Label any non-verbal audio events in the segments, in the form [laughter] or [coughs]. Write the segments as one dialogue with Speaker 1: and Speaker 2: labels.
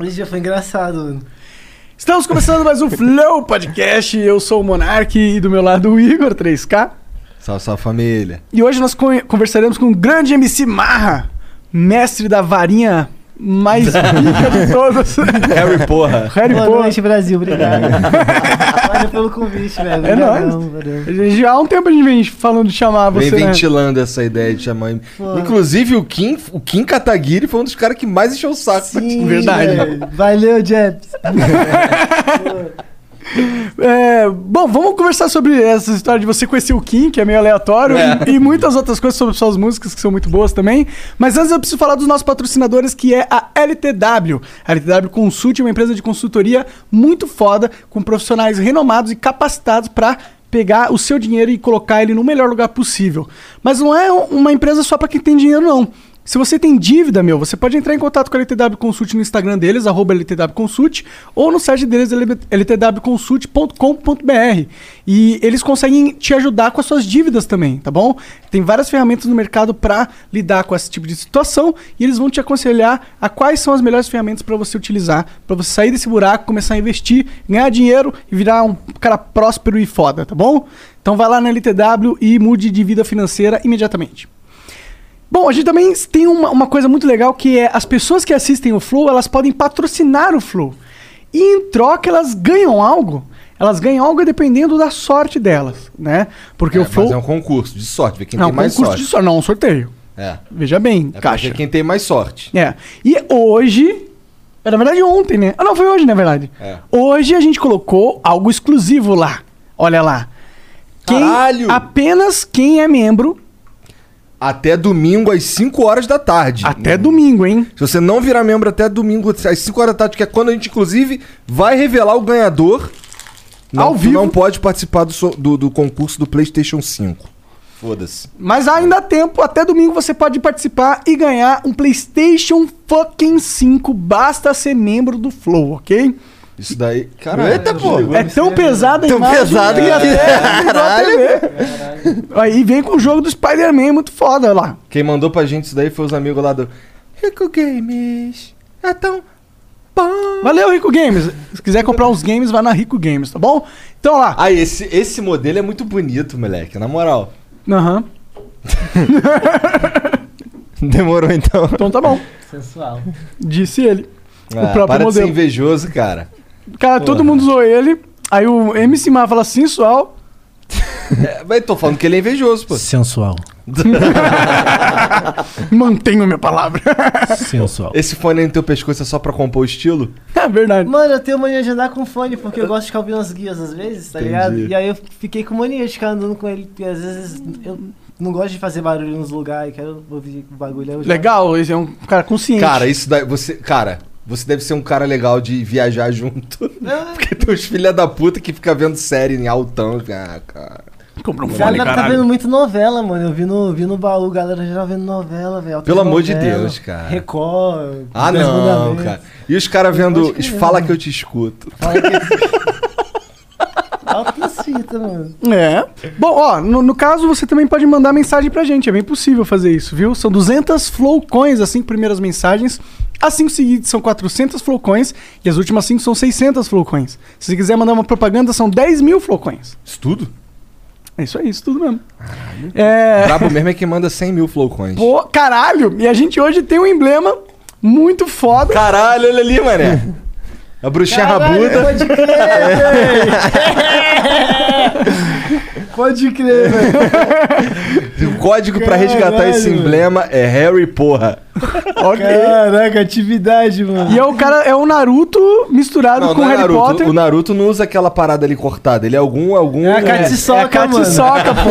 Speaker 1: Esse dia foi engraçado, mano.
Speaker 2: Estamos começando mais um Flow Podcast. Eu sou o Monark e do meu lado o Igor 3K.
Speaker 3: Salve, salve família.
Speaker 2: E hoje nós con- conversaremos com o grande MC Marra, mestre da varinha mais rica de todos.
Speaker 3: [laughs] Harry porra.
Speaker 2: Harry
Speaker 1: Boa
Speaker 2: Potter.
Speaker 1: noite, Brasil. Obrigado. [laughs] Valeu pelo convite, velho.
Speaker 2: É
Speaker 1: Obrigadão,
Speaker 2: nóis.
Speaker 1: valeu.
Speaker 2: Já há um tempo a gente vem falando de chamar
Speaker 3: Vem
Speaker 2: você. né?
Speaker 3: ventilando essa ideia de chamar.
Speaker 1: Pô.
Speaker 3: Inclusive, o Kim, o Kim Kataguiri foi um dos caras que mais encheu o saco. [laughs] É,
Speaker 1: Sim,
Speaker 2: Verdade.
Speaker 1: velho. Valeu, Jeps.
Speaker 2: É, bom, vamos conversar sobre essa história de você conhecer o Kim, que é meio aleatório, e, e muitas outras coisas sobre suas músicas que são muito boas também. Mas antes eu preciso falar dos nossos patrocinadores, que é a LTW. A LTW Consult é uma empresa de consultoria muito foda, com profissionais renomados e capacitados para pegar o seu dinheiro e colocar ele no melhor lugar possível. Mas não é uma empresa só para quem tem dinheiro, não. Se você tem dívida, meu, você pode entrar em contato com a LTW Consult no Instagram deles, arroba LTW Consult, ou no site deles, ltwconsult.com.br. E eles conseguem te ajudar com as suas dívidas também, tá bom? Tem várias ferramentas no mercado para lidar com esse tipo de situação e eles vão te aconselhar a quais são as melhores ferramentas para você utilizar, para você sair desse buraco, começar a investir, ganhar dinheiro e virar um cara próspero e foda, tá bom? Então vai lá na LTW e mude de vida financeira imediatamente. Bom, a gente também tem uma, uma coisa muito legal que é as pessoas que assistem o Flow, elas podem patrocinar o Flow. E em troca elas ganham algo. Elas ganham algo dependendo da sorte delas, né? Porque
Speaker 3: É,
Speaker 2: o Flow
Speaker 3: Mas é um concurso de sorte, ver quem
Speaker 2: não,
Speaker 3: tem mais
Speaker 2: concurso
Speaker 3: sorte.
Speaker 2: de sorte, não, um sorteio.
Speaker 3: É.
Speaker 2: Veja bem,
Speaker 3: É pra
Speaker 2: caixa.
Speaker 3: ver quem tem mais sorte.
Speaker 2: É. E hoje. Na verdade, ontem, né? Ah, não, foi hoje, na verdade.
Speaker 3: É.
Speaker 2: Hoje a gente colocou algo exclusivo lá. Olha lá. Quem,
Speaker 3: Caralho!
Speaker 2: Apenas quem é membro
Speaker 3: Até domingo às 5 horas da tarde.
Speaker 2: até domingo, hein?
Speaker 3: Se você não virar membro até domingo às 5 horas da tarde, que é quando a gente, inclusive, vai revelar o ganhador. Não,
Speaker 2: Ao
Speaker 3: tu
Speaker 2: vivo.
Speaker 3: não pode participar do, so- do- do concurso do PlayStation 5. Foda-se.
Speaker 2: Mas ainda há tempo, até domingo você pode participar e ganhar um PlayStation fucking 5. Basta ser membro do Flow, ok?
Speaker 3: Isso daí. Caralho. Eita, pô.
Speaker 2: É tão pesada a
Speaker 3: Tão
Speaker 2: imagem
Speaker 3: pesado
Speaker 2: que
Speaker 3: que- é.
Speaker 2: até ligou a TV. Aí vem com o jogo do Spider-Man, é muito foda olha lá.
Speaker 3: Quem mandou pra gente isso daí foi os amigos lá do Rico Games. É tão bom.
Speaker 2: Valeu, Rico Games. Se quiser comprar uns games, vai na Rico Games, tá bom? Então lá.
Speaker 3: Ah, esse, esse modelo é muito bonito, moleque, na moral.
Speaker 2: Aham.
Speaker 3: Demorou então.
Speaker 2: Então tá bom.
Speaker 1: Sensual.
Speaker 2: Disse ele.
Speaker 3: Ah,
Speaker 2: próprio
Speaker 3: para de
Speaker 2: modelo.
Speaker 3: ser invejoso, cara.
Speaker 2: Cara, todo mundo zoou ele. Aí o MC Mar fala sensual.
Speaker 3: É, mas tô falando que ele é invejoso, pô.
Speaker 4: Sensual.
Speaker 2: Mantenho minha palavra. [laughs]
Speaker 4: Sensual.
Speaker 3: Esse fone aí no teu pescoço é só pra compor o estilo?
Speaker 2: é verdade.
Speaker 1: Mano, eu tenho mania de andar com fone, porque eu gosto de ficar ouvindo as guias às vezes, tá
Speaker 3: Entendi.
Speaker 1: ligado? E aí eu fiquei com mania de ficar andando com ele, porque às vezes eu não gosto de fazer barulho nos lugares, quero ouvir bagulho. aí eu já-
Speaker 2: Legal, esse é um cara consciente.
Speaker 3: Cara, isso daí. Você, cara, você deve ser um cara legal de viajar junto. Porque tem uns filha da puta que fica vendo série em altão. Ah, cara.
Speaker 2: comprou um
Speaker 1: Cara,
Speaker 2: fone,
Speaker 1: dá pra tá
Speaker 2: caralho.
Speaker 1: vendo muito novela, mano. Eu vi no, vi no baú, galera já vendo novela, velho.
Speaker 3: Pelo amor de
Speaker 1: Telenovela,
Speaker 3: Deus, cara.
Speaker 1: Record.
Speaker 3: Ah,
Speaker 1: Dez
Speaker 3: não,
Speaker 1: Mandamentos.
Speaker 3: cara. E os caras vendo.
Speaker 1: Pode crer.
Speaker 3: Fala que eu te escuto.
Speaker 1: Fala que- [laughs] Altas fitas, mano.
Speaker 2: É. Bom, ó, no, no caso você também pode mandar mensagem pra gente. É bem possível fazer isso, viu? São 200 flowcoins as cinco primeiras mensagens. As cinco seguintes são 400 flowcoins. E as últimas cinco são 600 flowcoins. Se você quiser mandar uma propaganda, são 10 mil flowcoins.
Speaker 3: Isso tudo?
Speaker 2: É isso aí, isso tudo mesmo. É.
Speaker 3: Brabo mesmo é quem manda 100 mil flowcoins.
Speaker 2: Pô, caralho! E a gente hoje tem um emblema muito foda.
Speaker 3: Caralho, olha ali, mané. A bruxinha
Speaker 1: Caralho,
Speaker 3: rabuda.
Speaker 1: Pode
Speaker 3: [laughs]
Speaker 1: crer, velho. Pode crer, velho.
Speaker 3: O o código pra resgatar
Speaker 1: Caralho.
Speaker 3: esse emblema é Harry Porra.
Speaker 1: Caraca, atividade, mano.
Speaker 2: E é o cara, é o Naruto misturado
Speaker 3: Não,
Speaker 2: com
Speaker 3: não é
Speaker 2: Harry
Speaker 3: Naruto.
Speaker 2: Potter.
Speaker 3: O Naruto não usa aquela parada ali cortada. Ele é algum, algum.
Speaker 1: É a
Speaker 2: É
Speaker 1: Katsusoka,
Speaker 2: a
Speaker 1: mano.
Speaker 2: Katsusoka, pô.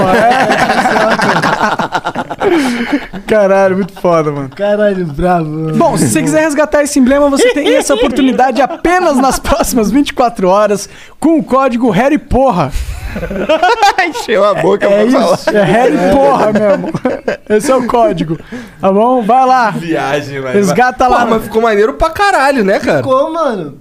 Speaker 2: É. [laughs] Caralho, muito foda, mano.
Speaker 1: Caralho, bravo. mano.
Speaker 2: Bom, se você quiser resgatar esse emblema, você tem essa oportunidade apenas nas próximas 24 horas com o código Harry Porra.
Speaker 3: Encheu a boca
Speaker 2: É
Speaker 3: pra falar.
Speaker 2: isso, é Harry Porra mesmo. Esse é o código, tá bom? Vai lá,
Speaker 3: Viagem, velho.
Speaker 2: resgata
Speaker 3: Pô,
Speaker 2: lá.
Speaker 3: mas ficou maneiro pra caralho, né, cara? Ficou,
Speaker 1: Ficou, mano.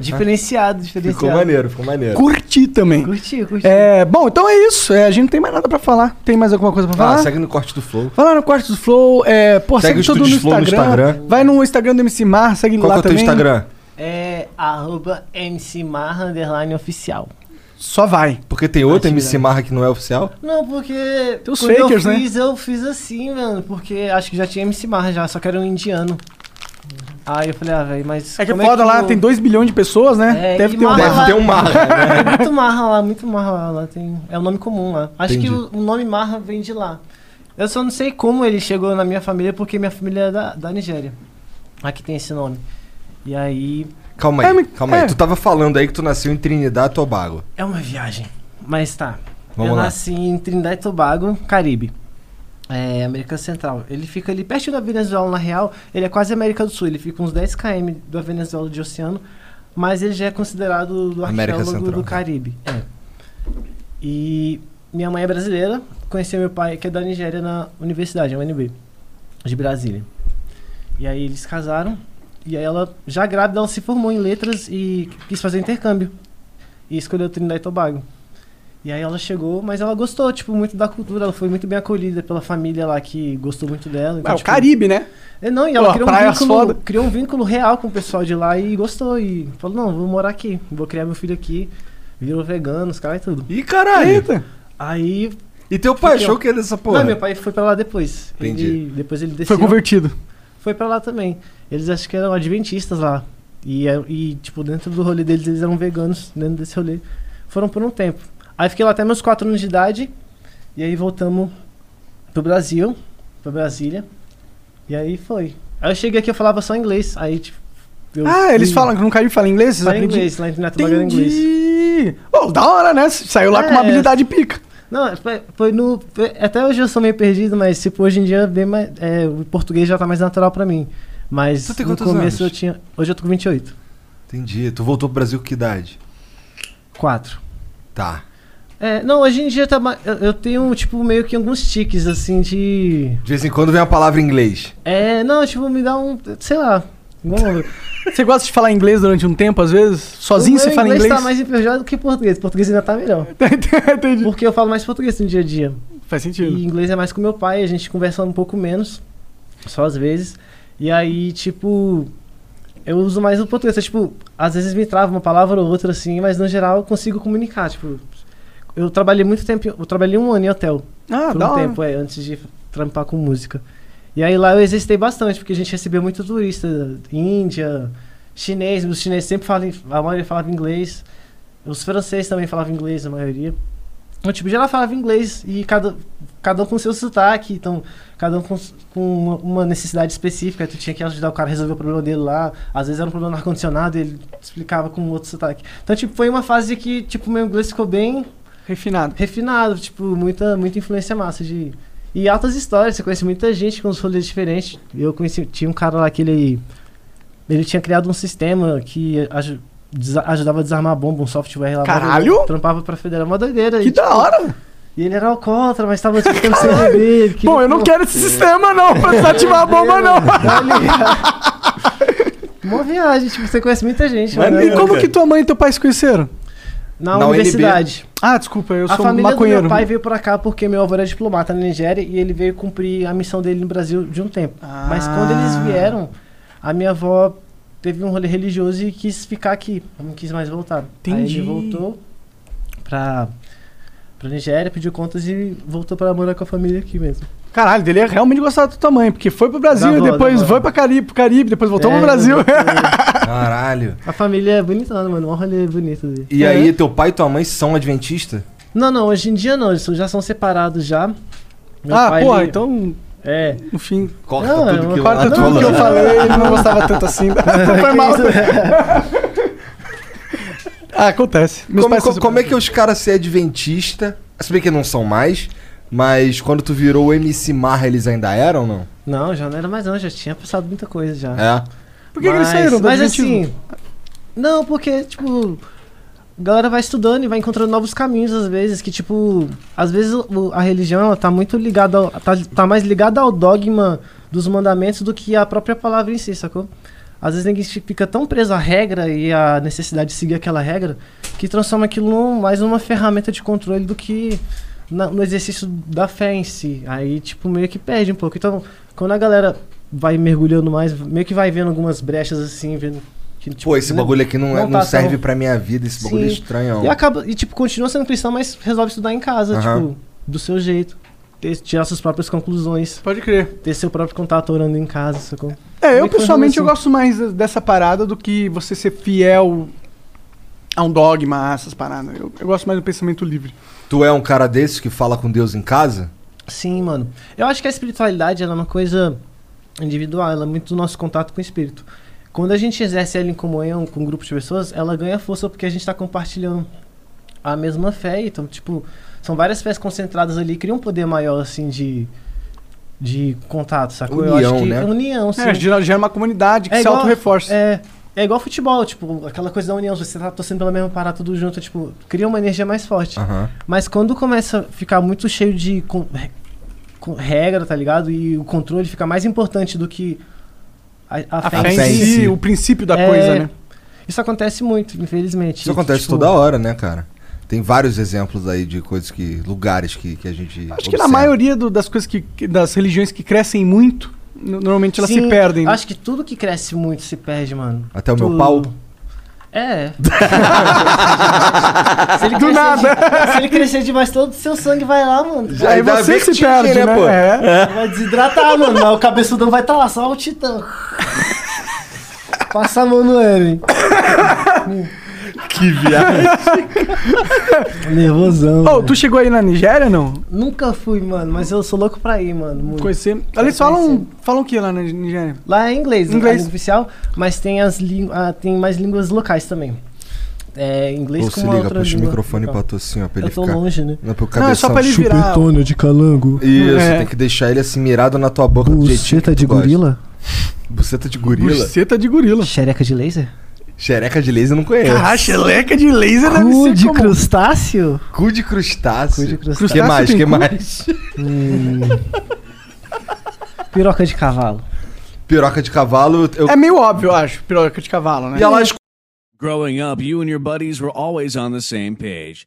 Speaker 1: Diferenciado, diferenciado.
Speaker 3: maneiro, ficou maneiro.
Speaker 2: Curti também.
Speaker 1: Curti, curti.
Speaker 2: É, bom, então é isso. É, a gente não tem mais nada pra falar. Tem mais alguma coisa pra
Speaker 3: Ah,
Speaker 2: falar?
Speaker 3: segue no corte do flow.
Speaker 2: Vai lá no Quartos do Flow, é, pô, segue,
Speaker 3: Segue o
Speaker 2: todo mundo no
Speaker 3: Estúdios Flow
Speaker 2: Instagram,
Speaker 3: no Instagram.
Speaker 2: Vai no Instagram do MC Mar, segue
Speaker 3: Qual
Speaker 2: lá
Speaker 3: que é o teu
Speaker 2: também.
Speaker 3: Instagram?
Speaker 1: É arroba MCMarra underline oficial.
Speaker 2: Só vai.
Speaker 3: Porque tem outro MC
Speaker 2: né?
Speaker 3: Marra que não é oficial?
Speaker 1: Não, porque.
Speaker 2: Tem os
Speaker 1: quando
Speaker 2: fakers, né?
Speaker 1: eu fiz, eu fiz assim, mano. Porque acho que já tinha MC Marra já, só que era um indiano. Aí eu falei, ah, velho, mas.
Speaker 2: É que
Speaker 1: como
Speaker 2: foda lá,
Speaker 1: eu-
Speaker 2: tem 2 bilhões de pessoas, né?
Speaker 1: É,
Speaker 2: Deve
Speaker 1: e
Speaker 2: ter um.
Speaker 1: Marra
Speaker 3: Deve
Speaker 1: lá-
Speaker 3: ter um Marra, né?
Speaker 1: É [laughs] muito marra lá, muito marra lá. lá tem, é o nome comum lá. Acho
Speaker 3: Entendi.
Speaker 1: que o, o nome marra vem de lá. Eu só não sei como ele chegou na minha família, porque minha família é da, da Nigéria. Aqui tem esse nome. E aí.
Speaker 3: Calma aí,
Speaker 2: É, me-
Speaker 3: calma aí.
Speaker 2: é.
Speaker 3: Tu tava falando aí que tu nasceu em Trinidad e Tobago.
Speaker 1: É uma viagem. Mas tá.
Speaker 3: Vamos
Speaker 1: eu
Speaker 3: lá.
Speaker 1: nasci em Trinidad e Tobago, Caribe. É, América Central. Ele fica ali pertinho da Venezuela, na real. Ele é quase América do Sul. Ele fica uns 10 km da Venezuela de oceano. Mas ele já é considerado do
Speaker 3: América
Speaker 1: arquipélago
Speaker 3: Central,
Speaker 1: do
Speaker 3: né?
Speaker 1: Caribe. É. E minha mãe é brasileira. Conheci meu pai, que é da Nigéria, na universidade, UNB, de Brasília. E aí eles casaram. E aí ela, já grávida, ela se formou em letras e quis fazer intercâmbio. E escolheu Trinidad e Tobago. E aí ela chegou, mas ela gostou, tipo, muito da cultura. Ela foi muito bem acolhida pela família lá, que gostou muito dela.
Speaker 2: É
Speaker 1: então,
Speaker 2: o
Speaker 1: tipo,
Speaker 2: Caribe, né?
Speaker 1: é, Não, e
Speaker 2: Pô,
Speaker 1: ela
Speaker 2: a
Speaker 1: criou,
Speaker 2: praia
Speaker 1: um
Speaker 2: é foda.
Speaker 1: vínculo, criou um vínculo real com o pessoal de lá e gostou. E falou, não, vou morar aqui, vou criar meu filho aqui. Virou vegano, os caras e tudo.
Speaker 3: Ih, caralho.
Speaker 2: Eita.
Speaker 1: Aí.
Speaker 3: E teu pai
Speaker 1: Fiquei,
Speaker 3: achou
Speaker 1: ó.
Speaker 3: que ele é essa
Speaker 1: Não, meu
Speaker 3: porra?
Speaker 1: pai foi pra lá depois.
Speaker 3: Entendi.
Speaker 1: Ele- depois ele desceu.
Speaker 2: Foi convertido.
Speaker 1: foi pra lá também. Eles acho que eram adventistas lá. E, é- e, tipo, dentro do rolê deles, eles eram veganos, dentro desse rolê. Foram por um tempo. Aí fiquei lá até meus 4 anos de idade. E aí voltamos pro Brasil, pra Brasília. E aí foi. Aí eu cheguei aqui, eu falava só inglês. Aí, tipo. eu-
Speaker 2: Ah, eles falam que no Caribe fala inglês? Vocês
Speaker 1: Fala
Speaker 2: aprendem?
Speaker 1: inglês, lá em Trinidad e Tobago era inglês.
Speaker 2: Entendi. Ô, da hora, né? Saiu lá com uma
Speaker 1: É.
Speaker 2: habilidade pica.
Speaker 1: Não, foi- foi no. foi- Até hoje eu sou meio perdido, mas tipo, hoje em dia é bem mais, é, o português já tá mais natural pra mim. Mas
Speaker 3: Tu tem
Speaker 1: no
Speaker 3: quantos
Speaker 1: começo eu
Speaker 3: anos?
Speaker 1: tinha. Hoje eu tô com 28.
Speaker 3: Entendi. Tu voltou pro Brasil com que idade?
Speaker 1: 4.
Speaker 3: Tá.
Speaker 1: É, não, hoje em dia tá, ma- eu, eu tenho, tipo, meio que alguns tiques, assim, de.
Speaker 3: De vez em quando vem uma palavra
Speaker 1: [laughs]
Speaker 3: em inglês.
Speaker 1: É, não, tipo, me dá um. Sei lá. Bom,
Speaker 2: Você gosta de falar inglês durante um tempo, às vezes? Sozinho
Speaker 1: o
Speaker 2: você
Speaker 1: meu
Speaker 2: fala inglês?
Speaker 1: tá mais enferrujado do que português. Português ainda tá melhor.
Speaker 2: [laughs] Entendi.
Speaker 1: Porque eu falo mais português no dia a dia.
Speaker 2: Faz sentido.
Speaker 1: E inglês é mais com meu pai, a gente conversa um pouco menos, só às vezes. E aí, tipo, eu uso mais o português. Eu, tipo, às vezes me trava uma palavra ou outra assim, mas no geral eu consigo comunicar. Tipo, eu trabalhei muito tempo, eu trabalhei um ano em hotel
Speaker 2: Ah,
Speaker 1: por
Speaker 2: da
Speaker 1: um
Speaker 2: hora.
Speaker 1: tempo, é, antes de trampar com música. E aí lá eu exercitei bastante, porque a gente recebeu muito turista, Índia, chinês, os chineses sempre falam, a maioria falava inglês, os franceses também falavam inglês, a maioria. Então, tipo, geral falava inglês e cada, cada um com seu sotaque, então, cada um com, s- com uma, uma necessidade específica, tu tinha que ajudar o cara a resolver o problema dele lá, às vezes era um problema no ar-condicionado e ele explicava com outro sotaque. Então, tipo, foi uma fase que, tipo, meu inglês ficou bem
Speaker 2: Refinado.
Speaker 1: refinado, tipo, muita, muita influência massa de. E altas histórias, você conhece muita gente com uns rolês diferentes. Eu conheci, tinha um cara lá que ele. Ele tinha criado um sistema que aju- desa- ajudava a desarmar a bomba, um software lá.
Speaker 2: Caralho!
Speaker 1: Ele trampava pra federal, uma doideira.
Speaker 2: Que
Speaker 1: e,
Speaker 2: da hora.
Speaker 1: e ele era alcoólatra, mas tava tipo, escutando CBD. ele queria-
Speaker 2: Bom, eu não quero esse sistema, não, pra desativar a bomba, não.
Speaker 1: Uma viagem, tipo, você conhece muita gente.
Speaker 3: Mas
Speaker 1: né?
Speaker 2: E como
Speaker 3: cara.
Speaker 2: que tua mãe e teu pai se conheceram?
Speaker 1: Na,
Speaker 3: Na UNB.
Speaker 1: universidade.
Speaker 2: Ah, desculpa, eu
Speaker 1: A
Speaker 2: sou um
Speaker 1: família do
Speaker 2: maconheiro.
Speaker 1: meu pai veio pra cá porque meu avô era diplomata na Nigéria e ele veio cumprir a missão dele no Brasil de um tempo.
Speaker 2: Ah.
Speaker 1: Mas quando eles vieram, a minha avó teve um rolê religioso e quis ficar aqui, não quis mais voltar. Aí
Speaker 2: Entendi.
Speaker 1: ele voltou pra, pra Nigéria, pediu contas e voltou pra morar com a família aqui mesmo.
Speaker 2: Caralho, dele é realmente gostar do tamanho, porque foi pro Brasil,
Speaker 1: Da
Speaker 2: e
Speaker 1: boa,
Speaker 2: depois
Speaker 1: da boa.
Speaker 2: foi pra Caribe, pro Caribe, depois voltou
Speaker 1: É,
Speaker 2: pro Brasil. [laughs] Ah,
Speaker 3: Caralho.
Speaker 1: A família é bonitona, mano, um rolê bonito ali.
Speaker 3: E
Speaker 2: É.
Speaker 3: aí, teu pai e tua mãe são adventistas?
Speaker 1: Não, não, hoje em dia não, eles já são separados já. Meu
Speaker 2: Ah,
Speaker 1: pai,
Speaker 2: porra,
Speaker 1: ele-
Speaker 2: então,
Speaker 1: É.
Speaker 2: no fim.
Speaker 3: Corta
Speaker 1: Não,
Speaker 3: tudo que eu,
Speaker 2: Corta
Speaker 3: ah,
Speaker 2: tudo que eu
Speaker 3: falando.
Speaker 2: falei, ele não gostava tanto
Speaker 1: [laughs]
Speaker 2: assim. [laughs]
Speaker 1: É,
Speaker 2: Foi mal. Ah, acontece. Meus
Speaker 3: Como,
Speaker 2: pais são
Speaker 3: como- como é
Speaker 2: super-
Speaker 3: que os caras se adventista? Se bem que não são mais, mas quando tu virou o MC Marra, eles ainda eram, não?
Speaker 1: Não, já não era mais não, já tinha passado muita coisa já.
Speaker 3: É.
Speaker 2: Por que, que eles
Speaker 1: Mas-
Speaker 2: saíram do
Speaker 1: Mas
Speaker 2: Adventismo?
Speaker 1: assim. Não, porque, tipo. A galera vai estudando e vai encontrando novos caminhos, às vezes, que, tipo. Às vezes o- a religião ela tá muito ligada. Ao, tá, tá mais ligada ao dogma dos mandamentos do que à própria palavra em si, sacou? Às vezes ninguém fica tão preso à regra e à necessidade de seguir aquela regra que transforma aquilo num- mais numa ferramenta de controle do que na- no exercício da fé em si. Aí, tipo, meio que perde um pouco. Então, quando a galera vai mergulhando mais, meio que vai vendo algumas brechas assim, vendo que, tipo,
Speaker 3: Pô, esse
Speaker 1: né?
Speaker 3: bagulho aqui não, é-
Speaker 1: Não
Speaker 3: não
Speaker 1: tá
Speaker 3: serve
Speaker 1: tão-
Speaker 3: pra minha vida, esse bagulho é
Speaker 1: Sim.
Speaker 3: estranho.
Speaker 1: E acaba, e tipo, continua sendo cristão, mas resolve estudar em casa,
Speaker 3: Aham.
Speaker 1: tipo, do seu jeito. Ter- tirar suas próprias conclusões,
Speaker 2: Pode crer.
Speaker 1: ter seu próprio contato orando em casa, sacou?
Speaker 2: É, eu
Speaker 1: Meio que
Speaker 2: pessoalmente eu
Speaker 1: funciona
Speaker 2: gosto mais dessa parada do que você ser fiel a um dogma, essas paradas. Eu, eu gosto mais do pensamento livre.
Speaker 3: Tu é um cara desses que fala com Deus em casa?
Speaker 1: Sim, mano. Eu acho que a espiritualidade ela é uma coisa individual, ela é muito do nosso contato com o espírito. Quando a gente exerce ela em comunhão com um grupo de pessoas, ela ganha força porque a gente está compartilhando a mesma fé. Então, tipo, são várias fés concentradas ali, cria um poder maior, assim, de, de contato, sacou? eu
Speaker 3: União,
Speaker 1: acho que
Speaker 3: né?
Speaker 1: é união, sim.
Speaker 2: É, gera, gera uma comunidade que
Speaker 1: É
Speaker 2: se
Speaker 1: igual-
Speaker 2: auto-reforça.
Speaker 1: É, é igual futebol, tipo, aquela coisa da união, você tá torcendo pela mesma parada tudo junto, tipo, cria uma energia mais forte.
Speaker 3: Aham.
Speaker 1: Mas quando começa a ficar muito cheio de con- re- con- regra, tá ligado? E o controle fica mais importante do que a, a
Speaker 2: A
Speaker 1: fé
Speaker 2: fé em
Speaker 3: fé em
Speaker 2: si,
Speaker 3: si.
Speaker 2: o princípio da
Speaker 1: É,
Speaker 2: coisa, né?
Speaker 1: Isso acontece muito, infelizmente.
Speaker 3: Isso acontece
Speaker 1: Tipo,
Speaker 3: toda hora, né, cara? Tem vários exemplos aí de coisas que. lugares que, que a gente.
Speaker 2: Acho que na
Speaker 3: observa.
Speaker 2: maioria do- das coisas que, que- das religiões que crescem muito, no- normalmente elas
Speaker 1: sim,
Speaker 2: se perdem. né?
Speaker 1: Acho que tudo que cresce muito se perde, mano.
Speaker 3: Até o meu
Speaker 1: Tudo.
Speaker 3: pau.
Speaker 1: É.
Speaker 2: [laughs]
Speaker 1: se ele crescer de- se ele crescer demais, todo o seu sangue vai lá, mano.
Speaker 3: Já-
Speaker 2: Aí
Speaker 3: dá
Speaker 2: você se
Speaker 3: vertigem,
Speaker 2: perde, né,
Speaker 3: né, pô?
Speaker 2: É.
Speaker 1: Vai desidratar, mano. Mas o cabeçudão vai estar lá, só o titã. Passa a mão no Eren.
Speaker 3: Que viagem.
Speaker 1: Nervosão.
Speaker 2: Ô, tu chegou aí na Nigéria, não?
Speaker 1: Nunca fui, mano, mas eu sou louco pra ir, mano. muito.
Speaker 2: Conhecer. Eles falam, falam o que lá na Nigéria?
Speaker 1: Lá é inglês, né,
Speaker 2: Inglês.
Speaker 1: a língua oficial, mas tem, as lí- ah, tem mais línguas locais também. É inglês
Speaker 3: Ou
Speaker 1: com
Speaker 3: se
Speaker 1: uma
Speaker 3: liga,
Speaker 1: outra
Speaker 3: puxa o
Speaker 1: língua
Speaker 3: microfone
Speaker 1: local.
Speaker 3: pra tu assim, ó, pra ele
Speaker 1: Eu tô
Speaker 3: ficar.
Speaker 1: longe, né?
Speaker 3: Não, pro
Speaker 2: Não, é só
Speaker 3: cabeção.
Speaker 2: pra ele virar.
Speaker 1: de calango.
Speaker 3: Isso,
Speaker 2: É.
Speaker 3: tem que deixar ele assim mirado na tua boca do jeitinho que tu gosta. Buceta de gorila?
Speaker 2: Buceta de gorila.
Speaker 1: Xereca de laser?
Speaker 3: Xereca de laser eu não conheço.
Speaker 2: Ah, cheleca de laser deve
Speaker 1: Cu
Speaker 2: ser
Speaker 1: de
Speaker 2: comum.
Speaker 1: crustáceo?
Speaker 3: Cu de crustáceo.
Speaker 1: Cu de crustáceo.
Speaker 3: Que
Speaker 2: Crustáceo
Speaker 3: mais,
Speaker 2: tem
Speaker 3: que
Speaker 2: cu?
Speaker 3: mais?
Speaker 1: Hum. Piroca de cavalo.
Speaker 3: Piroca de cavalo, eu...
Speaker 2: É meio óbvio, eu acho, piroca de cavalo, né?
Speaker 3: E ela escuta
Speaker 4: Growing up, you and your buddies were always on the same page.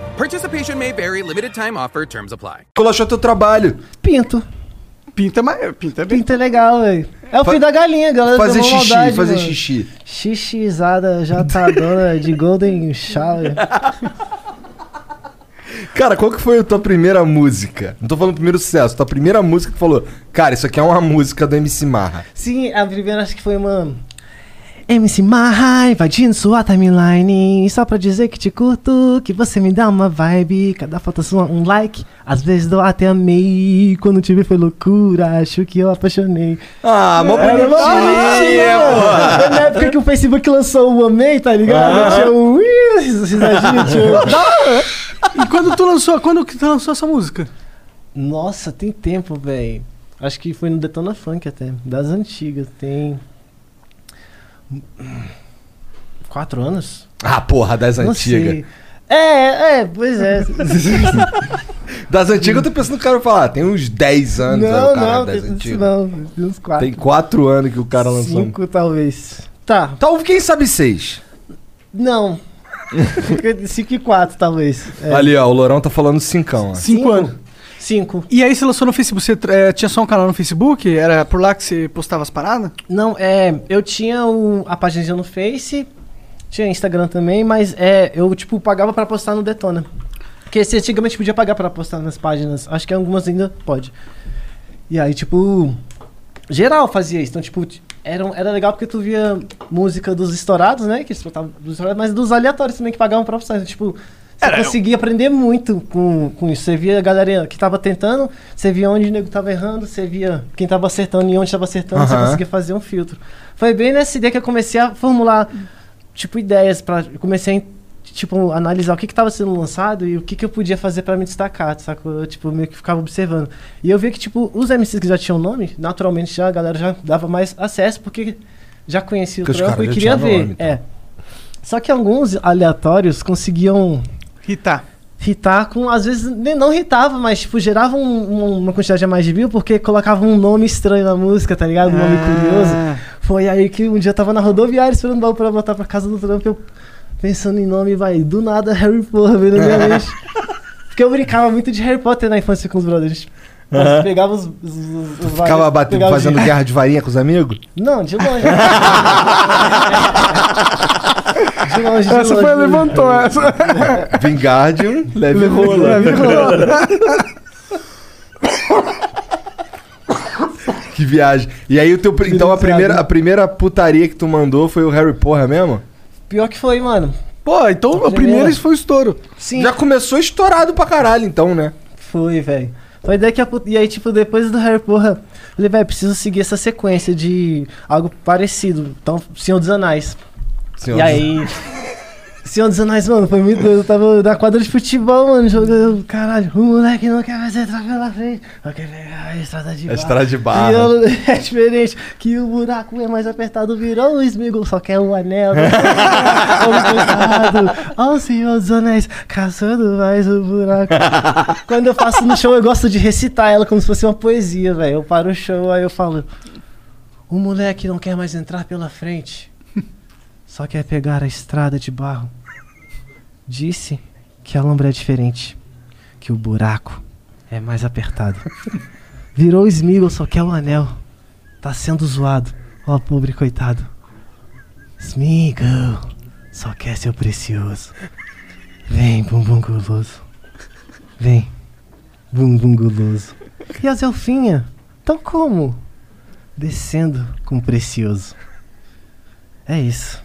Speaker 5: Participation may vary, limited time offer, terms apply.
Speaker 3: quando achou teu trabalho.
Speaker 1: Pinto.
Speaker 2: Pinta, mas pinta bem.
Speaker 1: Pinto é legal, velho. É o
Speaker 3: Fa-
Speaker 1: fim da galinha, galera.
Speaker 3: Fazer
Speaker 1: deu uma
Speaker 3: xixi,
Speaker 1: maldade,
Speaker 3: fazer
Speaker 1: mano.
Speaker 3: xixi.
Speaker 1: Xixizada já tá dona de Golden
Speaker 3: [laughs]
Speaker 1: Shower.
Speaker 3: Cara, qual que foi a tua primeira música? Não tô falando primeiro sucesso, tua primeira música que tu falou, cara, isso aqui é uma música do MC Marra.
Speaker 1: Sim, a primeira acho que foi uma. MC Mahai, invadindo sua timeline. Só pra dizer que te curto, que você me dá uma vibe. Cada foto sua, um like. Às vezes dou até amei. Quando te vi foi loucura, acho que eu apaixonei. É,
Speaker 3: Ah, mó
Speaker 1: Era uma
Speaker 3: bonitinha,
Speaker 1: bonitinha,
Speaker 3: porra.
Speaker 1: Foi na época que o Facebook lançou o Amei, tá ligado? Tinha um. "Ih", risadinha, tinha um
Speaker 2: E quando tu lançou, quando que tu lançou essa música?
Speaker 1: um- Nossa, tem tempo, velho. Acho que foi no Detona Funk até. Das antigas. Tem. Quatro anos?
Speaker 3: Ah, porra, das
Speaker 1: Não
Speaker 3: antigas.
Speaker 1: sei. É, é, pois
Speaker 3: [laughs]
Speaker 1: é.
Speaker 3: Das antigas eu tô pensando que o cara vai falar, "Ah, tem uns 10 anos aí
Speaker 1: não,
Speaker 3: é o cara
Speaker 1: não,
Speaker 3: das
Speaker 1: tem-
Speaker 3: antigas.
Speaker 1: não, tem uns quatro.
Speaker 3: Tem 4 anos né? que o cara lançou.
Speaker 1: Cinco, talvez. Tá,
Speaker 3: Talvez quem sabe 6.
Speaker 1: não.
Speaker 3: [laughs]
Speaker 1: Fica cinco e quatro, talvez. É,
Speaker 3: Ali, ó, o Lourão tá falando 5 anos.
Speaker 2: Cinco,
Speaker 1: Cinco.
Speaker 2: anos.
Speaker 1: Cinco.
Speaker 2: E aí você lançou no Facebook? Você eh, tinha só um canal no Facebook? Era por lá que você postava as paradas?
Speaker 1: Não, é. Eu tinha o- a página no Face, tinha Instagram também, mas é, eu, tipo, pagava pra postar no Detona. Porque você antigamente podia pagar pra postar nas páginas. Acho que algumas ainda pode. E aí, tipo. Geral fazia isso. Então, tipo, t- era, um- era legal porque tu via música dos estourados, né? Que eles botavam dos estourados, mas dos aleatórios também que pagavam pra postar. Então, tipo. Você conseguia aprender muito com, com isso. Você via a galera que tava tentando, você via onde o nego tava errando, você via quem tava acertando e onde tava acertando, você
Speaker 3: Aham.
Speaker 1: conseguia fazer um filtro. Foi bem nessa ideia que eu comecei a formular, tipo, ideias para comecei a, tipo, analisar o que que tava sendo lançado e o que que eu podia fazer para me destacar, sacou? Eu, tipo, meio que ficava observando. E eu vi que, tipo, os MCs que já tinham nome, naturalmente já a galera já dava mais acesso, porque já conhecia o
Speaker 3: Porque os
Speaker 1: trampo
Speaker 3: caras
Speaker 1: e
Speaker 3: já
Speaker 1: queria
Speaker 3: tinham
Speaker 1: ver.
Speaker 3: nome, então.
Speaker 1: É. Só que alguns aleatórios conseguiam
Speaker 2: Rita.
Speaker 1: hitar com. Às vezes nem não hitava, mas tipo, gerava um- um- uma quantidade a mais de view porque colocava um nome estranho na música, tá ligado? Um nome
Speaker 3: Ah.
Speaker 1: curioso. Foi aí que um dia eu tava na rodoviária esperando o baú pra voltar pra casa do trampo. Eu pensando em nome, vai, do nada Harry Potter veio na
Speaker 3: [laughs]
Speaker 1: minha mente. Porque eu brincava muito de Harry Potter na infância com os brothers. Nós pegava os. os, os- os
Speaker 3: Ficava
Speaker 1: vários-
Speaker 3: batendo,
Speaker 1: pegava
Speaker 3: fazendo guerra de varinha com os
Speaker 1: [laughs]
Speaker 3: amigos?
Speaker 1: Não, de
Speaker 3: [laughs]
Speaker 1: longe. de longe, de
Speaker 2: Essa foi, é.
Speaker 1: longe.
Speaker 2: levantou essa.
Speaker 3: Vingardium, leve rola. [laughs] Que viagem. E aí o teu. pri- Então a primeira, a primeira putaria que tu mandou foi o Harry Porra mesmo?
Speaker 1: Pior que foi, mano.
Speaker 2: [laughs] Pô, então a primeira isso foi um estouro.
Speaker 1: Sim.
Speaker 3: Já começou estourado pra caralho, então, né?
Speaker 1: Foi, velho. Foi daqui a pouco. E aí, tipo, depois do Harry Porra, eu falei, velho, preciso seguir essa sequência de algo parecido. Então, Senhor dos Anais.
Speaker 3: Senhor
Speaker 1: e aí. Senhor dos Anéis, mano, foi muito doido. Eu tava na quadra de futebol, mano, jogando. Caralho, o moleque não quer fazer entrar pela frente. Não quer pegar a estrada de
Speaker 3: A
Speaker 1: barro.
Speaker 3: estrada de barro.
Speaker 1: E eu- [laughs] é diferente. Que o buraco é mais apertado, virou um esmigo, só quer o anel.
Speaker 3: [laughs]
Speaker 1: Olha o Senhor dos Anéis caçando mais o
Speaker 3: [laughs]
Speaker 1: buraco. Quando eu faço no show, eu gosto de recitar ela como se fosse uma poesia, velho. Eu paro o show, aí eu falo. O moleque não quer mais entrar pela frente. Só quer pegar a estrada de barro. Disse que a lombra é diferente. Que o buraco é mais apertado. Virou esmigo, só quer o anel. Tá sendo zoado. Ó, pobre coitado. Smigo, só quer seu precioso. Vem, bumbum guloso. Vem, bumbum guloso. E as elfinha? Tão como? Descendo com o precioso. É isso.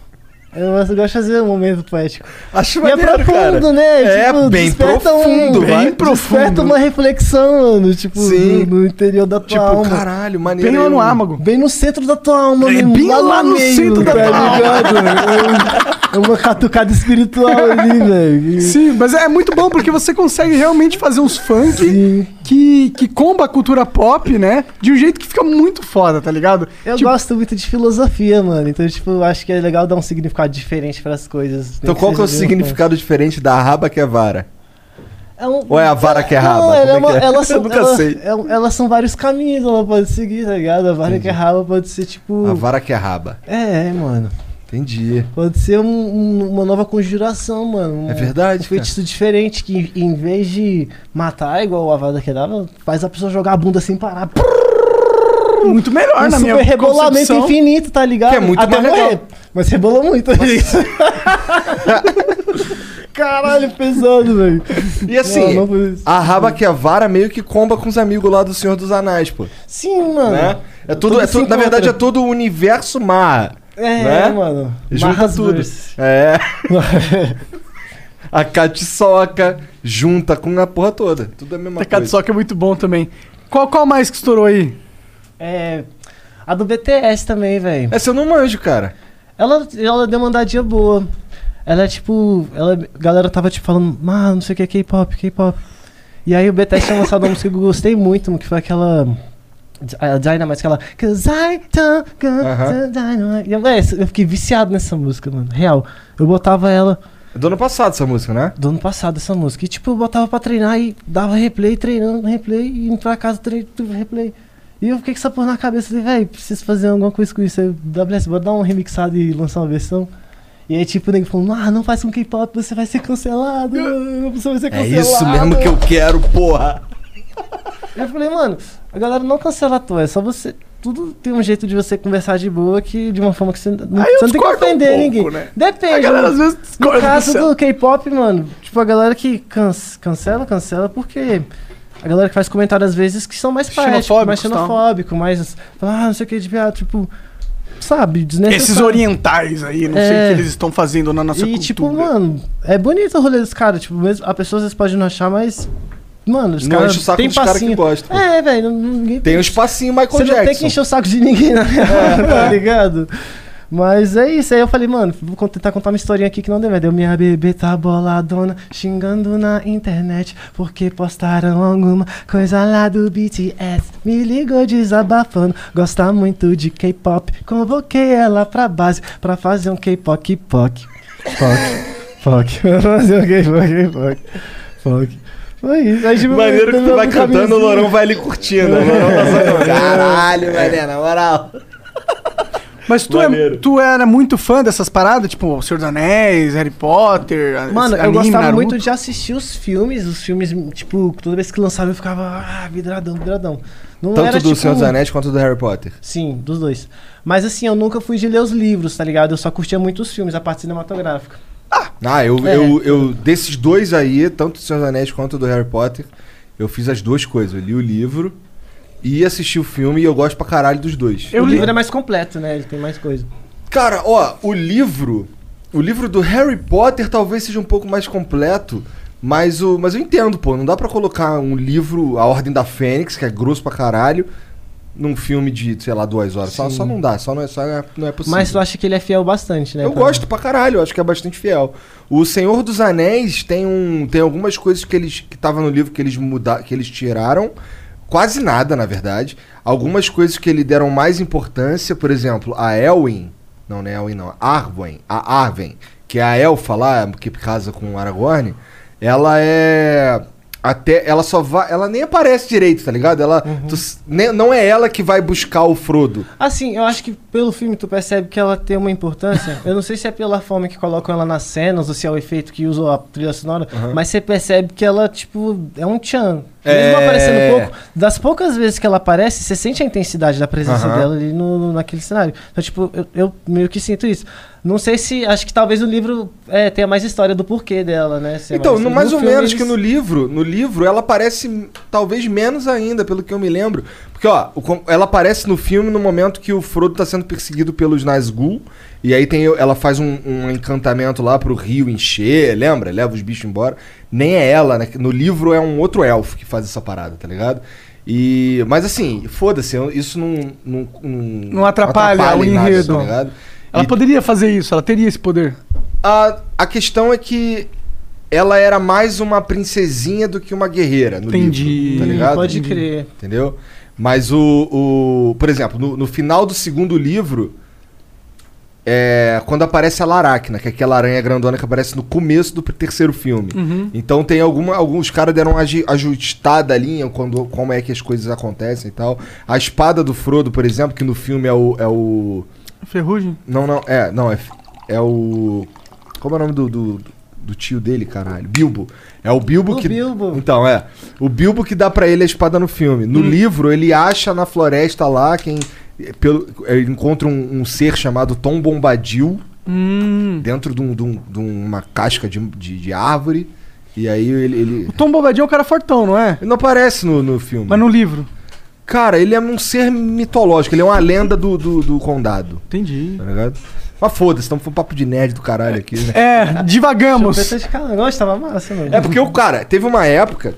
Speaker 1: Eu gosto de fazer um momento poético.
Speaker 3: Acho
Speaker 1: E é
Speaker 3: maneiro,
Speaker 1: profundo,
Speaker 3: cara.
Speaker 1: né?
Speaker 3: É, bem
Speaker 1: desperta
Speaker 3: profundo, vai.
Speaker 1: Desperta uma reflexão, mano. Tipo,
Speaker 3: Sim.
Speaker 1: No, no interior da tua
Speaker 3: Tipo,
Speaker 1: alma.
Speaker 3: caralho, maneiro.
Speaker 2: Bem lá no âmago.
Speaker 1: Bem no centro da tua alma,
Speaker 2: É
Speaker 1: mesmo,
Speaker 2: bem lá no centro da tua alma.
Speaker 1: tá ligado? É um- É uma catucada espiritual
Speaker 3: [laughs]
Speaker 1: ali, velho. E-
Speaker 2: Sim, mas é muito bom porque você consegue realmente fazer uns funk
Speaker 1: Sim.
Speaker 2: que, que comba a cultura pop, né? De um jeito que fica muito foda, tá ligado?
Speaker 1: Eu
Speaker 2: Tipo,
Speaker 1: gosto muito de filosofia, mano. Então, tipo, eu acho que é legal dar um significado diferente pras coisas.
Speaker 3: Então
Speaker 1: Nem
Speaker 3: qual que é o
Speaker 1: seja de um uma forma.
Speaker 3: significado diferente da raba que é vara?
Speaker 1: É um-
Speaker 3: Ou é a vara que é raba?
Speaker 1: Não,
Speaker 3: Como
Speaker 1: ela é
Speaker 3: é
Speaker 1: uma-
Speaker 3: que é?
Speaker 1: elas são,
Speaker 3: [laughs] Eu nunca
Speaker 1: ela-
Speaker 3: sei.
Speaker 1: é um- elas são vários caminhos, ela pode seguir, tá ligado? A vara que é raba pode ser tipo.
Speaker 3: A vara que é raba.
Speaker 1: É, é, mano.
Speaker 3: Entendi.
Speaker 1: Pode ser um- um- uma nova conjuração, mano. Um,
Speaker 3: É verdade,
Speaker 1: Um feitiço diferente que em vez de matar igual a vara que dava, faz a pessoa jogar a bunda sem parar.
Speaker 2: muito melhor
Speaker 3: Ah,
Speaker 1: Um
Speaker 2: na minha
Speaker 1: super rebolamento
Speaker 2: concepção.
Speaker 1: infinito, tá ligado?
Speaker 3: Que é muito
Speaker 1: Até
Speaker 3: mais
Speaker 1: morrer.
Speaker 3: legal.
Speaker 1: Mas rebolou muito. tá [laughs] Caralho, pesado, velho.
Speaker 3: E assim,
Speaker 1: Não, não foi isso.
Speaker 3: a raba que é vara meio que comba com os amigos lá do Senhor dos Anéis, pô.
Speaker 1: Sim, mano.
Speaker 3: Né? É tudo,
Speaker 1: Tudo
Speaker 3: é
Speaker 1: se
Speaker 3: tudo- na
Speaker 1: encontra.
Speaker 3: verdade, é todo o universo mar.
Speaker 1: É,
Speaker 3: Né?
Speaker 1: mano.
Speaker 3: Junta
Speaker 1: Marra as
Speaker 3: tudo.
Speaker 1: duas.
Speaker 3: É. [laughs] a catiçoca junta com a porra toda. Tudo a mesma
Speaker 2: Tecado
Speaker 3: coisa.
Speaker 2: só que é muito bom também. Qual, qual mais que estourou aí?
Speaker 1: É. A do BTS também, velho.
Speaker 3: Essa É, eu não manjo, cara.
Speaker 1: Ela, ela deu uma andadinha boa. Ela é tipo. Ela, a galera tava tipo falando, ah, não sei o que, K-pop, K-pop. E aí o BTS tinha lançado uma música que eu gostei muito, que foi aquela. A Dynamite, aquela. Cause I don't go
Speaker 3: Aham.
Speaker 1: to Dynamite. E eu, véi, eu fiquei viciado nessa música, mano. Real. Eu botava ela
Speaker 3: É do ano passado essa música, né?
Speaker 1: do ano passado, essa música. E tipo, eu botava pra treinar e dava replay, treinando, replay, e indo pra casa, treinando, replay. E eu fiquei com essa porra na cabeça, falei, velho, preciso fazer alguma coisa com isso. Aí, eu, WS, bora dar um remixado e lançar uma versão. E aí, tipo, o nego falou, ah, não faz com K-pop, você vai ser
Speaker 2: [laughs]
Speaker 1: cancelado, você vai ser
Speaker 3: É
Speaker 1: cancelado.
Speaker 3: isso mesmo que eu quero, porra.
Speaker 1: Eu falei, mano, a galera não cancela a toa, é só você... Tudo tem um jeito de você conversar de boa, que de uma forma que você, não-
Speaker 2: Aí eu
Speaker 1: você não tem que
Speaker 2: discordo um
Speaker 1: ofender
Speaker 2: pouco,
Speaker 1: ninguém.
Speaker 2: né?
Speaker 1: Depende.
Speaker 2: A
Speaker 1: mano.
Speaker 2: galera às vezes
Speaker 1: No
Speaker 2: discorda do
Speaker 1: caso
Speaker 2: céu.
Speaker 1: do K-pop, mano, tipo, a galera que can- cancela, cancela, porque a galera que faz comentário às vezes que são mais
Speaker 2: Xenofóbicos,
Speaker 1: paéticos, mais
Speaker 2: tal.
Speaker 1: xenofóbico, mais. Ah, não sei o que de viado, tipo. Sabe, desnecessário.
Speaker 2: Esses orientais aí, não sei o
Speaker 1: É.
Speaker 2: que eles estão fazendo na nossa
Speaker 1: E,
Speaker 2: cultura.
Speaker 1: tipo, mano, é bonito o rolê dos caras, tipo, mesmo, a pessoa às vezes pode não achar, mas. Mano, os
Speaker 3: Não
Speaker 1: caras.
Speaker 3: enche o saco
Speaker 1: Tem
Speaker 3: dos caras que
Speaker 1: passinho.
Speaker 3: gostam. pô.
Speaker 1: É, velho, não- ninguém
Speaker 3: Tem um espacinho Michael
Speaker 1: Você
Speaker 3: Jackson.
Speaker 1: não tem que encher o saco de ninguém,
Speaker 3: [laughs]
Speaker 1: na real, [laughs] tá ligado? Mas é isso, aí eu falei, mano, vou con- tentar contar uma historinha aqui que não deu merda. Eu, Minha bebê tá boladona, xingando na internet, porque postaram alguma coisa lá do BTS. Me ligou desabafando, gosta muito de K-pop. Convoquei ela pra base pra fazer um K-pop pop. Pop, pop. [laughs] Fazer um K-pop pop. Pop. Foi isso. Aí, tipo,
Speaker 3: Maneiro que
Speaker 1: teve
Speaker 3: tu vai
Speaker 1: algum
Speaker 3: cantando, o
Speaker 1: caminhozinho.
Speaker 3: Lourão vai ali curtindo. O Lourão tá [laughs] zoando. Caralho, mané, na moral.
Speaker 2: Mas tu, é,
Speaker 3: Maneiro.
Speaker 2: tu era muito fã dessas paradas, tipo Senhor dos Anéis, Harry Potter,
Speaker 1: Mano, eu
Speaker 2: anime,
Speaker 1: gostava
Speaker 2: Naruto?
Speaker 1: muito de assistir os filmes. Os filmes, tipo, toda vez que lançava eu ficava, ah, vidradão, vidradão. Não
Speaker 3: Tanto
Speaker 1: era,
Speaker 3: do
Speaker 1: tipo,
Speaker 3: Senhor dos Anéis quanto do Harry Potter.
Speaker 1: Sim, dos dois. Mas assim, eu nunca fui de ler os livros, tá ligado? Eu só curtia muito os filmes, a parte cinematográfica.
Speaker 3: Ah, eu,
Speaker 1: É.
Speaker 3: eu, eu- desses dois aí, tanto do Senhor dos Anéis quanto do Harry Potter, eu fiz as duas coisas. Eu li o livro e assisti o filme e eu gosto pra caralho dos dois.
Speaker 1: o livro é mais completo, né? Ele tem mais coisa.
Speaker 3: Cara, ó, o livro. O livro do Harry Potter talvez seja um pouco mais completo, mas, o, mas eu entendo, pô. Não dá pra colocar um livro, A Ordem da Fênix, que é grosso pra caralho, num filme de, sei lá, duas horas. Só, só não dá, só não é, só é- não é possível.
Speaker 1: Mas tu acha que ele é fiel bastante, né?
Speaker 3: Eu
Speaker 1: pra-
Speaker 3: gosto pra caralho, eu acho que é bastante fiel. O Senhor dos Anéis tem um tem algumas coisas que eles que tava no livro que eles muda, que eles tiraram, quase nada, na verdade. Algumas coisas que ele deram mais importância, por exemplo, a Elwin, não, não é Elwin não, a Arwen, a Arwen, que é a elfa lá que casa com o Aragorn, ela é até ela só vai, ela nem aparece direito, tá ligado? Ela
Speaker 1: Uhum.
Speaker 3: tu s- nem- não é ela que vai buscar o Frodo.
Speaker 1: Assim, eu acho que pelo filme tu percebe que ela tem uma
Speaker 3: [laughs]
Speaker 1: importância. eu não sei se é pela forma que colocam ela nas cenas ou se é o efeito que usam a trilha sonora, mas você percebe que ela, tipo, é um tchan. Mesmo
Speaker 3: É.
Speaker 1: aparecendo pouco, das poucas vezes que ela aparece, você sente a intensidade da presença
Speaker 3: Aham.
Speaker 1: dela ali no, no- naquele cenário. Então, tipo, eu, eu meio que sinto isso. Não sei se. Acho que talvez o livro é, tenha mais história do porquê dela, né? Se é
Speaker 3: Então,
Speaker 2: um
Speaker 3: no, mais ou
Speaker 1: filme
Speaker 3: menos
Speaker 1: eles-
Speaker 3: que no livro, no livro ela aparece talvez menos ainda, pelo que eu me lembro. Porque, ó, o com- ela aparece no filme no momento que o Frodo tá sendo perseguido pelos Nazgûl. E aí tem, ela faz um, um encantamento lá pro rio encher, lembra? Leva os bichos embora. Nem é ela, né? No livro é um outro elfo que faz essa parada, tá ligado? E, mas assim, foda-se, eu- isso não. Não,
Speaker 2: Não atrapalha o
Speaker 3: em nada,
Speaker 2: enredo.
Speaker 3: tá ligado?
Speaker 2: Ela
Speaker 3: E-
Speaker 2: poderia fazer isso, ela teria esse poder.
Speaker 3: a, a questão é que ela era mais uma princesinha do que uma guerreira no
Speaker 2: Entendi.
Speaker 3: livro, tá ligado?
Speaker 1: Pode crer.
Speaker 3: Entendeu? Mas o, o por exemplo, no, no final do segundo livro, é, quando aparece a Laracna, que é aquela aranha grandona que aparece no começo do terceiro filme.
Speaker 1: Uhum.
Speaker 3: Então tem alguma, alguns caras deram uma agi- ajustada a linha quando como é que as coisas acontecem e tal. A espada do Frodo, por exemplo, que no filme é o, é o
Speaker 2: Ferrugem?
Speaker 3: não, não, é, não, é, é o. Como é o nome do, do, do tio dele, caralho? Bilbo. É o Bilbo
Speaker 1: O
Speaker 3: que.
Speaker 1: Bilbo. Hum.
Speaker 3: Então, é. O Bilbo que dá pra ele a espada no filme. No livro, ele acha na floresta lá quem. Pelo, ele encontra um, um ser chamado Tom Bombadil
Speaker 2: Hum.
Speaker 3: dentro de, um- de um- de uma casca de, de, de árvore. E aí ele. ele-
Speaker 2: O Tom Bobadinho é um cara fortão, não é?
Speaker 3: ele não aparece no, no filme.
Speaker 2: Mas no livro.
Speaker 3: Cara, ele é um ser mitológico, ele é uma lenda do, do, do condado,
Speaker 2: Entendi.
Speaker 3: tá ligado? Mas foda-se, estamos um papo de nerd do caralho aqui, né?
Speaker 2: É, divagamos.
Speaker 1: Pensei de cara, nossa, tava massa, mano.
Speaker 3: É porque o cara, teve uma época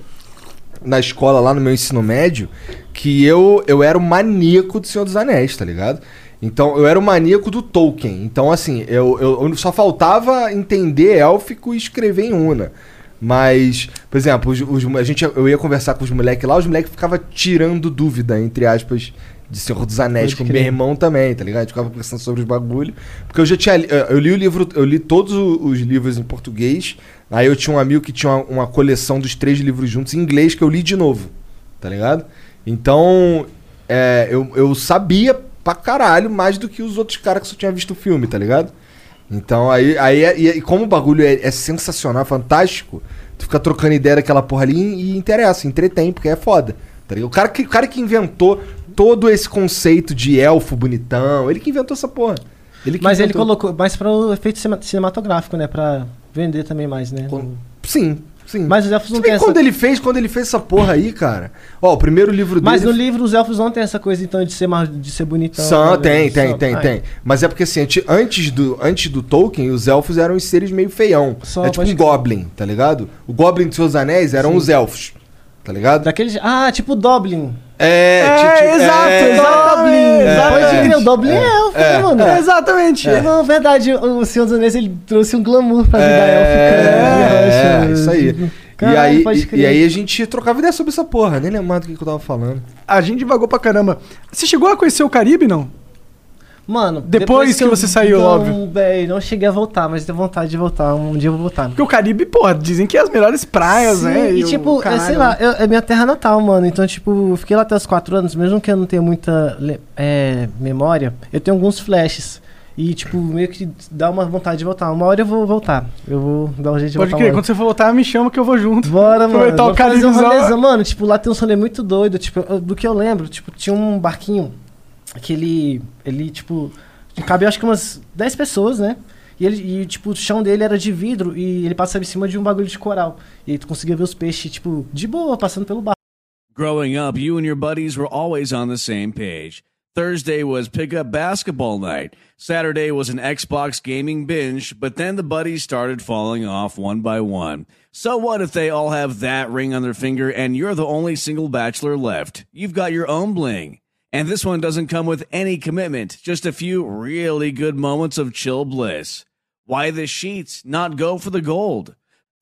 Speaker 3: na escola, lá no meu ensino médio, que eu, eu era o maníaco do Senhor dos Anéis, tá ligado? Então, eu era o maníaco do Tolkien. Então, assim, eu, eu, eu só faltava entender élfico e escrever em Una. Mas, por exemplo, os, os- a gente, eu ia conversar com os moleques lá, os moleques ficavam tirando dúvida, entre aspas, de Senhor dos Anéis,
Speaker 1: Pode
Speaker 3: com meu
Speaker 1: crer.
Speaker 3: irmão também, tá ligado? A gente ficava conversando sobre os bagulho. Porque eu já tinha. li- Eu eu li o livro, eu li todos o- os livros em português. Aí eu tinha um amigo que tinha uma, uma coleção dos três livros juntos em inglês que eu li de novo, tá ligado? Então, é, eu, eu sabia pra caralho mais do que os outros caras que só tinha visto o filme, tá ligado? Então, aí, aí é- e, e como o bagulho é, é sensacional, fantástico, tu fica trocando ideia daquela porra ali e, e interessa, entretém, porque é foda. Tá ligado? O, cara que, o cara que inventou todo esse conceito de elfo bonitão, ele que inventou essa porra. Ele que
Speaker 1: Mas ele
Speaker 3: inventou.
Speaker 1: colocou, mas para o efeito cima- cinematográfico, né? Pra vender também mais, né?
Speaker 3: Com- Sim, sim.
Speaker 1: Mas os elfos
Speaker 3: Se
Speaker 1: não
Speaker 3: bem
Speaker 1: têm
Speaker 3: que
Speaker 1: essa...
Speaker 3: quando ele fez, quando ele fez essa porra aí, cara. Ó, o primeiro livro
Speaker 1: Mas no
Speaker 3: dele. é
Speaker 1: livro os elfos não têm essa coisa, então, de ser, mar- de ser bonitão.
Speaker 3: São,
Speaker 1: né,
Speaker 3: tem,
Speaker 1: velho?
Speaker 3: tem,
Speaker 1: São-
Speaker 3: tem,
Speaker 1: Ah,
Speaker 3: tem. Mas é porque assim, anti- antes do, antes do Tolkien, os elfos eram os seres meio feião.
Speaker 1: Só,
Speaker 3: é tipo
Speaker 1: pode
Speaker 3: um
Speaker 1: crer.
Speaker 3: goblin, tá ligado? O goblin dos seus anéis eram os elfos. Tá ligado?
Speaker 1: Daquele... Ah, tipo o Doblin.
Speaker 3: É, ti- ti- é,
Speaker 1: Doblin. Pode crer, o Doblin é, elfo, né, mano?
Speaker 2: É, Exatamente.
Speaker 1: Não, verdade, o Senhor dos Anéis, ele trouxe um glamour pra vida élfica.
Speaker 3: É,
Speaker 1: né?
Speaker 3: é,
Speaker 1: Eu
Speaker 3: isso aí.
Speaker 1: acho-
Speaker 3: e,
Speaker 1: Caralho,
Speaker 3: aí
Speaker 1: pode
Speaker 3: e,
Speaker 1: crer.
Speaker 3: e aí a gente trocava ideia sobre essa porra, nem lembrava do que, que eu tava falando.
Speaker 2: A gente divagou pra caramba. Você chegou a conhecer o Caribe, não?
Speaker 1: Mano,
Speaker 2: Depois que você saiu,
Speaker 1: não,
Speaker 2: óbvio.
Speaker 1: Véio, não cheguei a voltar, mas tenho vontade de voltar. Um dia eu vou voltar.
Speaker 2: Porque o Caribe, porra, dizem que é as melhores praias,
Speaker 1: Sim,
Speaker 2: né?
Speaker 1: E
Speaker 2: o
Speaker 1: tipo, é,
Speaker 2: caralho,
Speaker 1: sei
Speaker 2: né?
Speaker 1: lá, eu- é minha terra natal, mano. Então, tipo, eu fiquei lá até os 4 anos, mesmo que eu não tenha muita le- é, memória, eu tenho alguns flashes. E, tipo, meio que dá uma vontade de voltar. Uma hora eu vou voltar. Eu vou dar um jeito de
Speaker 2: Pode
Speaker 1: voltar.
Speaker 2: crer,
Speaker 1: uma hora.
Speaker 2: quando você for voltar, me chama que eu vou junto.
Speaker 1: Bora, mano.
Speaker 2: Aproveitar o
Speaker 1: vamos fazer um
Speaker 2: Caribezão.
Speaker 1: rolezão. Mano, tipo, lá tem um rolê muito doido. Tipo, eu- do que eu lembro, tipo, tinha um barquinho que ele, ele tipo, cabia acho que umas 10 pessoas, né? E, ele, e, tipo, o chão dele era de vidro e ele passava em cima de um bagulho de coral. E aí tu conseguia ver os peixes, tipo, de boa, passando pelo barco.
Speaker 4: Growing up, you and your buddies were always on the same page. Thursday was pickup basketball night. Saturday was an Xbox gaming binge, but then the buddies started falling off one by one. So what if they all have that ring on their finger and you're the only single bachelor left? You've got your own bling. And this one doesn't come with any commitment, just a few really good moments of chill bliss. Why the sheets not go for the gold?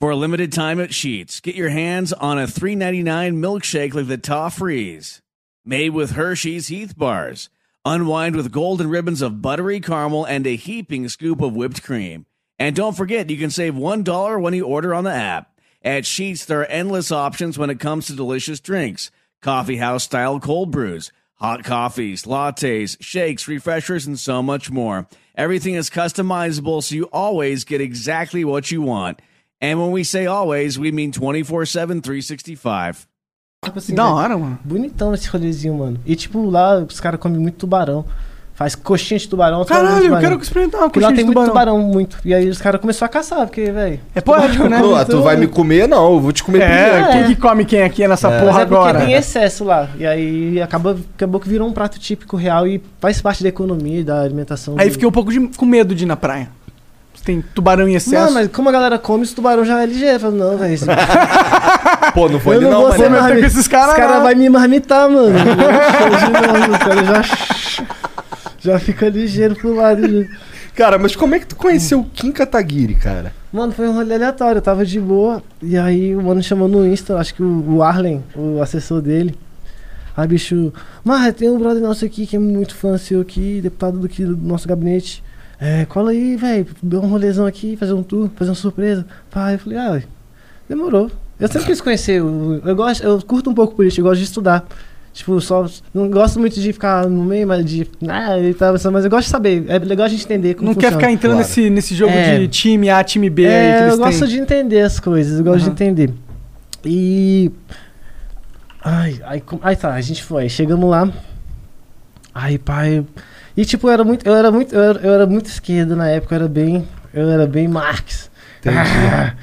Speaker 4: For a limited time at Sheets, get your hands on a $3.99 milkshake like the Toffrees, made with Hershey's Heath bars. Unwind with golden ribbons of buttery caramel and a heaping scoop of whipped cream. And don't forget, you can save $1 when you order on the app. At Sheets, there are endless options when it comes to delicious drinks coffee house style cold brews, hot coffees, lattes, shakes, refreshers, and so much more. Everything is customizable, so you always get exactly what you want. And when we say always, we mean 24 7, 365.
Speaker 1: assim,
Speaker 2: da
Speaker 1: né?
Speaker 2: hora, mano.
Speaker 1: Bonitão esse rolezinho, mano. E, tipo, lá os caras comem muito tubarão. Faz coxinha de tubarão.
Speaker 2: Caralho,
Speaker 1: tubarão
Speaker 2: eu
Speaker 1: de
Speaker 2: quero
Speaker 1: tubarão.
Speaker 2: experimentar uma
Speaker 1: Porque lá
Speaker 2: coxinha
Speaker 1: tem
Speaker 2: de
Speaker 1: muito
Speaker 2: tubarão.
Speaker 1: tubarão, muito. E aí os caras começaram a caçar, porque, velho.
Speaker 2: É poético, né?
Speaker 3: Pô,
Speaker 1: Então-
Speaker 3: tu vai me comer? Não, eu vou te comer
Speaker 2: É,
Speaker 3: primeiro.
Speaker 2: quem que come quem aqui nessa
Speaker 1: Mas
Speaker 2: porra
Speaker 1: é porque
Speaker 2: agora?
Speaker 1: tem excesso lá. E aí acaba, acabou que virou um prato típico real e faz parte da economia, da alimentação.
Speaker 2: Aí
Speaker 1: do-
Speaker 2: fiquei um pouco de- com medo de ir na praia. Tem tubarão em excesso. [laughs]
Speaker 1: Mano, mas como a galera come, os tubarão já é ligeiro. Eu falo, não, velho. esse-
Speaker 3: Pô, não
Speaker 1: É.
Speaker 3: foi
Speaker 1: eu
Speaker 3: ele não,
Speaker 1: vou
Speaker 3: mas
Speaker 1: ser
Speaker 2: mano,
Speaker 1: marmi-
Speaker 2: tá com esses caras,
Speaker 1: Os caras
Speaker 2: não.
Speaker 1: vão me marmitar, mano.
Speaker 2: [laughs]
Speaker 1: Eu juro, os caras já, já fica ligeiro pro lado. já.
Speaker 3: Cara, mas como é que tu conheceu o Kim Kataguiri, cara?
Speaker 1: Mano, foi um rolê aleatório. Eu tava de boa. E aí o mano chamou no Insta, acho que o o Arlen, o assessor dele. Aí, bicho, mas tem um brother nosso aqui que é muito fã seu aqui, deputado daqui do nosso gabinete. É, cola aí, velho, dá um rolezão aqui, fazer um tour, fazer uma surpresa. Pai, eu falei, ah, demorou. Eu sempre quis conhecer, eu, eu gosto, eu curto um pouco política, eu gosto de estudar. Tipo, só. Não gosto muito de ficar no meio, mas de. Ah, ele tá, mas eu gosto de saber. É legal a gente entender como
Speaker 2: não quer
Speaker 1: funciona.
Speaker 2: ficar entrando
Speaker 3: Claro.
Speaker 2: nesse, nesse jogo
Speaker 1: É.
Speaker 2: de time A, time B aí que
Speaker 1: É,
Speaker 2: eles
Speaker 1: eu gosto
Speaker 2: têm.
Speaker 1: de entender as coisas, eu gosto de
Speaker 2: Aham.
Speaker 1: entender. E. Ai, ai, com- ai, tá, a gente foi, chegamos lá. Ai, pai. E tipo, eu era muito. Eu era muito. Eu [laughs] era, eu era muito esquerda na época, eu era bem. Eu era bem Marx.
Speaker 3: Entendi.
Speaker 1: Ah,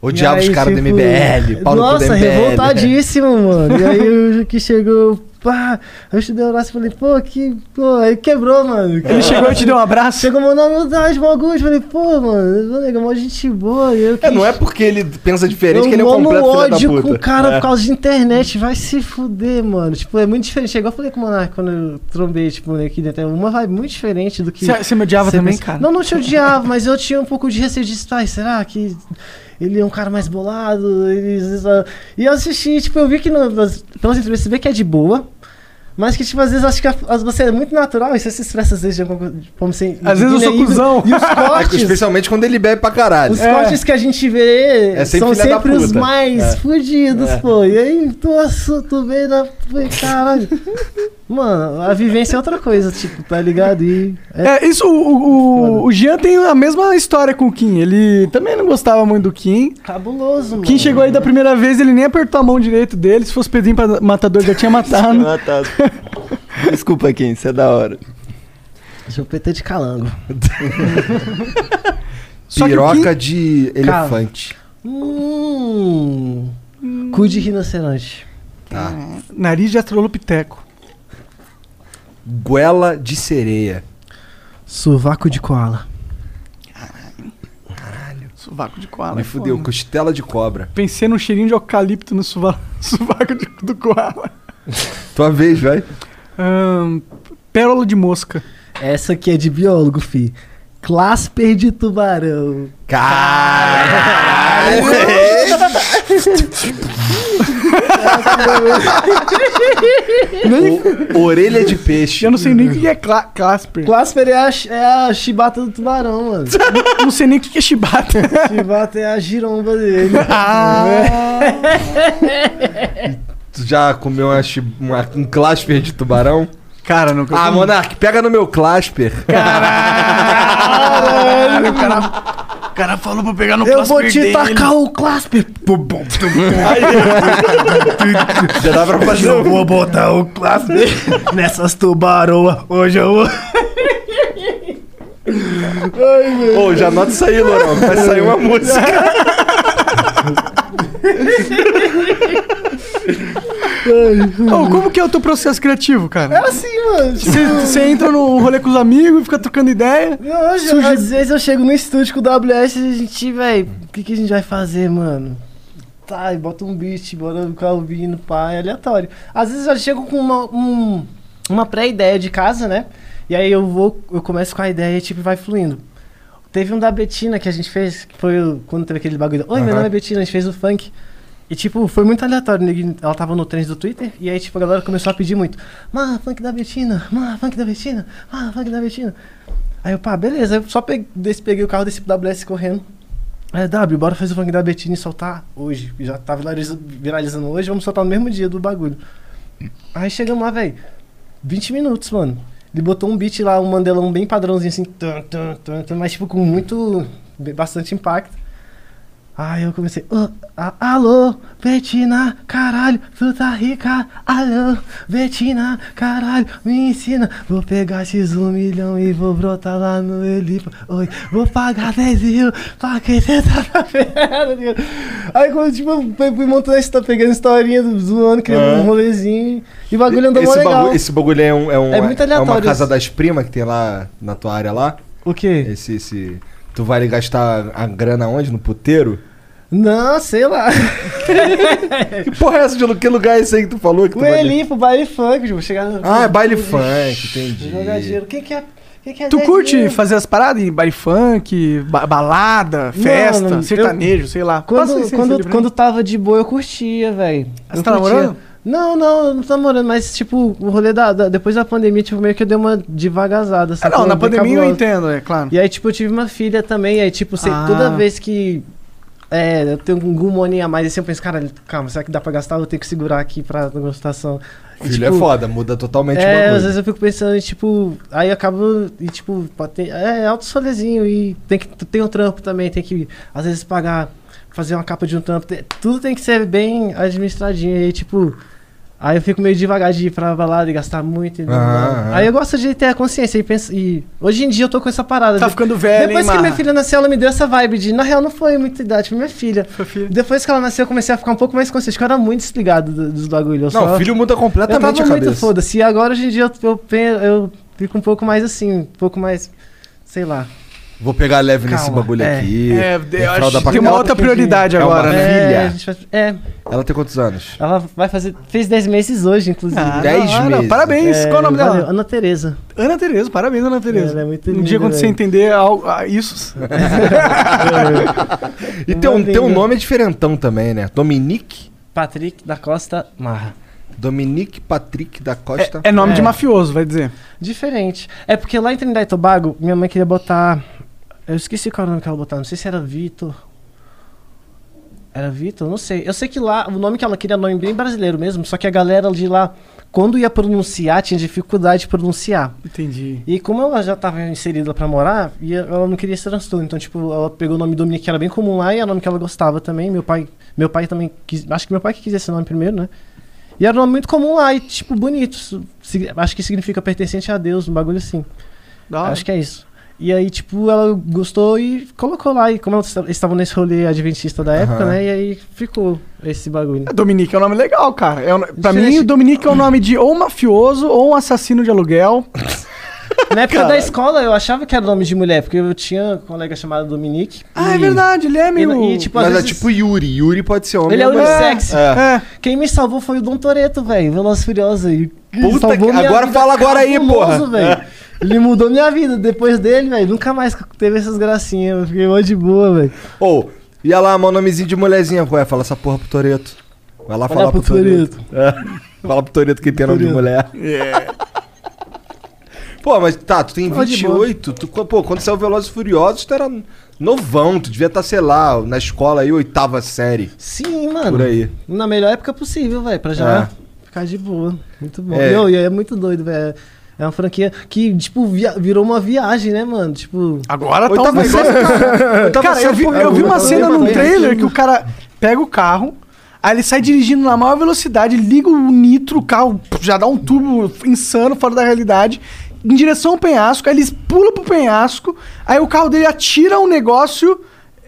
Speaker 3: Odiava
Speaker 1: E aí,
Speaker 3: os caras
Speaker 1: tipo,
Speaker 3: do MBL, Paulo
Speaker 1: Nossa,
Speaker 3: do MBL.
Speaker 1: revoltadíssimo,
Speaker 3: né?
Speaker 1: mano. E
Speaker 3: [laughs]
Speaker 1: aí o que chegou, pá, eu estudei o braço e falei, pô, que. Pô, aí quebrou, mano.
Speaker 3: É.
Speaker 2: Ele chegou e te deu um abraço.
Speaker 1: Chegou mandou humildade, mó Augusto. Falei, pô, mano, ô, nego, mó gente boa. E eu
Speaker 3: É,
Speaker 1: quis-
Speaker 3: não é porque ele pensa diferente
Speaker 1: eu
Speaker 3: que ele é
Speaker 1: moro
Speaker 3: um
Speaker 1: no
Speaker 3: completo filho da
Speaker 1: ódio
Speaker 3: [laughs]
Speaker 1: com o
Speaker 3: puta. É,
Speaker 1: cara por causa de internet, vai se fuder, mano. Tipo, é muito diferente. É igual eu falei com o Monark quando eu trombei, tipo, aqui dentro. É Uma vibe muito diferente do que.
Speaker 2: Você você me odiava
Speaker 1: Você
Speaker 2: também,
Speaker 1: pensa-
Speaker 2: cara?
Speaker 1: Não, não te odiava, mas eu tinha um pouco de receio de estar. Será que ele é um cara mais bolado? Ele- E eu assisti, tipo, eu vi que no, nas- pelas entrevistas você vê que é de boa. Mas que, tipo, às vezes acho que a- as- você é muito natural e você se expressa às vezes de alguma coisa. Como você,
Speaker 2: Às vezes eu sou
Speaker 1: e-
Speaker 2: cuzão. [laughs]
Speaker 1: E os
Speaker 3: É que
Speaker 1: cortes.
Speaker 3: especialmente quando ele bebe pra caralho.
Speaker 1: Os cortes que a gente vê
Speaker 3: É sempre
Speaker 1: são
Speaker 3: filha da
Speaker 1: sempre os
Speaker 3: puta.
Speaker 1: mais
Speaker 3: É.
Speaker 1: fudidos, pô. E aí, tu, assu- tu vê na. Falei, Caralho. Mano, a vivência é outra coisa, tipo, tá ligado? E. É,
Speaker 2: É, isso, o, o, o- o Jean tem a mesma história com o Kim. Ele também não gostava muito do Kim.
Speaker 1: cabuloso, mano.
Speaker 2: Kim chegou aí da primeira vez, ele nem apertou a mão direito dele. Se fosse Pedrinho pra- Matador, já tinha matado.
Speaker 1: [laughs]
Speaker 6: Matado. Desculpa, Kim, você é da hora.
Speaker 1: Chupeta de calango.
Speaker 2: Só que o
Speaker 3: Piroca de elefante.
Speaker 1: Hum. Cu de rinoceronte.
Speaker 2: Nariz de astrolopiteco.
Speaker 3: Guela de sereia.
Speaker 1: Sovaco de koala.
Speaker 2: Sovaco de koala.
Speaker 3: Me
Speaker 2: é
Speaker 3: fudeu,
Speaker 2: foda.
Speaker 3: costela de cobra.
Speaker 2: Pensei num cheirinho de eucalipto no [laughs] sova- sovaco de- do koala.
Speaker 3: Tua vez, vai.
Speaker 2: Ahn, pérola de mosca.
Speaker 1: Essa aqui é de biólogo, fi. Clasper de tubarão.
Speaker 3: Caralho! O- Orelha de peixe.
Speaker 2: Eu não sei nem o que é cla clasper.
Speaker 1: Clasper é a, chi- é a chibata do tubarão,
Speaker 3: [laughs]
Speaker 1: mano.
Speaker 2: não sei nem o que é chibata.
Speaker 1: chibata é a giromba dele.
Speaker 3: Tu já comeu uma chi- uma- um clasper de tubarão?
Speaker 2: [laughs] Cara, não
Speaker 3: Ah, Monark, pega no meu clasper.
Speaker 2: Caralho, o cara, o cara falou pra eu pegar no
Speaker 1: Eu vou
Speaker 2: clasper
Speaker 1: te
Speaker 2: dele.
Speaker 1: tacar o Clasper.
Speaker 3: Já dá pra fazer um.
Speaker 1: vou botar o Clasper [laughs] nessas tubaroas. Hoje eu vou.
Speaker 3: Ô, já anota isso aí, Lorão. Vai sair uma música.
Speaker 2: Ô, como que é o teu processo criativo, cara?
Speaker 1: Assim,
Speaker 3: [laughs]
Speaker 1: mano.
Speaker 2: Você entra no rolê com os amigos, fica trocando ideia.
Speaker 1: Não, eu- Às vezes eu chego no estúdio com o WS e a gente, velho, o que, que a gente vai fazer, mano? Tá, e bota um beat, bora ficar ouvindo, pá, é aleatório. Às vezes eu chego com uma, um- uma pré-ideia de casa, né? E aí eu vou, eu começo com a ideia e tipo, vai fluindo. Teve um da Betina que a gente fez, que foi o- quando teve aquele bagulho. Oi, meu
Speaker 3: Aham.
Speaker 1: nome é Betina, a gente fez o funk. E tipo, foi muito aleatório, ninguém- ela tava no trend do Twitter, e aí tipo, a galera começou a pedir muito. Mano, funk da Betina, mano, funk da Betina, mano, funk da Betina. Aí eu, pá, beleza. Eu só peguei, desse, peguei o carro desse WS correndo. Aí, É, W, bora fazer o funk da Betina e soltar hoje. Já tá viraliza- viralizando hoje, vamos soltar no mesmo dia do bagulho. Aí chegamos lá, velho. 20 minutos, mano. Ele botou um beat lá, um mandelão bem padrãozinho assim, tum, tum, tum, tum, mas tipo com muito. bastante impacto. Aí eu comecei, "Ô, a- alô, Betina, caralho, tu tá rica, alô, Betina, caralho, me ensina. Vou pegar esses um milhão e vou brotar lá no Elipa, oi, vou pagar 10 mil pra quem você tá [laughs] na perna. ligado? Aí quando, tipo, eu fui- fui montando a história, pegando historinha, do- zoando, criando
Speaker 3: Ah.
Speaker 1: um rolezinho, e o bagulho andou mó
Speaker 3: esse,
Speaker 1: legal.
Speaker 3: bagulho, esse bagulho é um. É, um,
Speaker 1: É muito
Speaker 3: uma
Speaker 1: aleatório
Speaker 3: casa
Speaker 1: isso.
Speaker 3: das primas que tem lá na tua área lá.
Speaker 1: O quê?
Speaker 3: Esse, esse. Tu vai gastar a grana onde? No puteiro?
Speaker 1: Não, sei
Speaker 2: [laughs]
Speaker 1: lá.
Speaker 3: Que porra é essa de lu- que lugar é esse aí que tu falou? Que tu
Speaker 1: O
Speaker 3: vai-
Speaker 1: Elipa, baile funk, tipo, chegar no...
Speaker 3: Ah, é baile funk, entendi.
Speaker 1: Jogar dinheiro. Quem que é? Quem que é
Speaker 2: Tu
Speaker 1: 10
Speaker 2: curte
Speaker 1: mil?
Speaker 2: fazer as paradas em baile funk, ba- balada, festa,
Speaker 1: eu-
Speaker 2: sertanejo, sei lá.
Speaker 1: Quando,
Speaker 2: Passa esse- esse
Speaker 1: quando,
Speaker 2: livro
Speaker 1: quando tava de boa, eu curtia, velho.
Speaker 2: Ah, você tá namorando?
Speaker 1: Não, não, eu não tô namorando, mas, tipo, o rolê da, da- Depois da pandemia, tipo, meio que eu dei uma devagazada.
Speaker 2: aí. Ah, não, na pandemia eu
Speaker 1: eu
Speaker 2: entendo, é claro.
Speaker 1: E aí, tipo, eu tive uma filha também, aí, tipo, sei-
Speaker 2: Ah.
Speaker 1: toda vez que. É, eu tenho algum money a mais, assim, eu penso, cara, calma, será que dá pra gastar? Eu tenho que segurar aqui pra gostação.
Speaker 3: Filho é foda, muda totalmente o
Speaker 1: tipo, É,
Speaker 3: bagulho.
Speaker 1: às vezes eu fico pensando, e, tipo, aí eu acabo, e, tipo, pode ter- é alto solezinho e tem que tem um trampo também, tem que, às vezes, pagar, fazer uma capa de um trampo, tem- tudo tem que ser bem administradinho, e aí, tipo, Aí eu fico meio devagar de ir pra balada e gastar muito. e blá, blá, blá.
Speaker 3: Ah, é.
Speaker 1: Aí eu gosto de ter a consciência e pensa. E hoje em dia eu tô com essa parada.
Speaker 2: Tá
Speaker 1: de-
Speaker 2: ficando velho,
Speaker 1: Depois
Speaker 2: hein,
Speaker 1: que minha
Speaker 2: Marra?
Speaker 1: filha nasceu, ela me deu essa vibe de. Na real, não foi muita idade, foi minha filha.
Speaker 2: filha.
Speaker 1: Depois que ela nasceu, eu comecei a ficar um pouco mais consciente, que eu era muito desligado do- dos bagulhos. eu
Speaker 3: Não,
Speaker 1: só-
Speaker 3: o filho muda
Speaker 1: eu
Speaker 3: completamente
Speaker 1: tava
Speaker 3: a
Speaker 1: muito
Speaker 3: cabeça.
Speaker 1: foda-se. E agora hoje em dia eu, eu, pe- eu fico um pouco mais assim, um pouco mais. Sei lá.
Speaker 3: Vou pegar leve nesse
Speaker 1: Calma,
Speaker 3: bagulho
Speaker 1: é.
Speaker 3: aqui.
Speaker 2: É, eu
Speaker 3: Tem
Speaker 2: acho
Speaker 3: fralda
Speaker 2: que
Speaker 3: pra
Speaker 2: tem uma
Speaker 3: ela-
Speaker 2: outra prioridade
Speaker 3: É uma
Speaker 2: agora, né?
Speaker 1: É, a
Speaker 3: Filha.
Speaker 1: gente vai- é,
Speaker 3: Ela tem quantos anos?
Speaker 1: ela vai fazer. Fez 10 meses hoje, inclusive.
Speaker 2: Ah,
Speaker 3: Dez
Speaker 2: da hora.
Speaker 3: meses.
Speaker 2: Parabéns.
Speaker 1: É,
Speaker 2: Qual o nome dela?
Speaker 1: valeu, Ana
Speaker 2: [laughs]
Speaker 1: Tereza.
Speaker 2: Ana Tereza. Parabéns, Ana Tereza.
Speaker 1: Ela é muito
Speaker 2: um
Speaker 1: linda,
Speaker 2: dia quando você
Speaker 1: velho.
Speaker 2: entender al- ah, isso...
Speaker 3: E teu,
Speaker 1: Manda
Speaker 3: teu
Speaker 1: ainda.
Speaker 3: nome é diferentão também, né? Dominique?
Speaker 1: Patrick da Costa Marra.
Speaker 3: Dominique Patrick da Costa.
Speaker 2: É, é nome de
Speaker 1: É.
Speaker 2: mafioso, vai dizer.
Speaker 1: Diferente. É porque lá em Trinidad e Tobago, minha mãe queria botar. Eu esqueci qual era o nome que ela botava. Não sei se era Vitor. Era Vitor? Não sei. Eu sei que lá, o nome que ela queria era um nome bem brasileiro mesmo. Só que a galera de lá, quando ia pronunciar, tinha dificuldade de pronunciar.
Speaker 2: Entendi.
Speaker 1: E como ela já tava inserida pra morar, e ela não queria esse transtorno. Então, tipo, ela pegou o nome Dominique, que era bem comum lá, e era o nome que ela gostava também. Meu pai, meu pai também quis. Acho que meu pai que quis esse nome primeiro, né? E era um nome muito comum lá, e, tipo, bonito. Isso sig- Acho que significa pertencente a Deus, um bagulho assim.
Speaker 2: Da hora.
Speaker 1: Acho que é isso. E aí, tipo, ela gostou e colocou lá. E como elas esta- estavam nesse rolê adventista da época,
Speaker 3: Aham.
Speaker 1: né? E aí ficou esse
Speaker 2: [laughs]
Speaker 1: bagulho.
Speaker 2: É, Dominique é um nome legal, cara. É um- pra
Speaker 1: Diferente.
Speaker 2: mim, o Dominique é um nome de ou mafioso ou um assassino de aluguel.
Speaker 1: Na época da escola, eu achava que era nome de mulher, porque eu tinha um colega chamado Dominique.
Speaker 2: Ah, é
Speaker 1: e-
Speaker 2: verdade, ele é meio...
Speaker 1: E, e, tipo, às
Speaker 3: Mas é
Speaker 1: vezes-
Speaker 3: tipo Yuri. Yuri pode ser homem
Speaker 1: Ele é
Speaker 3: ou mulher.
Speaker 1: unissex.
Speaker 3: É.
Speaker 2: É.
Speaker 1: Quem me salvou foi o Dom Toreto, velho. Veloz Furiosa. E
Speaker 3: Puta que- agora fala agora aí,
Speaker 1: Cabuloso,
Speaker 3: porra. [laughs]
Speaker 1: velho. Ele mudou minha vida. Depois dele, velho, nunca mais teve essas gracinhas. Eu fiquei mó de boa, velho.
Speaker 3: Ou, ia lá, mano, nomezinho de mulherzinha. Ué, fala essa porra pro Toreto. Vai lá
Speaker 1: Olha
Speaker 3: falar
Speaker 1: pro
Speaker 3: pro
Speaker 1: Toreto.
Speaker 3: Toreto. É. Fala pro Toreto que tem nome de mulher. Pô, mas tá, tu tem
Speaker 1: Pô, de boa.
Speaker 3: 28. Tu, pô, quando saiu Velozes e Furiosos, tu era novão. Tu devia estar, sei lá, na escola aí, oitava série.
Speaker 1: Sim, mano.
Speaker 3: Por aí.
Speaker 1: Na melhor época possível, velho. Pra já ficar de boa. Muito bom.
Speaker 3: É.
Speaker 1: E, ô, e é muito doido, velho. É uma franquia que, tipo, via- virou uma viagem, né, mano? Tipo.
Speaker 2: Agora tá um
Speaker 3: Oitava
Speaker 2: negócio...
Speaker 3: série,
Speaker 2: [laughs]
Speaker 3: cara. [laughs] Oitava
Speaker 2: Cara, eu
Speaker 3: série, é
Speaker 2: vi,
Speaker 3: porra,
Speaker 2: eu vi uma
Speaker 3: eu
Speaker 2: cena
Speaker 3: lembro
Speaker 2: num
Speaker 3: bem.
Speaker 2: trailer que o cara pega o carro, aí ele sai dirigindo na maior velocidade, liga o nitro, o carro já dá um turbo insano, fora da realidade, em direção ao penhasco, aí eles pulam pro penhasco, aí o carro dele atira um negócio,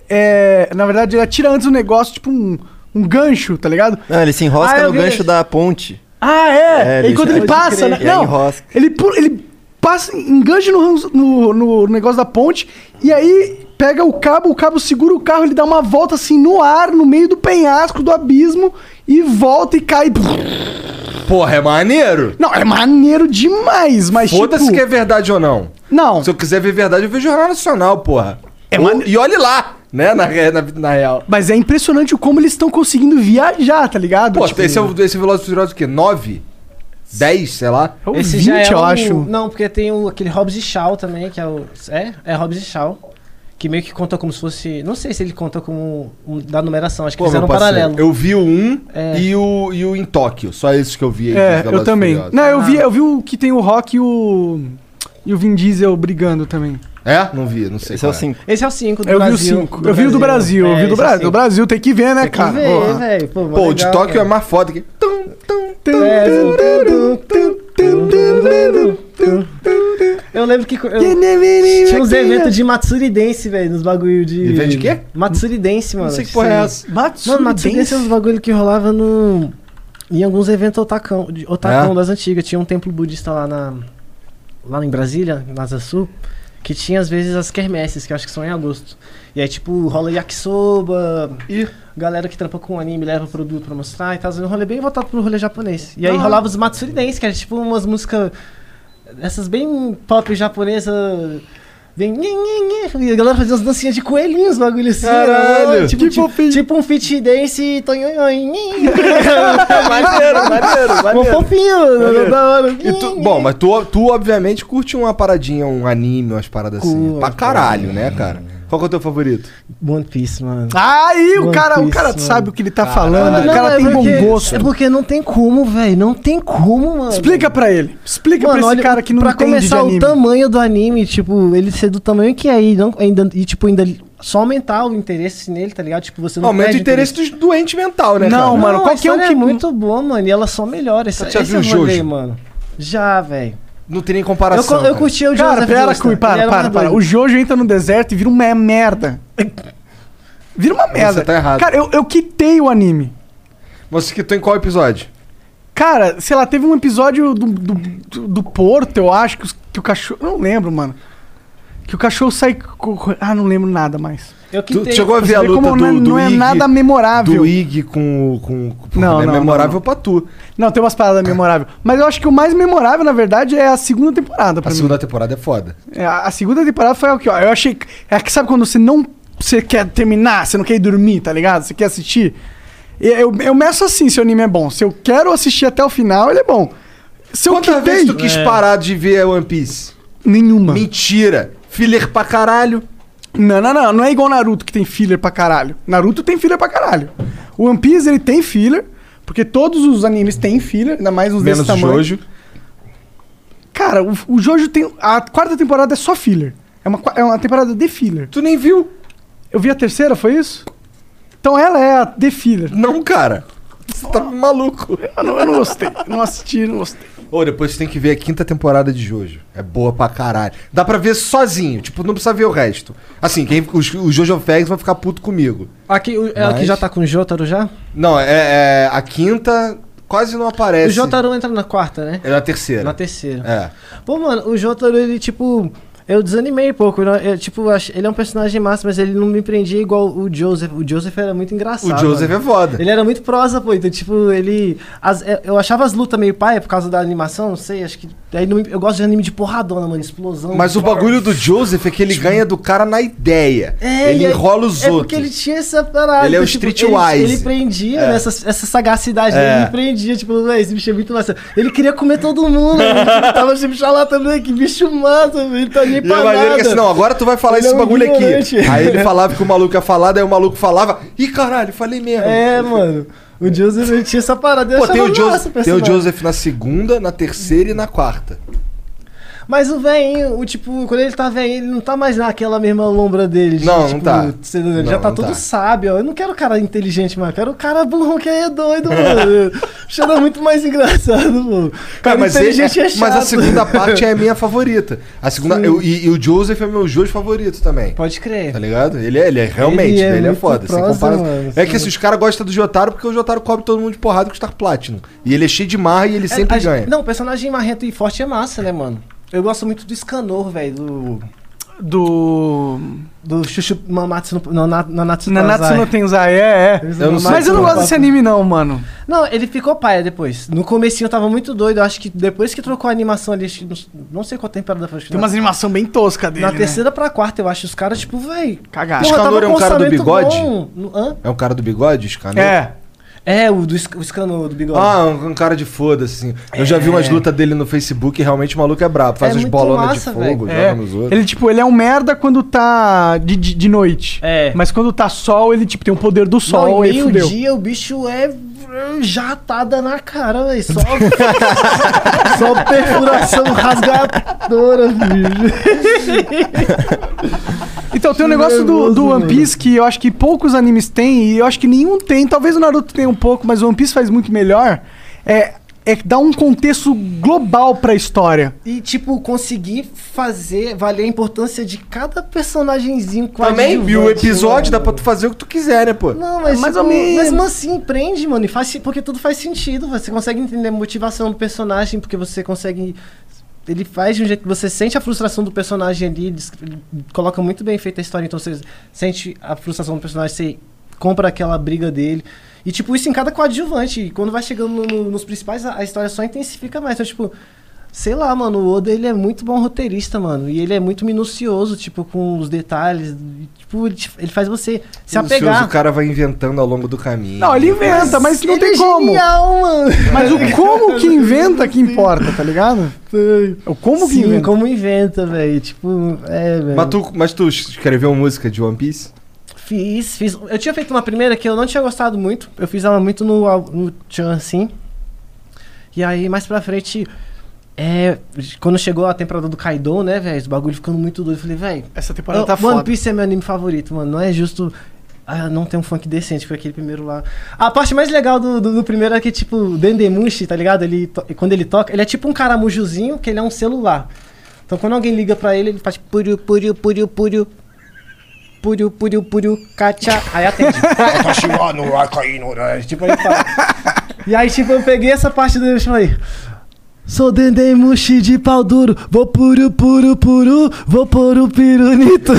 Speaker 2: é, na verdade ele atira antes um negócio, tipo um, um gancho, tá ligado?
Speaker 6: Não, ele se enrosca
Speaker 2: Ah, eu
Speaker 6: no
Speaker 2: vi
Speaker 6: gancho
Speaker 2: isso.
Speaker 6: da ponte.
Speaker 2: Ah, é!
Speaker 6: É,
Speaker 2: e
Speaker 6: ele-
Speaker 2: quando ele
Speaker 6: pode
Speaker 2: passa,
Speaker 6: crer.
Speaker 2: né?
Speaker 6: E aí enrosca.
Speaker 2: Ele, pula- ele passa, engancha no, ranço- no, no negócio da ponte e aí pega o cabo, o cabo segura o carro, ele dá uma volta assim no ar, no meio do penhasco, do abismo, e volta e cai.
Speaker 3: Porra, é maneiro.
Speaker 2: Não, é maneiro demais, mas
Speaker 3: Foda-se
Speaker 2: tipo...
Speaker 3: que é verdade ou não.
Speaker 2: Não,
Speaker 3: Se eu quiser ver verdade, eu vejo Jornal Nacional, porra. Ou- E olhe lá, né? Na, re- na- na real.
Speaker 2: mas é impressionante como eles estão conseguindo viajar, tá ligado?
Speaker 3: Pô,
Speaker 2: Tipo,
Speaker 3: esse, é o, esse Velozes e Furiosos o quê? 9? 10, sei lá?
Speaker 2: é o
Speaker 1: Esse
Speaker 2: 20,
Speaker 1: já é
Speaker 2: eu
Speaker 1: o-
Speaker 2: acho.
Speaker 1: Não, porque tem o, aquele Hobbs e Shaw também, que é o. É? É Hobbs e Shaw. Que meio que conta como se fosse. Não sei se ele conta como. Um, da numeração, acho que
Speaker 3: Pô,
Speaker 1: eles
Speaker 3: meu
Speaker 1: fizeram um
Speaker 3: parceiro,
Speaker 1: paralelo.
Speaker 3: Eu vi o 1
Speaker 1: É.
Speaker 3: e, o, e o em Tóquio. Só esses que eu vi aí. de
Speaker 2: É,
Speaker 3: Velozes
Speaker 2: eu
Speaker 3: e
Speaker 2: também.
Speaker 3: Furiosos.
Speaker 2: Não, eu vi,
Speaker 1: Ah.
Speaker 2: eu vi o que tem o Rock e o... E o Vin Diesel brigando também.
Speaker 3: É? Não vi, não sei.
Speaker 6: Esse é o
Speaker 3: qual
Speaker 6: 5.
Speaker 1: Esse é o 5 do
Speaker 2: Eu vi o
Speaker 1: Brasil. É,
Speaker 2: 5. Eu vi o do Brasil. eu vi o do Brasil. Do Brasil tem que ver, né, cara? Porra.
Speaker 1: velho. Pô,
Speaker 3: Pô, o de Tóquio é mais foda que. Tum, tum.
Speaker 1: É, Eu lembro que
Speaker 2: é
Speaker 1: eu- tinha uns eventos de matsuridense, velho, nos bagulho de...
Speaker 3: Evento de quê?
Speaker 1: Matsuridense, mano.
Speaker 3: Não sei que porra é essa.
Speaker 1: Mano, matsuridense é uns bagulho que rolava no... Em alguns eventos otacão, de- otacão
Speaker 3: É?
Speaker 1: das antigas. Tinha um templo budista lá na... Lá em Brasília, na Asa Sul, que tinha às vezes as quermesses, que eu acho que são em agosto. E aí, tipo, rola yakisoba,
Speaker 3: Ih,
Speaker 1: galera que trampa com anime leva produto pra mostrar e tal. Um rolê bem voltado pro rolê japonês. E aí rolava os Matsuridense, que era tipo umas músicas. Essas bem pop japonesa. Bem. nhe, nhe, nhe. E a galera fazia umas dancinhas de coelhinhos, bagulho assim. né?
Speaker 3: Caralho,
Speaker 1: tipo,
Speaker 2: que
Speaker 1: tipo,
Speaker 2: fofinho.
Speaker 1: tipo um fit dance. tonhonhon, nhe.
Speaker 2: [laughs]
Speaker 3: maneiro, maneiro,
Speaker 1: Um
Speaker 3: maneiro.
Speaker 1: fofinho, da hora.
Speaker 3: E tu- bom, mas tu, tu obviamente curte uma paradinha, um anime, umas paradas assim.
Speaker 1: Curto.
Speaker 3: Pra caralho, né, cara? Qual que é o teu favorito?
Speaker 1: One Piece, mano.
Speaker 2: Aí o
Speaker 1: Mano,
Speaker 2: cara, o
Speaker 1: isso,
Speaker 2: cara
Speaker 1: mano.
Speaker 2: sabe o que ele tá falando,
Speaker 1: Não,
Speaker 2: Ah, o cara
Speaker 1: é
Speaker 2: tem
Speaker 1: porque-
Speaker 2: bom gosto.
Speaker 1: É porque não tem como, velho. Não tem como, mano.
Speaker 2: Explica pra ele. Explica
Speaker 1: Mano,
Speaker 2: pra esse
Speaker 1: olha,
Speaker 2: cara que não
Speaker 1: pra
Speaker 2: entende de
Speaker 1: começar
Speaker 2: anime.
Speaker 1: o tamanho do anime, tipo, ele ser do tamanho que é e, não, ainda, e tipo, ainda só aumentar o interesse nele, tá ligado? Tipo, você não
Speaker 3: Aumenta
Speaker 1: perde
Speaker 3: o interesse dos doentes mental, né?
Speaker 2: Não,
Speaker 3: cara?
Speaker 2: mano,
Speaker 1: Não,
Speaker 2: qual
Speaker 1: a
Speaker 2: que é o
Speaker 1: história
Speaker 2: que-
Speaker 1: é muito boa, mano, e ela só melhora. Essa,
Speaker 3: já
Speaker 1: esse
Speaker 3: viu o
Speaker 1: rolê,
Speaker 3: Jojo?
Speaker 1: mano. Já, velho.
Speaker 3: Não tem nem
Speaker 1: Eu,
Speaker 3: comparação.
Speaker 1: cu- eu
Speaker 3: cara.
Speaker 1: curti o
Speaker 2: Cara,
Speaker 1: Joseph
Speaker 2: pera,
Speaker 1: Joestar.
Speaker 2: Cui, para,
Speaker 1: Ele era
Speaker 2: para,
Speaker 1: mais
Speaker 2: para.
Speaker 1: doido.
Speaker 2: O Jojo entra no deserto e vira
Speaker 1: [laughs]
Speaker 2: uma merda. Vira uma merda.
Speaker 3: tá errado.
Speaker 2: Cara, eu, eu quitei o anime.
Speaker 3: Você que tô em qual episódio?
Speaker 2: Cara, sei lá, teve um episódio do, do, do- do Porto, eu acho, que, os- que o cachorro. Não lembro, mano. Que o cachorro sai. co- Ah, não lembro nada mais.
Speaker 1: Eu
Speaker 3: Tu
Speaker 1: quitei.
Speaker 3: chegou a ver a
Speaker 2: Você vê
Speaker 3: luta
Speaker 2: como
Speaker 3: do,
Speaker 2: não, é-
Speaker 3: do
Speaker 2: não é
Speaker 3: Ig-
Speaker 2: nada memorável.
Speaker 3: do Ig com o. Com, com,
Speaker 2: Não,
Speaker 3: é
Speaker 2: não,
Speaker 3: memorável
Speaker 2: não, não.
Speaker 3: pra tu.
Speaker 2: Não, tem umas paradas memoráveis. Mas eu acho que o mais memorável, na verdade, é a segunda temporada.
Speaker 3: A
Speaker 2: Pra mim.
Speaker 3: segunda temporada é foda.
Speaker 2: É, a a segunda temporada foi o que, ó, eu achei. É que sabe quando você não. Você quer terminar, você não quer ir dormir, tá ligado? Você quer assistir. E Eu, eu meço assim se o anime é bom. Se eu quero assistir até o final, ele é bom. Se eu
Speaker 3: Quantas
Speaker 2: quitei,
Speaker 3: vezes tu quis
Speaker 1: É.
Speaker 3: parar de ver One Piece? Ah.
Speaker 2: Nenhuma.
Speaker 3: Mentira! Filler pra caralho.
Speaker 2: Não, não, não. Não é igual Naruto que tem filler pra caralho. Naruto tem filler pra caralho. O One Piece, ele tem filler. Porque todos os animes têm filler, ainda mais os
Speaker 3: Menos
Speaker 2: desse
Speaker 3: o
Speaker 2: tamanho.
Speaker 3: Jojo.
Speaker 2: Cara, o, o Jojo tem. A quarta temporada é só filler. É uma, qua- é uma temporada de filler.
Speaker 3: Tu nem viu?
Speaker 2: Eu vi a terceira, foi isso? Então ela é a The Filler.
Speaker 3: Não, cara. Você tá maluco.
Speaker 2: Eu não, eu não gostei. Não assisti, não gostei.
Speaker 3: Ô, depois você tem que ver a quinta temporada de Jojo. É boa pra caralho. Dá pra ver sozinho, tipo, não precisa ver o resto. Assim, quem, os, os Jojo Fags vão ficar puto comigo.
Speaker 1: Aqui, o- Ela que
Speaker 3: Mas-
Speaker 1: já tá com o Jotaro já?
Speaker 3: Não, é, é- a quinta quase não
Speaker 1: O
Speaker 3: aparece.
Speaker 1: Jotaro entra na quarta, né?
Speaker 3: É a terceira.
Speaker 1: Na terceira.
Speaker 3: É.
Speaker 1: Pô, mano, o Jotaro, ele, tipo... Eu desanimei um pouco. Eu, eu, tipo, eu ach- ele é um personagem massa, mas ele não me prendia igual o Joseph. O Joseph era muito engraçado.
Speaker 3: O Joseph
Speaker 1: mano.
Speaker 3: é foda.
Speaker 1: Ele era muito prosa, pô. Então, tipo, ele... as- é, eu achava as lutas meio paia por causa da animação, não sei. Acho que... Aí não me- eu gosto de anime de porradona, mano. Explosão.
Speaker 3: Mas o bagulho do Joseph é que ele ganha do cara na ideia.
Speaker 1: É,
Speaker 3: ele
Speaker 1: e aí-
Speaker 3: enrola os
Speaker 1: é porque
Speaker 3: outros.
Speaker 1: ele tinha essa parada.
Speaker 3: Ele é o
Speaker 1: tipo,
Speaker 3: streetwise.
Speaker 1: Ele, ele prendia
Speaker 3: É.
Speaker 1: nessa essa sagacidade
Speaker 3: É.
Speaker 1: dele, ele prendia, tipo, "Véi, esse bicho é muito massa. Ele queria comer todo mundo, ele tipo, tava se bicho lá também, que bicho massa, ele tá nem
Speaker 3: E eu
Speaker 1: pra
Speaker 3: imagino
Speaker 1: nada.
Speaker 3: que assim, não, agora tu vai falar
Speaker 1: Ele
Speaker 3: esse
Speaker 1: é um
Speaker 3: bagulho
Speaker 1: ignorante.
Speaker 3: aqui. Aí
Speaker 1: [laughs]
Speaker 3: ele falava que o maluco ia falar, daí o maluco falava, ih caralho, falei mesmo.
Speaker 1: É, mano, o Joseph ele tinha essa parada, eu
Speaker 3: Pô, tem
Speaker 1: achava
Speaker 3: o, Joseph,
Speaker 1: massa o
Speaker 3: tem o
Speaker 1: personagem.
Speaker 3: Joseph na segunda, na terceira e na quarta.
Speaker 1: Mas o velhinho, o tipo, quando ele tá velho, ele não tá mais naquela mesma lombra dele. de,
Speaker 3: Não, não
Speaker 1: tipo,
Speaker 3: tá.
Speaker 1: cê- Ele
Speaker 3: Não,
Speaker 1: já tá
Speaker 3: não
Speaker 1: todo
Speaker 3: tá.
Speaker 1: sábio. ó. Eu não quero o cara inteligente, mano. Eu quero o cara burrão que aí é doido,
Speaker 3: [laughs]
Speaker 1: mano. Cheira muito mais engraçado, mano.
Speaker 3: Cara, mas, ele-
Speaker 1: inteligente é
Speaker 3: mas a
Speaker 1: chato. [laughs]
Speaker 3: segunda parte é a minha favorita. A segunda,
Speaker 1: Sim.
Speaker 3: eu- e, e o Joseph é meu Jojo favorito também.
Speaker 1: Pode
Speaker 3: Tá
Speaker 1: crer.
Speaker 3: ligado? Ele é, ele é realmente,
Speaker 1: Ele
Speaker 3: ele
Speaker 1: é
Speaker 3: é,
Speaker 1: muito
Speaker 3: foda. sem
Speaker 1: prosa,
Speaker 3: comparação.
Speaker 1: mano,
Speaker 3: é que
Speaker 1: sim.
Speaker 3: assim, os caras gostam do Jotaro porque o Jotaro cobre todo mundo de porrada com o Star Platinum. E ele é cheio de marra e ele sempre
Speaker 1: É, a-
Speaker 3: ganha.
Speaker 1: Não, personagem marrento e forte é massa, né, mano? Eu gosto muito do Escanor, velho, do...
Speaker 2: Do.
Speaker 1: Do Chuchu Mamatsu no... no, na, Nanatsu
Speaker 2: Nanatsu
Speaker 1: Taizai.
Speaker 2: no Tenzai, é, é.
Speaker 3: Eu não sei
Speaker 2: Mas eu não gosto desse anime, não, mano.
Speaker 1: Não, ele ficou paia depois. No comecinho eu tava muito doido. Eu acho que depois que trocou a animação ali, acho que não- não sei qual temporada foi. acho que
Speaker 2: Tem
Speaker 1: na-
Speaker 2: umas animação bem tosca dele.
Speaker 1: Na
Speaker 2: né?
Speaker 1: terceira pra quarta, eu acho os caras, tipo, véi.
Speaker 2: Cagaço.
Speaker 1: porra,
Speaker 3: Escanor
Speaker 1: tava
Speaker 3: é um
Speaker 1: com
Speaker 3: cara do
Speaker 1: orçamento
Speaker 3: bigode?
Speaker 1: bom. No- hã?
Speaker 3: É um cara do bigode, os caras?
Speaker 2: É.
Speaker 1: É, o do Sc- o Escanor do bigode.
Speaker 3: Ah, um, um cara de foda, assim. Eu já vi umas lutas dele no Facebook e realmente o maluco é brabo. Faz
Speaker 1: É
Speaker 3: uns
Speaker 1: muito
Speaker 3: bolonas de
Speaker 1: massa,
Speaker 3: fogo,
Speaker 2: é.
Speaker 3: joga nos outros.
Speaker 2: Ele, tipo, ele é um merda quando tá de, de, de noite.
Speaker 1: É.
Speaker 2: Mas quando tá sol, ele, tipo, tem o poder do
Speaker 1: Não,
Speaker 2: sol
Speaker 1: em
Speaker 2: e fudeu.
Speaker 1: meio-dia o bicho é jatada na cara, véi. Só, [laughs] só perfuração rasgadora, bicho. [laughs]
Speaker 2: Então, tem um negócio do,
Speaker 1: nervoso,
Speaker 2: do One
Speaker 1: mano.
Speaker 2: Piece que eu acho que poucos animes têm, e eu acho que nenhum tem. Talvez o Naruto tenha um pouco, mas o One Piece faz muito melhor. É, é que dá um contexto global pra história.
Speaker 1: E, tipo, conseguir fazer valer a importância de cada personagemzinho
Speaker 3: Também viu o
Speaker 1: coadjuvante, mano.
Speaker 3: episódio, dá pra tu fazer o que tu quiser, né, pô?
Speaker 1: Não, mas,
Speaker 2: Mais
Speaker 1: tipo,
Speaker 2: ou menos.
Speaker 1: mas, mas assim, prende, mano, e faz, se- porque tudo faz sentido. Você consegue entender a motivação do personagem, porque você consegue. Ele faz de um jeito que você sente a frustração do personagem ali, ele des- ele coloca muito bem feita a história, então você sente a frustração do personagem, você compra aquela briga dele. E, tipo, isso em cada coadjuvante. E quando vai chegando no- no- nos principais, a, a história só intensifica mais. Então, tipo, sei lá, mano, o Oda, ele é muito bom roteirista, mano. E ele é muito minucioso, tipo, com os detalhes. E, tipo, ele, te- ele faz você se apegar.
Speaker 3: O cara vai inventando ao longo do caminho.
Speaker 2: Não, ele inventa, mas não
Speaker 1: Ele
Speaker 2: tem
Speaker 1: é
Speaker 2: como.
Speaker 1: Genial, mano.
Speaker 2: Mas o como que inventa que importa, tá ligado? O como que
Speaker 1: Sim,
Speaker 2: inventa.
Speaker 1: como inventa, velho. Tipo, é, velho.
Speaker 3: Mas tu, mas tu escreveu música de One Piece?
Speaker 1: Fiz, fiz. Eu tinha feito uma primeira que eu não tinha gostado muito. Eu fiz ela muito no, al- no Chan, assim. E aí, mais pra frente, É, quando chegou a temporada do Kaido, né, velho? Os bagulho ficando muito doido. Eu falei, velho,
Speaker 2: Essa temporada
Speaker 1: eu-
Speaker 2: tá
Speaker 1: One
Speaker 2: foda.
Speaker 1: Piece [laughs] é meu anime favorito, mano. Não é justo ah, não ter um funk decente, foi aquele primeiro lá. A parte mais legal do, do, do primeiro é que, tipo, o Dendemushi, tá ligado? Ele, to- quando ele toca, ele é tipo um caramujozinho, que ele é um celular. Então quando alguém liga pra ele, ele faz puriu, puriu, puriu, puriu. Puriu, puriu, puriu, kacha. Aí
Speaker 2: [laughs]
Speaker 1: atende. tipo, ele fala. E aí, tipo, eu peguei essa parte do e falei. Sou Dendê Mushi de pau duro, vou puru puru puru, vou por o pirunito.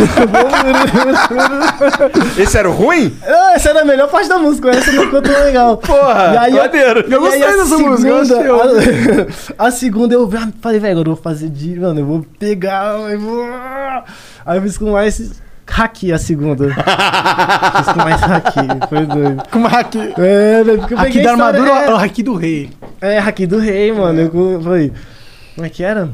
Speaker 3: Esse era o ruim?
Speaker 1: Ah, essa era a melhor parte da música, essa não ficou tão legal. Porra, e aí, maneiro.
Speaker 2: Eu gostei dessa música, eu
Speaker 1: a, [laughs] a segunda eu ah, falei, velho, agora eu vou fazer de, mano, eu vou pegar, eu vou... Aí eu fiz com mais haki a segunda.
Speaker 2: [laughs]
Speaker 1: fiz com mais haki, foi doido.
Speaker 2: Com haki.
Speaker 1: É, velho, porque eu
Speaker 2: Haki
Speaker 1: peguei
Speaker 2: da
Speaker 1: a história-
Speaker 2: armadura
Speaker 1: é.
Speaker 2: ou haki do rei?
Speaker 1: É, Haki do Rei, mano. Eu co- falei. Como é que era?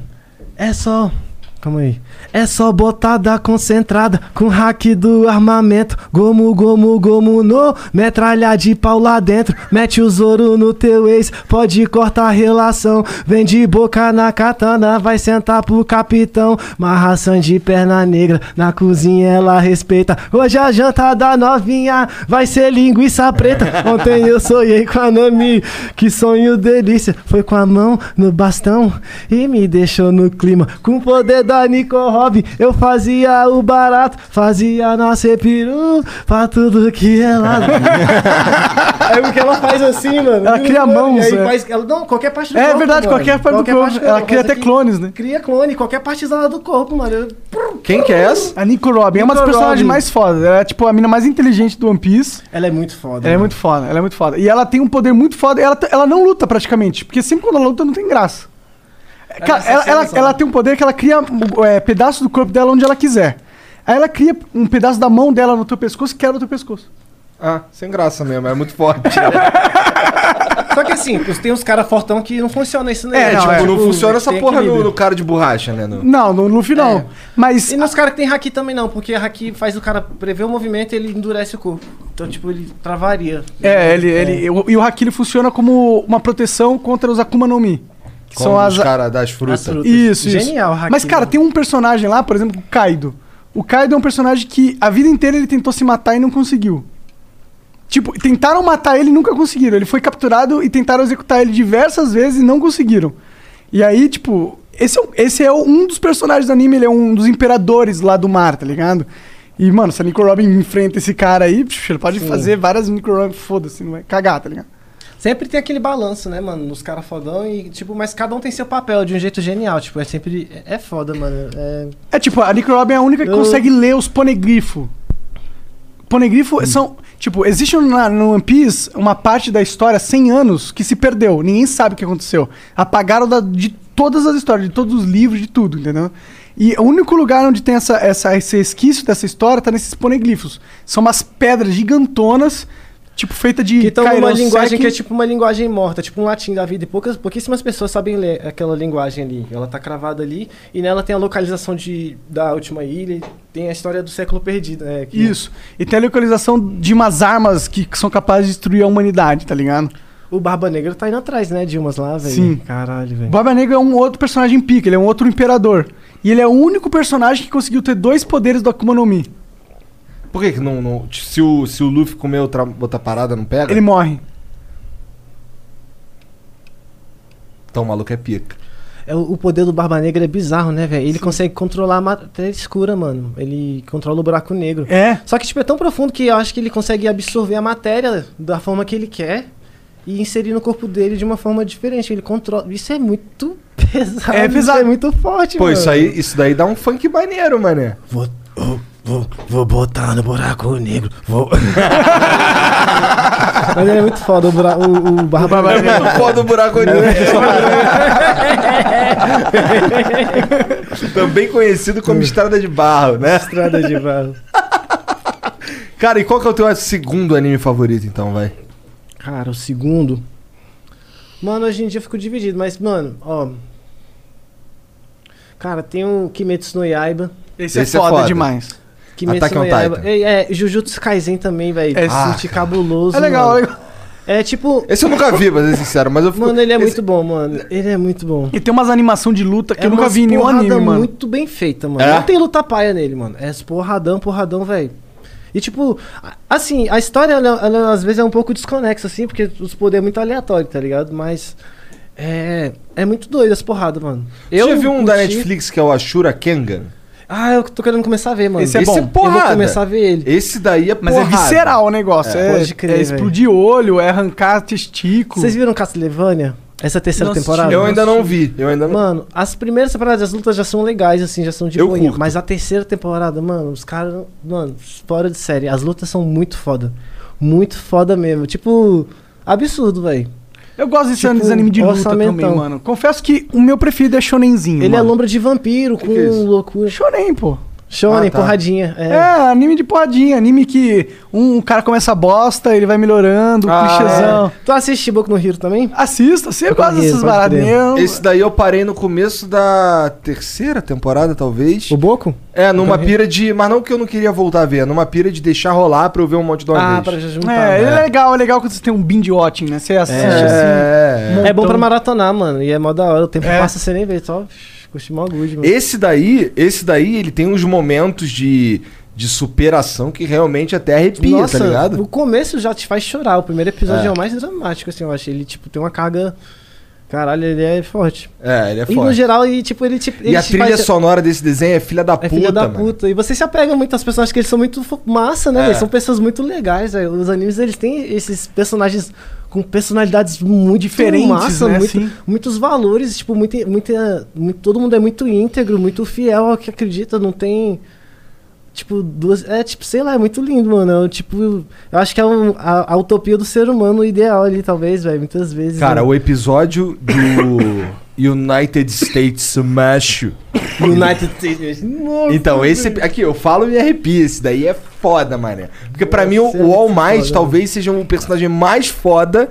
Speaker 1: É só. Calma aí. É só botada concentrada com hack do armamento. Gomo, gomo, gomo no. Metralha de pau lá dentro. Mete o Zoro no teu ex. Pode cortar a relação. Vem de boca na katana. Vai sentar pro capitão. Marração de perna negra. Na cozinha ela respeita. Hoje a janta da novinha vai ser linguiça preta. Ontem eu sonhei com a Nami. Que sonho delícia. Foi com a mão no bastão e me deixou no clima. Com o poder da Nico Robin, eu fazia o barato. Fazia nascer peru pra tudo que ela. é porque ela faz assim, mano.
Speaker 2: Ela cria
Speaker 1: E aí
Speaker 2: mãos, é.
Speaker 1: faz- ela- não, qualquer parte do
Speaker 2: É
Speaker 1: corpo.
Speaker 2: verdade,
Speaker 1: mano.
Speaker 2: qualquer parte do corpo.
Speaker 1: parte-
Speaker 2: Ela cria
Speaker 1: faz
Speaker 2: até
Speaker 1: aqui-
Speaker 2: clones, né?
Speaker 1: Cria clone, qualquer partezada do corpo, mano. Eu-
Speaker 3: Quem que é essa?
Speaker 2: A Nico Robin é uma das
Speaker 1: Nico
Speaker 2: personagens
Speaker 1: Robin.
Speaker 2: mais fodas. Ela é tipo a mina mais inteligente do One Piece.
Speaker 3: Hum.
Speaker 1: Ela é muito foda.
Speaker 2: Ela é
Speaker 1: mano.
Speaker 2: muito foda, ela é muito foda. E ela tem um poder muito foda. Ela, t- ela não luta praticamente, porque sempre quando ela luta não tem graça. Cara,
Speaker 1: é
Speaker 2: ela, ela,
Speaker 1: sensação.
Speaker 2: ela tem um poder que ela cria um, é, pedaço do corpo dela onde ela quiser. Aí ela cria um pedaço da mão dela no teu pescoço e quebra o teu pescoço.
Speaker 3: Ah, sem graça mesmo, é muito forte.
Speaker 1: Só que assim, os- tem uns caras fortão que não funciona isso, né?
Speaker 3: É, tipo,
Speaker 2: é,
Speaker 3: não funciona essa
Speaker 1: tem
Speaker 3: porra no,
Speaker 1: equilíbrio.
Speaker 3: no cara de borracha, né? no-
Speaker 2: Não, no Luffy não.
Speaker 1: É.
Speaker 2: Mas.
Speaker 1: E nos caras que tem haki também não, porque haki faz o cara prever o movimento e ele endurece o corpo. Então, tipo, ele travaria.
Speaker 2: É, ele, ele, o- e o Haki ele funciona como uma proteção contra os Akuma no Mi. Que
Speaker 3: Como
Speaker 2: são as,
Speaker 3: os caras das frutas.
Speaker 1: as frutas.
Speaker 2: Isso, isso.
Speaker 1: Genial, Haki.
Speaker 2: Mas, cara, tem um personagem lá, por exemplo, o Kaido. O Kaido é um personagem que a vida inteira ele tentou se matar e não conseguiu. Tipo, tentaram matar ele e nunca conseguiram. Ele foi capturado e tentaram executar ele diversas vezes e não conseguiram. E aí, tipo, esse é, o- esse é o- um dos personagens do anime, ele é um dos imperadores lá do mar, tá ligado? E, mano, se a Nico Robin enfrenta esse cara aí, psh, ele pode fazer várias Nico Robin, foda-se, não vai cagar, tá ligado?
Speaker 1: Sempre tem aquele balanço, né, mano, nos caras fodão e, tipo, mas cada um tem seu papel de um jeito genial. Tipo, é sempre. É é foda, mano. É...
Speaker 2: É tipo, a Nico Robin é a única que
Speaker 1: Eu-
Speaker 2: consegue ler os ponegrifo. Ponegrifo
Speaker 1: Hum.
Speaker 2: são. Tipo, existe na- no One Piece uma parte da história 100 anos que se perdeu. Ninguém sabe o que aconteceu. Apagaram da- de todas as histórias, de todos os livros, de tudo, entendeu? E o único lugar onde tem essa, essa- esse resquício dessa história tá nesses poneglifos. São umas pedras gigantonas, tipo, feita de.
Speaker 1: Que estão numa
Speaker 2: Kairos
Speaker 1: linguagem
Speaker 2: Seki.
Speaker 1: que é tipo uma linguagem morta, tipo um latim da vida. E poucas, pouquíssimas pessoas sabem ler aquela linguagem ali. Ela tá cravada ali e nela tem a localização de, da última ilha e tem a história do século perdido, né? que-
Speaker 2: Isso. E tem a localização de umas armas que- que são capazes de destruir a humanidade, tá ligado?
Speaker 1: O Barba Negra tá indo atrás, né, de umas lá, velho?
Speaker 2: Sim.
Speaker 1: Caralho,
Speaker 2: O
Speaker 1: velho.
Speaker 2: Barba Negra é um outro personagem pica, ele é um outro imperador. E ele é o único personagem que conseguiu ter dois poderes do Akuma no Mi.
Speaker 3: Por que, que não, não- Se o, se o Luffy comer outra, outra parada, não pega?
Speaker 2: Ele morre.
Speaker 3: Então o maluco é pica.
Speaker 1: É, O o poder do Barba Negra é bizarro, né, velho? Ele consegue controlar a matéria escura, mano. Ele controla o buraco negro.
Speaker 2: É.
Speaker 1: Só que, tipo, é tão profundo que eu acho que ele consegue absorver a matéria da forma que ele quer e inserir no corpo dele de uma forma diferente. Ele controla. Isso é muito [laughs] pesado.
Speaker 2: É pesado.
Speaker 1: Isso é muito forte,
Speaker 3: Pô,
Speaker 1: mano.
Speaker 3: isso, aí, isso daí dá um funk maneiro, mané.
Speaker 1: Vou, vou, vou, vou botar no buraco negro. Vou. [laughs] Mas ele é muito foda, o, bura- o, o Barba Negra.
Speaker 3: É
Speaker 1: é
Speaker 3: Foda o buraco né? negro. Também conhecido como Estrada de Barro, né?
Speaker 1: Estrada de barro.
Speaker 3: Cara, e qual que é o teu segundo anime favorito, então, vai?
Speaker 1: Cara, o segundo. Mano, hoje em dia eu fico dividido, mas, mano, ó. Cara, tem o Kimetsu no Yaiba.
Speaker 2: Esse,
Speaker 3: Esse
Speaker 2: é,
Speaker 3: é
Speaker 2: foda
Speaker 3: foda.
Speaker 2: demais.
Speaker 1: Kimetsu
Speaker 3: Attack
Speaker 1: no
Speaker 3: on
Speaker 1: Yaiba.
Speaker 3: Titan.
Speaker 1: É, é, Jujutsu Kaisen também, velho.
Speaker 2: É,
Speaker 1: É, cabuloso.
Speaker 2: É legal,
Speaker 1: mano.
Speaker 2: é legal.
Speaker 1: É tipo.
Speaker 3: Esse eu nunca vi, pra ser sincero, mas eu fico.
Speaker 1: Mano, ele é
Speaker 3: esse-
Speaker 1: muito bom, mano. Ele é muito bom.
Speaker 2: E tem umas animação de luta que eu nunca
Speaker 1: É umas
Speaker 2: vi em nenhum
Speaker 1: porrada
Speaker 2: anime, mano.
Speaker 1: muito bem feita, mano.
Speaker 3: É?
Speaker 1: Não tem luta paia nele, mano. É porradão, porradão, velho. E tipo, a- assim, a história, ela, ela às vezes é um pouco desconexa, assim, porque os poderes é muito aleatório, tá ligado? Mas. É. É muito doido as porradas, mano.
Speaker 3: Você vi um da
Speaker 1: curti-
Speaker 3: Netflix que é o Ashura Kengan?
Speaker 1: Ah, eu tô querendo começar a ver, mano.
Speaker 2: Esse é bom.
Speaker 1: Eu
Speaker 3: porrada.
Speaker 1: vou começar a ver ele.
Speaker 3: Esse daí é porrada.
Speaker 2: Mas é visceral o negócio. É,
Speaker 1: Pode crer,
Speaker 2: é
Speaker 1: velho.
Speaker 2: explodir olho, é arrancar testículo.
Speaker 1: Vocês viram Castlevania? Essa terceira
Speaker 2: Não assisti,
Speaker 1: temporada?
Speaker 3: Eu ainda não vi. Eu ainda não.
Speaker 1: Mano, as primeiras temporadas das lutas já são legais, assim, já são de
Speaker 3: Eu
Speaker 1: boinha.
Speaker 3: curto.
Speaker 1: Mas a terceira temporada, mano, os caras. Mano, fora de série. As lutas são muito foda. Muito foda mesmo. Tipo, absurdo, velho.
Speaker 2: Eu gosto desse
Speaker 1: Tipo,
Speaker 2: desses anime de luta
Speaker 1: orçamentão.
Speaker 2: também, mano. Confesso que o meu preferido é Shonenzinho.
Speaker 1: Ele é
Speaker 2: mano.
Speaker 1: lombra de vampiro com
Speaker 3: que é isso?
Speaker 1: loucura.
Speaker 2: Shonen, pô.
Speaker 1: Shonen,
Speaker 3: Ah, tá.
Speaker 1: porradinha.
Speaker 2: É.
Speaker 1: É.
Speaker 2: anime de porradinha, anime que um cara começa a bosta, ele vai melhorando,
Speaker 3: Ah,
Speaker 2: clichêzão.
Speaker 1: Tu assiste Boku no Hero também?
Speaker 2: Assista, você
Speaker 1: é. Eu
Speaker 2: gosta
Speaker 1: conheço,
Speaker 2: dessas
Speaker 1: pode
Speaker 2: paradas.
Speaker 1: crer.
Speaker 2: Eu-
Speaker 3: Esse daí eu parei no começo da terceira temporada, talvez.
Speaker 1: O Boku?
Speaker 3: É, numa pira de. Mas não que eu não queria voltar a ver, é numa pira de deixar rolar pra eu ver um monte de uma
Speaker 1: Ah,
Speaker 3: vez.
Speaker 1: pra já juntar.
Speaker 2: É, ele
Speaker 1: né?
Speaker 2: é legal, é legal quando você tem um binge watching, né? Você assiste assim.
Speaker 3: É.
Speaker 1: É bom
Speaker 2: montão.
Speaker 1: pra maratonar, mano. E é mó da hora. O tempo
Speaker 2: É.
Speaker 1: passa, você nem vê. Só curte mó good, mano.
Speaker 3: Esse daí, esse daí, ele tem uns momentos de, de superação que realmente até arrepia, tá ligado?
Speaker 1: o começo já te faz chorar. O primeiro episódio
Speaker 3: É.
Speaker 1: é, o mais dramático, assim, eu acho. Ele, tipo, tem uma carga... Caralho, ele é forte.
Speaker 3: É, ele é
Speaker 1: E no
Speaker 3: foda.
Speaker 1: geral, ele, tipo, ele, te- ele
Speaker 3: E a
Speaker 1: te
Speaker 3: trilha
Speaker 1: faz-
Speaker 3: sonora desse desenho é filha da
Speaker 1: É
Speaker 3: puta,
Speaker 1: filha da
Speaker 3: mano.
Speaker 1: puta. E você se apega muito aos personagens, que eles são muito fo- massa, né?
Speaker 3: É.
Speaker 1: velho? São pessoas muito legais, velho. Os animes, eles têm esses personagens com personalidades muito
Speaker 2: Diferentes,
Speaker 1: massa,
Speaker 2: né,
Speaker 1: muito-
Speaker 2: assim.
Speaker 1: muitos valores, tipo, muito, muito, muito- todo mundo é muito íntegro, muito fiel ao que acredita, não tem... Tipo, duas. É, tipo, sei lá, é muito lindo, mano. É um, tipo, eu acho que é um- a, a utopia do ser humano ideal ali, talvez, velho. Muitas vezes.
Speaker 3: Cara,
Speaker 1: né?
Speaker 3: o episódio do United States Macho.
Speaker 1: United States. Nossa,
Speaker 3: Então, esse. Aqui, eu falo e me arrepio. Esse daí é foda, mané. Porque pra mim, o,
Speaker 1: Nossa, é
Speaker 3: o All
Speaker 1: muito
Speaker 3: Might
Speaker 1: foda, né?
Speaker 3: talvez seja um personagem mais foda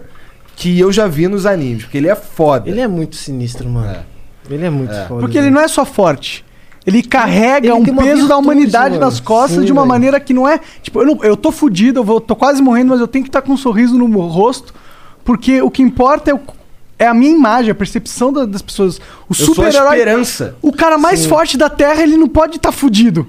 Speaker 3: que eu já vi nos animes. Porque ele é foda.
Speaker 1: Ele é muito sinistro, mano.
Speaker 3: É.
Speaker 1: Ele é muito
Speaker 3: É.
Speaker 1: foda.
Speaker 2: Porque ele não é só forte. Ele carrega
Speaker 1: Ele
Speaker 2: um
Speaker 1: tem uma
Speaker 2: peso da
Speaker 1: virtude,
Speaker 2: humanidade
Speaker 1: mano.
Speaker 2: nas costas
Speaker 1: Sim,
Speaker 2: de uma
Speaker 1: velho.
Speaker 2: maneira que não é. Tipo, eu, não- eu tô fudido, eu vou, tô quase morrendo, mas eu tenho que estar com um sorriso no meu rosto. Porque o que importa é, o- é a minha imagem, a percepção da- das pessoas. O
Speaker 3: Eu sou a
Speaker 2: super-herói.
Speaker 3: esperança.
Speaker 2: O cara mais forte da Terra, ele não pode estar fudido.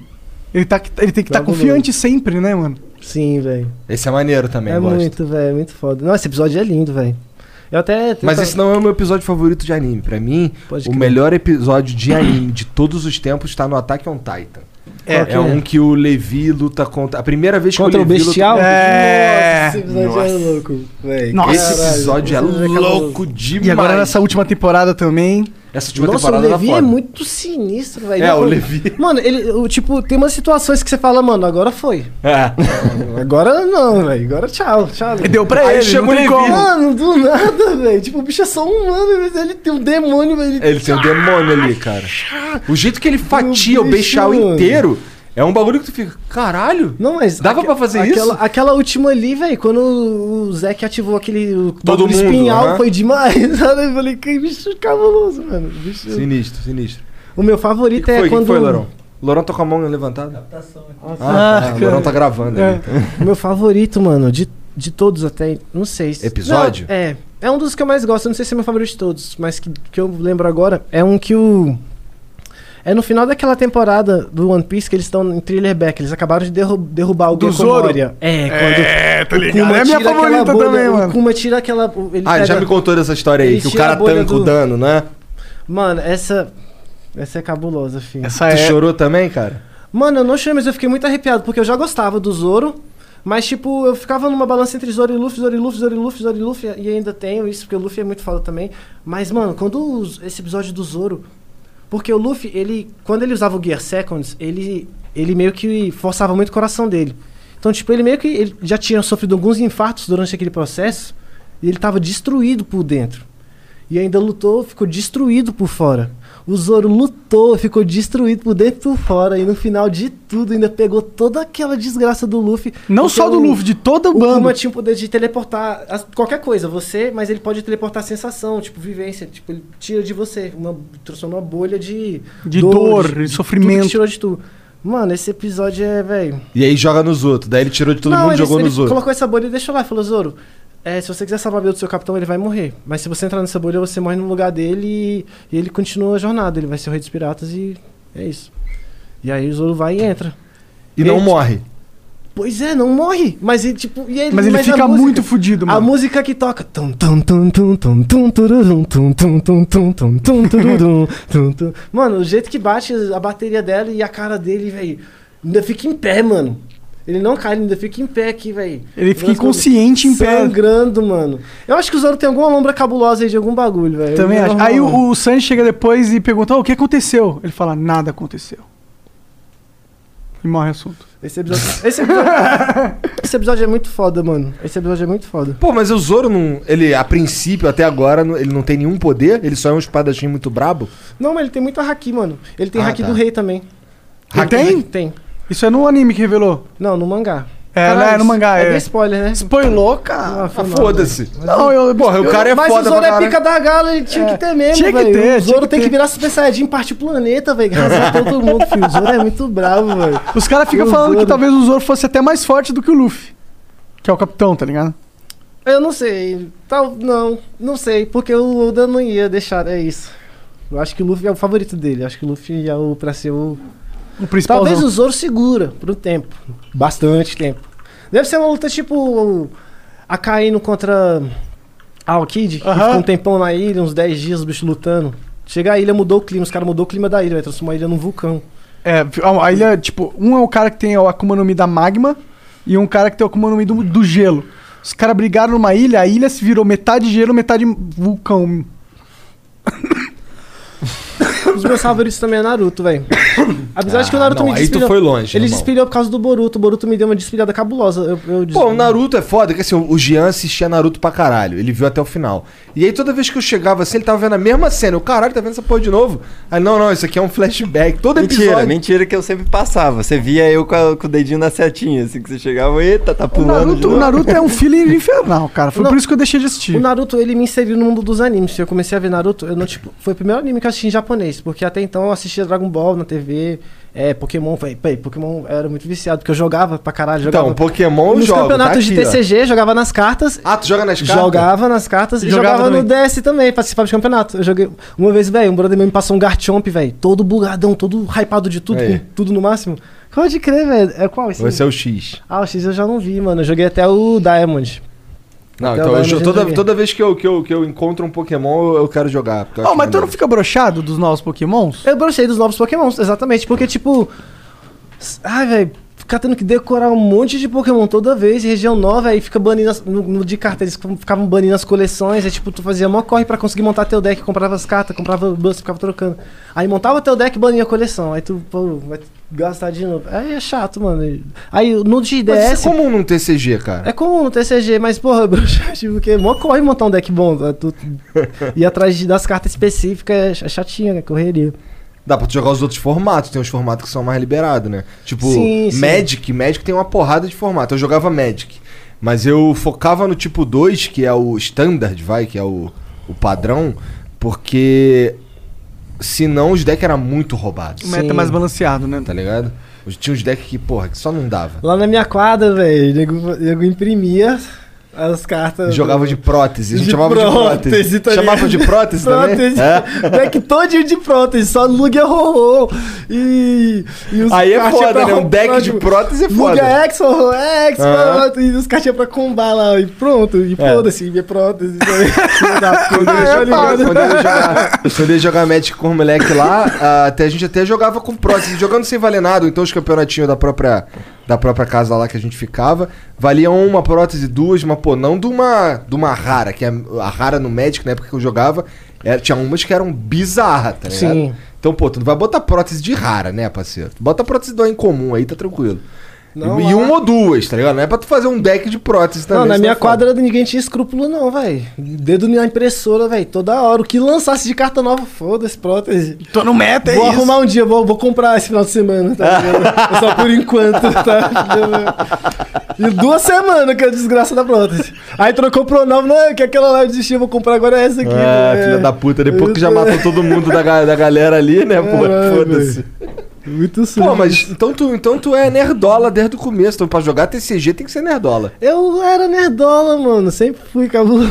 Speaker 2: Ele, tá, ele tem que estar
Speaker 1: Tá
Speaker 2: confiante sempre, né, mano?
Speaker 1: Sim, velho.
Speaker 3: Esse é maneiro também,
Speaker 1: É
Speaker 3: eu gosto.
Speaker 1: muito, velho. Muito foda. Nossa, esse episódio é lindo, velho. Eu até. tipo,
Speaker 3: Mas
Speaker 1: eu-
Speaker 3: esse não é o meu episódio favorito de anime. Pra mim,
Speaker 1: tá- Pode
Speaker 3: o
Speaker 1: crer.
Speaker 3: melhor episódio de anime de todos os tempos tá no Attack on Titan.
Speaker 1: É,
Speaker 3: É um que o Levi luta contra. A primeira vez que
Speaker 1: Contra
Speaker 3: o
Speaker 1: o
Speaker 3: Levi
Speaker 1: Bestial?
Speaker 3: luta.
Speaker 2: É.
Speaker 1: Nossa, esse episódio é louco, velho.
Speaker 2: Nossa.
Speaker 3: Esse
Speaker 1: Caralho,
Speaker 3: episódio é
Speaker 1: esse episódio
Speaker 3: louco
Speaker 2: E
Speaker 3: demais.
Speaker 2: agora nessa última temporada também.
Speaker 3: Essa última
Speaker 1: Nossa, o
Speaker 3: temporada
Speaker 1: Levi
Speaker 3: tá
Speaker 1: é
Speaker 3: foda.
Speaker 1: muito sinistro, velho.
Speaker 3: É,
Speaker 1: Não,
Speaker 3: o Levi.
Speaker 1: Mano, ele, o, tipo, tem umas situações que você fala, mano, agora foi.
Speaker 3: É.
Speaker 1: [laughs] Agora não, velho. Agora tchau, tchau.
Speaker 2: Deu pra
Speaker 3: Aí
Speaker 2: ele,
Speaker 3: chegou
Speaker 2: não tem
Speaker 3: ele
Speaker 2: como.
Speaker 1: Mano, do nada, velho. Tipo, o bicho é só um humano, mas ele tem um demônio, velho. Ele...
Speaker 3: Ele tem um demônio ali, cara. O jeito que ele fatia
Speaker 1: Meu
Speaker 3: o Bestial
Speaker 1: bicho, mano.
Speaker 3: inteiro é um bagulho que tu fica, caralho.
Speaker 1: Não, mas.
Speaker 3: Dava pra fazer isso?
Speaker 1: aquela, Aquela última ali, velho, quando o Zeke ativou aquele. o
Speaker 3: Todo
Speaker 1: bagulho
Speaker 3: mundo,
Speaker 1: espinhal,
Speaker 3: né?
Speaker 1: foi demais, [laughs] sabe? Eu falei, que bicho cabuloso, mano. Bicho-
Speaker 3: Sinistro, sinistro.
Speaker 1: O meu favorito
Speaker 3: que
Speaker 1: é
Speaker 3: foi,
Speaker 1: quando.
Speaker 3: que foi, Lorão? Lorão tá com a mão levantada?
Speaker 2: Ah,
Speaker 3: Ah, tá. o Lorão tá gravando ali. então.
Speaker 1: O meu favorito, mano, de, de todos até. Não sei. se-
Speaker 3: Episódio?
Speaker 1: Não, é. É um dos que eu mais gosto. eu Não sei se é meu favorito de todos, mas que, que eu lembro agora. É um que o. É no final daquela temporada do One Piece que eles estão em thriller back. Eles acabaram de derru- derrubar o
Speaker 2: Do
Speaker 1: Gecko
Speaker 2: Zoro?
Speaker 1: Moria. É, quando.
Speaker 2: É, tá
Speaker 1: O Kuma
Speaker 2: É a minha
Speaker 1: tira aquela
Speaker 2: favorita
Speaker 1: bolha-
Speaker 2: também,
Speaker 1: O
Speaker 2: mano.
Speaker 1: Kuma tira aquela. Ele
Speaker 3: Ah, ele já
Speaker 1: pega-
Speaker 3: me contou dessa história aí,
Speaker 1: Ele
Speaker 3: que o
Speaker 1: tira
Speaker 3: cara
Speaker 1: a bolha
Speaker 3: tanca o
Speaker 1: do-
Speaker 3: dano, né?
Speaker 1: Mano, essa. Essa é cabulosa, filho.
Speaker 2: Essa é
Speaker 3: Tu chorou também, cara?
Speaker 1: Mano, eu não chorei, mas eu fiquei muito arrepiado, porque eu já gostava do Zoro. Mas, tipo, eu ficava numa balança entre Zoro e Luffy, Zoro e Luffy, Zoro e Luffy, Zoro e Luffy. E ainda tenho isso, porque o Luffy é muito foda também. Mas, mano, quando os- esse episódio do Zoro. Porque o Luffy, ele. Quando ele usava o Gear Seconds, ele. Ele meio que forçava muito o coração dele. Então, tipo, ele meio que. Ele já tinha sofrido alguns infartos durante aquele processo. E ele tava destruído por dentro. E ainda lutou, ficou destruído por fora. O Zoro lutou, ficou destruído por dentro e por fora. E no final de tudo, ainda pegou toda aquela desgraça do Luffy.
Speaker 2: Não
Speaker 1: Porque
Speaker 2: só do
Speaker 1: o-
Speaker 2: Luffy, de todo o
Speaker 1: o
Speaker 2: bando.
Speaker 1: Kuma tinha o poder de teleportar as- qualquer coisa, você, mas ele pode teleportar sensação, tipo vivência, tipo ele tira de você, uma, transforma uma bolha de
Speaker 2: De dor, de
Speaker 1: tudo que
Speaker 2: sofrimento.
Speaker 1: tirou de tu. Mano, esse episódio é, velho.
Speaker 3: E aí joga nos outros. Daí ele tirou de todo mundo e
Speaker 1: ele,
Speaker 3: jogou
Speaker 1: ele
Speaker 3: nos outros.
Speaker 1: colocou essa bolha e deixou lá, falou Zoro. É, se você quiser salvar a vida do seu capitão, ele vai morrer. Mas se você entrar nessa bolha, você morre no lugar dele e, e ele continua a jornada. Ele vai ser o rei dos piratas e é isso. E aí o Zoro vai e entra.
Speaker 3: E não
Speaker 1: Ele- tipo,
Speaker 3: morre.
Speaker 1: Pois é, não morre. Mas ele, tipo, e ele,
Speaker 2: Mas ele
Speaker 1: a
Speaker 2: fica
Speaker 1: música-
Speaker 2: muito fudido,
Speaker 1: A
Speaker 2: mano.
Speaker 1: música que toca. Tum, tum, tum, tum, tum, tum, tururum, tum, tum, tum, tum, tum, tum, tururum, tum, tum. Mano, o jeito que bate a bateria dela e a cara dele, velho. Ainda fica em pé, mano. Ele não cai, ele ainda fica em pé aqui, velho.
Speaker 2: Ele fica inconsciente em pé.
Speaker 1: Sangrando, mano. Eu acho que o Zoro tem alguma lombra cabulosa aí de algum bagulho, velho.
Speaker 2: Também
Speaker 1: Não,
Speaker 2: acho.
Speaker 1: não,
Speaker 2: Aí
Speaker 1: não.
Speaker 2: o, o Sanji chega depois e pergunta: "Ó, o que aconteceu? Ele fala: nada aconteceu. E morre o assunto.
Speaker 1: Esse episódio. Esse
Speaker 2: [laughs]
Speaker 1: episódio, esse episódio é muito foda, mano. Esse episódio é muito foda.
Speaker 3: Pô, mas o Zoro, não, ele, a princípio, até agora, não- ele não tem nenhum poder? Ele só é um espadachim muito brabo?
Speaker 1: Não, mas ele tem muita haki, mano. Ele tem
Speaker 3: Ah,
Speaker 1: haki
Speaker 3: tá.
Speaker 1: do rei também.
Speaker 2: Ele tem?
Speaker 1: Tem.
Speaker 2: Isso é no anime que revelou.
Speaker 1: Não, no mangá.
Speaker 2: É,
Speaker 1: Caralho,
Speaker 2: né? é no mangá.
Speaker 1: É
Speaker 2: É.
Speaker 1: bem spoiler, né?
Speaker 2: Spoilou, cara.
Speaker 1: Ah,
Speaker 3: Ah,
Speaker 1: foi mal,
Speaker 3: foda-se.
Speaker 2: Não, eu.
Speaker 3: Porra, o cara é
Speaker 1: Mas
Speaker 3: foda
Speaker 1: o Zoro
Speaker 3: pra
Speaker 1: é
Speaker 3: caralho.
Speaker 1: pica da gala, ele tinha
Speaker 2: É.
Speaker 1: que ter mesmo,
Speaker 2: Tinha que
Speaker 1: velho.
Speaker 2: ter,
Speaker 1: O Zoro
Speaker 2: tinha que
Speaker 1: tem
Speaker 2: ter.
Speaker 1: que virar Super Saiyajin, parte o planeta, velho. Arrasar todo mundo, filho. O Zoro é muito bravo, velho.
Speaker 2: Os caras ficam
Speaker 1: O
Speaker 2: falando que
Speaker 1: Zoro.
Speaker 2: talvez o Zoro fosse até mais forte do que o Luffy. Que é o capitão, tá ligado?
Speaker 1: Eu não sei. Tal, não, não sei. Porque o Oda não ia deixar, é isso. Eu acho que o Luffy é o favorito dele. Eu acho que o Luffy é o pra ser o.
Speaker 2: O principal.
Speaker 1: Talvez o Zoro segura por um tempo. Bastante tempo. Deve ser uma luta tipo. A caindo contra a Alkid, que
Speaker 2: Aham.
Speaker 1: ficou um tempão na ilha, uns 10 dias, os bichos lutando. Chega a ilha, mudou o clima, os caras mudou o clima da ilha, velho, transformou a ilha num vulcão.
Speaker 2: É, a- a ilha, tipo, um é o cara que tem o Akuma no Mi da magma e um cara que tem o Akuma no Mi do, do gelo. Os caras brigaram numa ilha, a ilha se virou metade gelo, metade vulcão.
Speaker 1: Os meus favoritos também é Naruto,
Speaker 3: [coughs]
Speaker 1: velho. Apesar de que o Naruto
Speaker 3: Ah, não,
Speaker 1: me
Speaker 3: aí tu
Speaker 1: despilhou.
Speaker 3: foi longe,
Speaker 1: Ele
Speaker 3: irmão.
Speaker 1: despilhou por causa do Boruto, o Boruto me deu uma despilhada cabulosa. Eu, eu des-
Speaker 3: Pô, o Naruto é foda, que assim, o Jean assistia Naruto pra caralho. Ele viu até o final. E aí toda vez que eu chegava assim, ele tava vendo a mesma cena. Eu, caralho, tá vendo essa porra de novo? Aí, não, não, isso aqui é um flashback. Todo
Speaker 6: Mentira,
Speaker 3: episódio.
Speaker 6: mentira que eu sempre passava. Você via eu com, a- com o dedinho na setinha, assim, que você chegava, eita, tá
Speaker 2: O
Speaker 6: pulando. de
Speaker 2: Naruto, o
Speaker 6: novo."
Speaker 2: Naruto é um filler infernal, cara. Foi
Speaker 1: Não.
Speaker 2: por isso que eu deixei de assistir.
Speaker 1: O Naruto, ele me inseriu no mundo dos animes. Eu comecei a ver Naruto, eu não, tipo, foi o primeiro anime que eu assisti em japonês, porque até então eu assistia Dragon Ball na TV, é, Pokémon, véi, peraí, Pokémon eu era muito viciado, porque eu jogava pra caralho, jogava.
Speaker 3: Então, Pokémon eu
Speaker 1: nos
Speaker 3: jogo.
Speaker 1: campeonatos
Speaker 3: tá
Speaker 1: de
Speaker 3: aqui, ó.
Speaker 1: TCG, jogava nas cartas.
Speaker 3: Ah, tu joga nas cartas?
Speaker 1: Jogava nas cartas e
Speaker 2: Jogava
Speaker 1: jogava, no DS também, participava de campeonato. Eu joguei uma vez, velho, um brother meu me passou um Garchomp, velho, todo bugadão, todo hypado de tudo,
Speaker 3: Aí.
Speaker 1: com tudo no máximo. Pode crer, velho. É qual esse?
Speaker 3: Você é o X.
Speaker 1: Ah, o X eu já não vi, mano. Eu joguei até o Diamond.
Speaker 3: Não,
Speaker 1: Até
Speaker 3: então
Speaker 1: agora
Speaker 3: eu
Speaker 1: eu
Speaker 3: jo-
Speaker 1: não
Speaker 3: toda,
Speaker 1: joguei.
Speaker 3: toda vez que eu, que, eu, que eu encontro um Pokémon, eu, eu quero jogar. porque eu
Speaker 2: Oh,
Speaker 3: acho
Speaker 2: mas tu não
Speaker 3: maneiro.
Speaker 2: fica brochado dos novos pokémons?
Speaker 1: Eu brochei dos novos pokémons, exatamente, porque tipo. s- Ai, velho, ficar tendo que decorar um monte de Pokémon toda vez, e região nova, aí fica banindo as, no, no de carta, eles ficam- ficavam banindo as coleções, aí tipo, tu fazia mó corre pra conseguir montar teu deck, comprava as cartas, comprava o bus, ficava trocando. Aí montava teu deck e bania a coleção, aí tu, pô, vai gastar de novo. Aí é chato, mano. Aí no de
Speaker 3: Mas
Speaker 1: DS.
Speaker 3: isso é comum num TCG, cara.
Speaker 1: É comum no TCG, mas porra, [laughs] broxante, porque mó corre montar um deck bom. tá?
Speaker 3: [laughs]
Speaker 1: Tu, ir atrás de- das cartas específicas é chatinho, né? Correria.
Speaker 3: Dá pra tu jogar os outros formatos. Tem uns formatos que são mais liberados, né? Tipo,
Speaker 1: Sim, sim.
Speaker 3: Magic. Magic tem uma porrada de formato. Eu jogava Magic. Mas eu focava no tipo 2, que é o standard, vai, que é o, o padrão. Porque senão os decks eram muito roubados,
Speaker 2: O meta é
Speaker 1: Sim.
Speaker 2: mais balanceado, né?
Speaker 3: tá ligado? Os- Tinha uns decks que, porra, que só não dava.
Speaker 1: Lá na minha quadra, velho, o nego- o nego imprimia as cartas.
Speaker 3: Jogava de prótese, a gente chamava de prótese.
Speaker 1: tá
Speaker 3: chamava
Speaker 1: ligado?
Speaker 3: de prótese também? É?
Speaker 1: Prótese. Deck todinho de prótese, só Lugia Horror. E. e os tá
Speaker 3: Aí é
Speaker 1: cartinha
Speaker 3: foda,
Speaker 1: pra
Speaker 3: né? Um
Speaker 1: rom-
Speaker 3: deck
Speaker 1: pra-
Speaker 3: de prótese é foda.
Speaker 1: Lugia X, Horror X,
Speaker 3: Aham.
Speaker 1: pronto, e os cartinhas pra combar lá, e pronto, e foda-se, e é prótese.
Speaker 3: [laughs]
Speaker 1: é
Speaker 3: Quando eu ia jogar- quando eu ia jogar- quando eu ia jogar Magic com o moleque lá, ah, até, a gente até jogava com prótese, jogando sem valer nada, ou então os campeonatinhos da própria, da própria casa lá que a gente ficava, valiam uma prótese, duas, mas pô, não de uma, de uma rara, que a, a rara no Magic, na época que eu jogava, era- tinha umas que eram bizarras, tá ligado?
Speaker 1: Sim.
Speaker 3: Então, pô, tu não vai botar prótese de rara, né, parceiro? Tu Bota prótese do em comum aí, tá tranquilo.
Speaker 1: Não,
Speaker 3: e
Speaker 1: lá-
Speaker 3: uma ou duas, tá ligado? Não é pra tu fazer um deck de prótese também.
Speaker 1: Não, na
Speaker 3: senão é
Speaker 1: minha
Speaker 3: foda.
Speaker 1: quadra ninguém tinha escrúpulo, não, velho. Dedo na impressora, velho, toda hora. O que lançasse de carta nova, foda-se, prótese.
Speaker 2: Tô no meta,
Speaker 1: vou arrumar um dia, vou, vou comprar esse final de semana, tá
Speaker 3: [laughs]
Speaker 1: ligado? É Só por enquanto, tá? E duas semanas que é a desgraça da prótese. Aí trocou pro novo, não, que aquela lá eu desisti, eu vou comprar agora essa aqui.
Speaker 3: Ah,
Speaker 1: né?
Speaker 3: filha da puta, depois que já matou todo mundo da, ga- da galera ali, né, pô?
Speaker 1: Caralho,
Speaker 3: Foda-se.
Speaker 1: Muito sujo.
Speaker 3: Pô, mas então tu, então tu é nerdola desde o começo. Então pra jogar TCG tem que ser nerdola.
Speaker 1: Eu era nerdola, mano. Sempre fui cabuloso.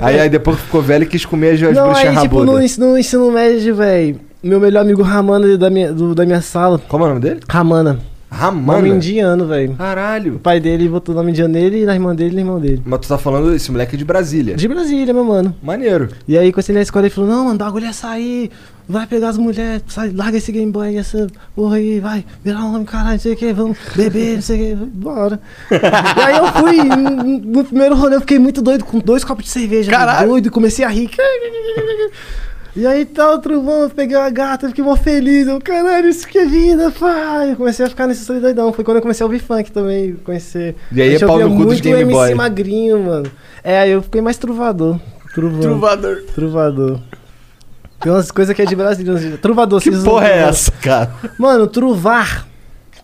Speaker 3: Aí, aí depois que ficou velho e quis comer as, as
Speaker 1: não,
Speaker 3: bruxas
Speaker 1: aí, tipo, no,
Speaker 3: rabudas.
Speaker 1: ens- no ensino médio, velho, meu melhor amigo Ramana da minha, do- da minha sala.
Speaker 3: Como é o nome dele?
Speaker 1: Ramana.
Speaker 3: Ramana.
Speaker 1: Nome indiano, velho. O
Speaker 3: Caralho.
Speaker 1: pai dele botou o nome indiano nele e na irmã dele, na irmã dele.
Speaker 3: Mas tu tá falando esse moleque é de Brasília.
Speaker 1: De Brasília, meu mano.
Speaker 3: Maneiro.
Speaker 1: E aí, quando ele na escola, ele falou: Não, mano, o bagulho é sair, vai pegar as mulheres, sai, larga esse Game Boy, essa porra aí, vai, virar homem, caralho, não sei o que, vamos beber, não sei o que, bora. e aí eu fui, n- n- no primeiro rolê, eu fiquei muito doido, com dois copos de cerveja,
Speaker 2: Caralho.
Speaker 1: doido, comecei a rir. E aí tá outro bom, peguei uma gata, fiquei mó feliz. Eu, caralho, isso que é vida, pai. Eu comecei a ficar nesse solidoidão. Foi quando eu comecei a ouvir funk também, conhecer.
Speaker 3: E aí é
Speaker 1: Gente, eu
Speaker 3: pau no
Speaker 1: ouvia
Speaker 3: cu dos
Speaker 1: muito
Speaker 3: Game
Speaker 1: MC
Speaker 3: Boy.
Speaker 1: magrinho, mano. É, aí eu fiquei mais truvador. Truvão.
Speaker 2: Trovador.
Speaker 1: Truvador. Tem umas coisas que é de brasileiro. Truvador,
Speaker 3: Que
Speaker 1: vocês não-
Speaker 3: porra é essa, cara?
Speaker 1: Mano, truvar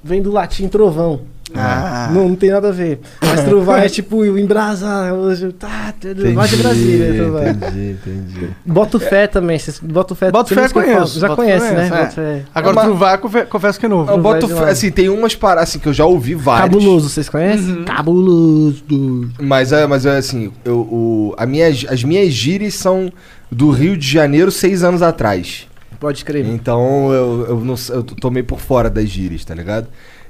Speaker 1: vem do latim trovão.
Speaker 2: Ah.
Speaker 1: Não, não tem nada a ver. Mas
Speaker 2: [laughs]
Speaker 1: truvar é tipo o embrasar. hoje, Tá, tudo- lá de Brasília. Truvar.
Speaker 3: entendi, entendi.
Speaker 1: Boto fé também. vocês- Boto fé.
Speaker 2: Boto
Speaker 1: por
Speaker 2: fé
Speaker 1: isso que eu
Speaker 2: conheço,
Speaker 1: falo, Já
Speaker 2: boto
Speaker 1: conhece,
Speaker 2: fé
Speaker 1: né?
Speaker 2: conheço, é.
Speaker 1: Boto fé.
Speaker 2: Agora,
Speaker 3: É uma-
Speaker 2: truvar, confe- confesso que é novo.
Speaker 3: Eu
Speaker 1: vai
Speaker 3: boto,
Speaker 1: de
Speaker 3: fé-
Speaker 1: lado.
Speaker 3: assim, tem umas paradas assim, que eu já ouvi várias.
Speaker 1: Cabuloso, vocês conhecem?
Speaker 2: Uhum.
Speaker 1: Cabuloso.
Speaker 3: Mas, é, mas é assim, eu, o, a minha, as minhas gírias são do Rio de Janeiro seis anos atrás.
Speaker 1: Pode crer.
Speaker 3: Então eu, eu, não, sei- eu tô meio por fora das gírias, tá ligado?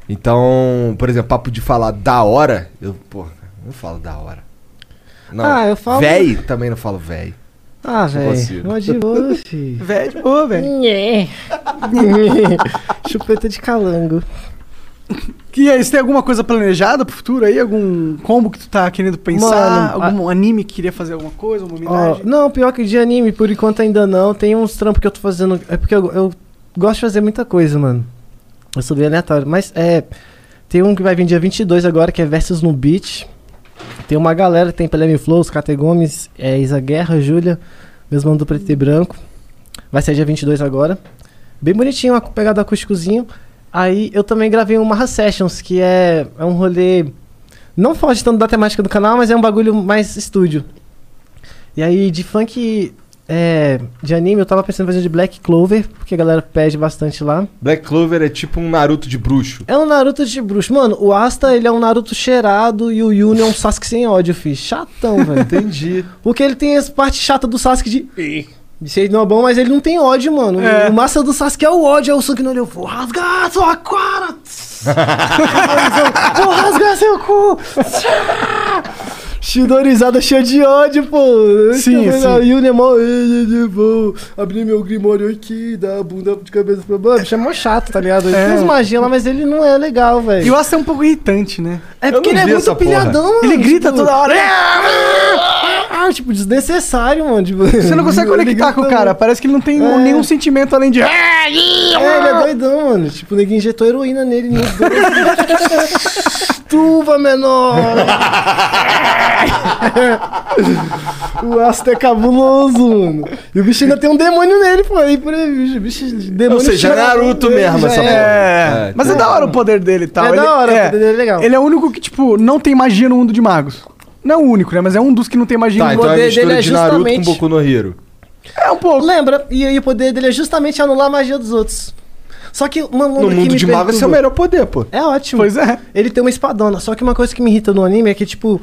Speaker 3: Então, por exemplo, papo de falar da hora, eu, porra, não falo da hora. Não.
Speaker 1: Ah, eu falo-
Speaker 3: Véi, também não falo véi.
Speaker 1: Ah, velho.
Speaker 3: consigo.
Speaker 1: Mó de
Speaker 2: [laughs]
Speaker 1: boa, fi.
Speaker 2: um Velho, pô, velho.
Speaker 1: [laughs] Chupeta de calango.
Speaker 2: E aí, você tem alguma coisa planejada pro futuro aí? Algum combo que tu tá querendo pensar?
Speaker 1: Mano,
Speaker 2: algum anime que queria fazer alguma coisa, uma
Speaker 1: Ó,
Speaker 2: homenagem?
Speaker 1: não, pior que de anime, por enquanto ainda não. Tem uns trampos que eu tô fazendo. É porque eu, eu gosto de fazer muita coisa, mano. Eu sou bem aleatório. Mas é. Tem um que vai vir dia 22 agora, que é Versus no Beat. Tem uma galera, tem Pelemi Flow, os Kate Gomes, é, Isa Guerra, Júlia, meus mano do Preto e Branco. Vai ser dia 22 agora. Bem bonitinho, uma pegada acústicozinho. Aí eu também gravei um Marra Sessions, que é, é um rolê. Não foge tanto da temática do canal, mas é um bagulho mais estúdio. E aí, de funk é, de anime, eu tava pensando em fazer de Black Clover, porque a galera pede bastante lá.
Speaker 3: Black Clover é tipo um Naruto de bruxo.
Speaker 1: É um Naruto de bruxo. Mano, o Asta, ele é um Naruto cheirado e o Yuni é um Sasuke sem ódio, fi. Chatão, velho.
Speaker 3: Entendi.
Speaker 1: Porque ele tem as partes chatas do Sasuke de... De ser não é bom, mas ele não tem ódio, mano.
Speaker 2: É.
Speaker 1: O massa do Sasuke é o ódio, é o sangue no olho. Eu vou rasgar sua
Speaker 2: [laughs]
Speaker 1: cara! vou rasgar seu cu! [laughs] Shidorizada cheia de ódio, pô. é
Speaker 2: Sim, sim.
Speaker 1: E o Nemo, vou abrir meu grimório aqui, dar a bunda de cabeça pra baixo. Bicho, é mó chato, tá ligado? Ele
Speaker 2: É.
Speaker 1: tem umas magias lá, mas ele não é legal,
Speaker 2: E
Speaker 1: velho.
Speaker 2: o Asta é um pouco irritante, né?
Speaker 1: É porque
Speaker 3: não
Speaker 1: ele é
Speaker 3: vi essa
Speaker 1: muito tipo,
Speaker 3: porra.
Speaker 1: pilhadão,
Speaker 2: Ele grita toda hora.
Speaker 1: ah, tipo, desnecessário, mano. tipo, [laughs]
Speaker 2: Você não consegue
Speaker 1: ele
Speaker 2: conectar
Speaker 1: grita
Speaker 2: com o cara. Parece que ele não tem
Speaker 1: É.
Speaker 2: nenhum sentimento além de.
Speaker 1: É, ele é doidão, mano. Tipo, o nego injetou heroína nele. né?
Speaker 3: [laughs]
Speaker 1: Meu Deus. Tuva,
Speaker 3: [laughs]
Speaker 1: menor! o Asta é cabuloso, mano. E o bicho ainda tem um demônio nele, pô. Aí por aí, bicho. bicho demônio
Speaker 3: Ou seja, é
Speaker 1: cheira-
Speaker 3: Naruto mesmo
Speaker 1: Já
Speaker 3: essa
Speaker 1: é.
Speaker 2: É.
Speaker 3: É,
Speaker 2: Mas é
Speaker 3: tem-
Speaker 2: da hora o poder dele e tal.
Speaker 1: É da hora, o
Speaker 2: é.
Speaker 1: poder dele é legal.
Speaker 2: Ele é o único que, tipo, não tem magia no mundo de magos. Não é o único, né? Mas é um dos que não tem magia no
Speaker 3: Tá,
Speaker 2: mundo.
Speaker 3: então é
Speaker 1: poder
Speaker 3: a mistura
Speaker 1: dele é
Speaker 3: de Naruto com
Speaker 1: justamente-
Speaker 3: Boku no Hero.
Speaker 2: É um pouco.
Speaker 1: Lembra? E aí o poder dele é justamente anular a magia dos outros. Só que, mano,
Speaker 3: No
Speaker 1: que
Speaker 3: mundo
Speaker 1: me
Speaker 3: de mago, esse é o
Speaker 1: perturba.
Speaker 3: melhor poder, pô.
Speaker 1: É ótimo.
Speaker 2: Pois é.
Speaker 1: Ele tem uma espadona. Só que uma coisa que me irrita no anime é que, tipo,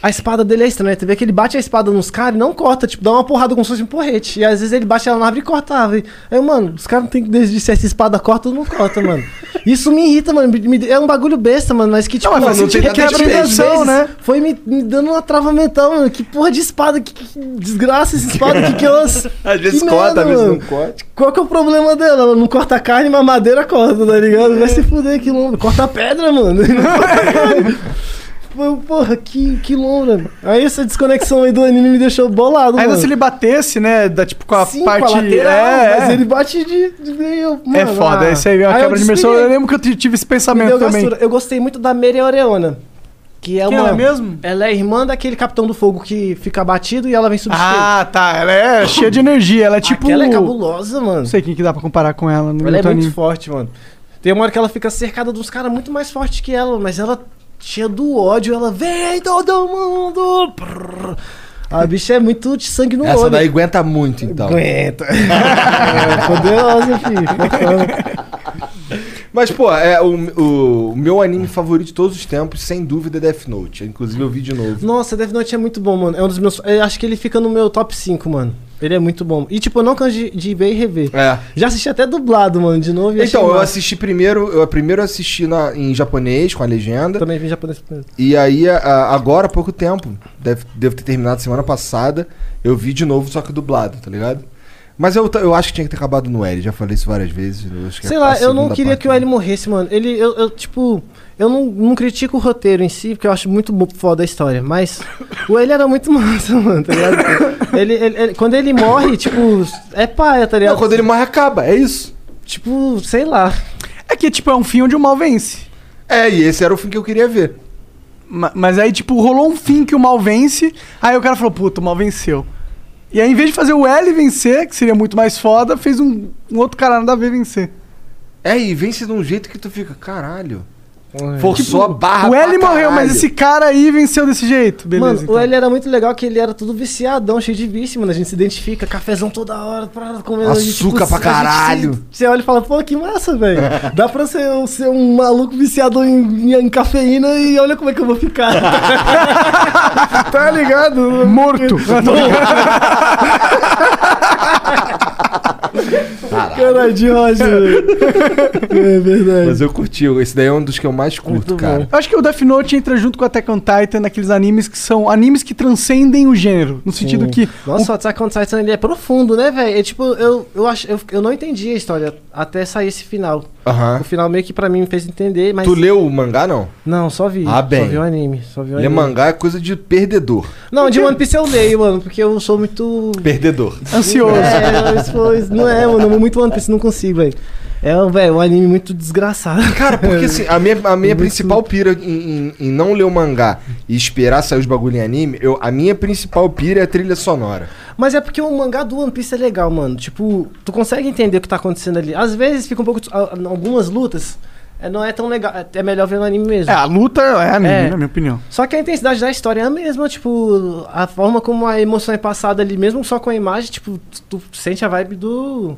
Speaker 1: a espada dele é estranha. Tu vê que ele bate a espada nos caras e não corta. Tipo, dá uma porrada como se fosse um porrete. E às vezes ele bate ela na árvore e corta a árvore. Aí, eu, mano, os caras não tem que decidir se essa espada corta ou não corta,
Speaker 3: [laughs]
Speaker 1: mano. Isso me irrita, mano. Me- me- é um bagulho besta, mano. Mas que, tipo,
Speaker 2: mas faz
Speaker 1: mano,
Speaker 2: sentido,
Speaker 1: que
Speaker 2: quebra
Speaker 1: quebra
Speaker 2: a
Speaker 1: das
Speaker 2: tensão,
Speaker 1: vezes
Speaker 2: né?
Speaker 1: Foi me, me dando uma trava mental, mano. Que porra de espada. Que, que desgraça
Speaker 3: [laughs]
Speaker 1: essa espada. que que elas...
Speaker 3: Às vezes
Speaker 1: que
Speaker 3: corta,
Speaker 1: merda,
Speaker 3: às vezes
Speaker 1: mano.
Speaker 3: não corta.
Speaker 1: Qual que é o problema dela? Ela não corta carne, mas madeira corta, tá ligado?
Speaker 2: É.
Speaker 1: Vai se fuder, que lombra. Corta pedra, mano. [laughs] Não corta
Speaker 2: [laughs]
Speaker 1: carne. Pô, Porra, que, que lombra. mano. Aí essa desconexão aí do anime me deixou bolado,
Speaker 2: Ainda
Speaker 1: mano.
Speaker 2: se ele batesse, né? Da, tipo, com a
Speaker 1: Hum. Sim, com
Speaker 2: parte.
Speaker 1: a lateral,
Speaker 2: é,
Speaker 1: mas
Speaker 2: é.
Speaker 1: ele bate de... de meio, mano,
Speaker 2: é foda.
Speaker 1: ah.
Speaker 2: Isso aí é uma
Speaker 1: eu
Speaker 2: quebra de imersão.
Speaker 1: desviei.
Speaker 2: Eu lembro que eu t- tive esse
Speaker 1: Me deu
Speaker 2: pensamento também.
Speaker 1: gastura. Eu gostei muito da Mary Oreona. Que é
Speaker 2: Quem
Speaker 1: uma...
Speaker 2: ela é mesmo?
Speaker 1: Ela é irmã daquele Capitão do Fogo que fica batido e ela vem substituir.
Speaker 2: Ah, tá. Ela é cheia de energia. Ela é tipo.
Speaker 1: Ela é
Speaker 2: não
Speaker 1: cabulosa, mano.
Speaker 2: sei quem que dá pra comparar com ela né, no
Speaker 1: Ela é
Speaker 2: outro
Speaker 1: muito
Speaker 2: anime.
Speaker 1: forte, mano. Tem uma hora que ela fica cercada de uns caras muito mais fortes que ela, mas ela cheia do ódio, ela vem todo mundo. Prrr. A bicha é muito de sangue no
Speaker 3: Essa
Speaker 1: olho.
Speaker 3: daí aguenta muito, então.
Speaker 1: [laughs]
Speaker 3: [laughs]
Speaker 1: Aguenta. é poderosa, filho.
Speaker 3: Mas, pô, é, o, o- o meu anime favorito de todos os tempos, sem dúvida, é Death Note. Inclusive, eu vi de novo.
Speaker 1: Nossa, Death Note é muito bom, mano. É um dos meus. Eu acho que ele fica no meu top 5, mano. Ele é muito bom. E, tipo, eu não canso de, de ver e rever.
Speaker 3: É.
Speaker 1: Já assisti até dublado, mano, de novo. E achei
Speaker 3: Então, eu
Speaker 1: massa.
Speaker 3: assisti primeiro, eu primeiro assisti na- em japonês, com a legenda.
Speaker 1: Também vi japonês. primeiro.
Speaker 3: E aí, a- a- agora, há pouco tempo, deve, devo ter terminado semana passada, eu vi de novo, só que dublado, tá ligado? Mas eu, ta- eu acho que tinha que ter acabado no L, já falei isso várias vezes. eu acho que
Speaker 1: Sei
Speaker 3: é
Speaker 1: lá,
Speaker 3: a
Speaker 1: eu não
Speaker 3: segunda
Speaker 1: queria
Speaker 3: parte.
Speaker 1: que o L morresse, mano. Ele, eu, eu, tipo, eu não, não critico o roteiro em si, porque eu acho muito bo- foda a história. Mas o L era muito [laughs] massa, mano, tá ligado? ele, ele- ele- quando ele morre, tipo, é paia, tá ligado?
Speaker 3: Não, quando ele morre, acaba, é isso.
Speaker 1: Tipo, sei lá.
Speaker 2: É que, tipo, é um fim onde o mal vence.
Speaker 3: É, e esse era o fim que eu queria ver.
Speaker 2: Ma- Mas aí, tipo, rolou um fim que o mal vence, aí o cara falou, puta, o mal venceu. E aí, em vez de fazer o L vencer, que seria muito mais foda, fez um, um outro cara nada a ver vencer.
Speaker 3: É, e vence de um jeito que tu fica, caralho.
Speaker 1: tipo,
Speaker 3: Forçou a barra.
Speaker 2: o
Speaker 3: pra
Speaker 2: L morreu, mas
Speaker 3: caralho.
Speaker 2: esse cara aí venceu desse jeito. Beleza.
Speaker 1: Ah, mano,
Speaker 2: então.
Speaker 1: o L era muito legal que ele era tudo viciadão, cheio de vício, mano. A gente se identifica, cafezão toda hora, pra, comendo. e, a
Speaker 3: Açúcar pra
Speaker 1: gente se-
Speaker 3: caralho.
Speaker 1: Você olha e fala, pô, que massa,
Speaker 3: [laughs]
Speaker 1: velho. Dá pra ser, um- ser um maluco viciado em, em cafeína e olha como é que eu vou
Speaker 3: [laughs]
Speaker 1: ficar.
Speaker 2: tá
Speaker 1: é
Speaker 2: ligado? Morto.
Speaker 1: Caralho, de Roger.
Speaker 3: [laughs]
Speaker 1: é verdade.
Speaker 3: Mas eu curti, esse daí é um dos que eu mais curto,
Speaker 1: Muito
Speaker 3: cara.
Speaker 1: bom.
Speaker 2: Eu [laughs] acho que o Death Note entra junto com a Attack on Titan naqueles animes que são animes que transcendem o gênero. No sentido
Speaker 1: Sim.
Speaker 2: que.
Speaker 1: Nossa, o Attack on Titan ele é profundo, né, velho? É tipo, eu, eu, acho, eu, eu não entendi a história até sair esse final.
Speaker 3: Aham.
Speaker 1: O final meio que pra mim me fez entender, mas.
Speaker 3: Tu leu o mangá, não?
Speaker 1: Não, só vi.
Speaker 3: Ah, bem.
Speaker 1: Só vi o anime. Só vi o
Speaker 3: Ler
Speaker 1: anime.
Speaker 3: mangá é coisa de perdedor.
Speaker 1: Não, de One Piece eu leio, mano, porque eu sou muito.
Speaker 3: Perdedor.
Speaker 2: o- ansioso.
Speaker 1: [laughs] É, isso foi- não é, mano, eu amo muito One Piece, não consigo, velho. É, velho, um anime muito desgraçado. [laughs]
Speaker 3: Cara, porque assim, a minha, a minha
Speaker 1: Muito-
Speaker 3: principal pira em, em- em não ler o mangá e esperar sair os bagulho em anime, eu, a minha principal pira é a trilha sonora.
Speaker 1: Mas é porque o mangá do One Piece é legal, mano. Tipo, tu consegue entender o que tá acontecendo ali. Às vezes fica um pouco. a- Algumas lutas é, não é tão legal. é- É melhor ver no anime mesmo.
Speaker 2: É, a luta é anime,
Speaker 1: É.
Speaker 2: na minha opinião.
Speaker 1: Só que a intensidade da história é a mesma, tipo, a forma como a emoção é passada ali, mesmo só com a imagem, tipo, tu tu sente a vibe do.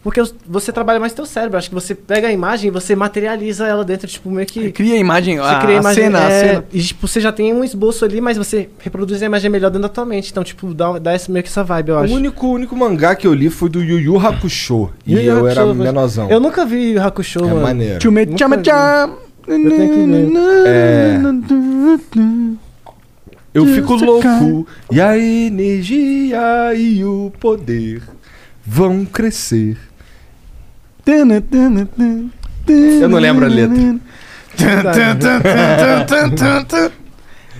Speaker 1: Porque os- você trabalha mais teu cérebro, acho que você pega a imagem e você materializa ela dentro, tipo, meio que.
Speaker 2: Cria a imagem,
Speaker 1: Você
Speaker 2: a,
Speaker 1: cria a
Speaker 2: a
Speaker 1: imagem.
Speaker 2: cena, a
Speaker 1: é,
Speaker 2: cena.
Speaker 1: E, tipo, você já tem um esboço ali, mas você reproduz a imagem melhor dentro da tua mente. Então, tipo, dá, dá esse, meio que essa vibe, eu
Speaker 3: O
Speaker 1: acho.
Speaker 3: único, o único mangá que eu li foi do Yu Yu Hakusho. E
Speaker 1: Yu Yu
Speaker 3: eu
Speaker 1: Hakusho,
Speaker 3: era
Speaker 1: mas-
Speaker 3: menorzão.
Speaker 1: Eu nunca vi o Hakusho,
Speaker 3: É
Speaker 1: mano.
Speaker 3: maneiro.
Speaker 2: Tchume,
Speaker 1: Nunca
Speaker 2: tchama,
Speaker 1: vi.
Speaker 2: tcham.
Speaker 1: tenho que ver.
Speaker 3: É. Eu fico louco. E a energia e o poder vão crescer.
Speaker 2: Eu
Speaker 3: não lembro a letra.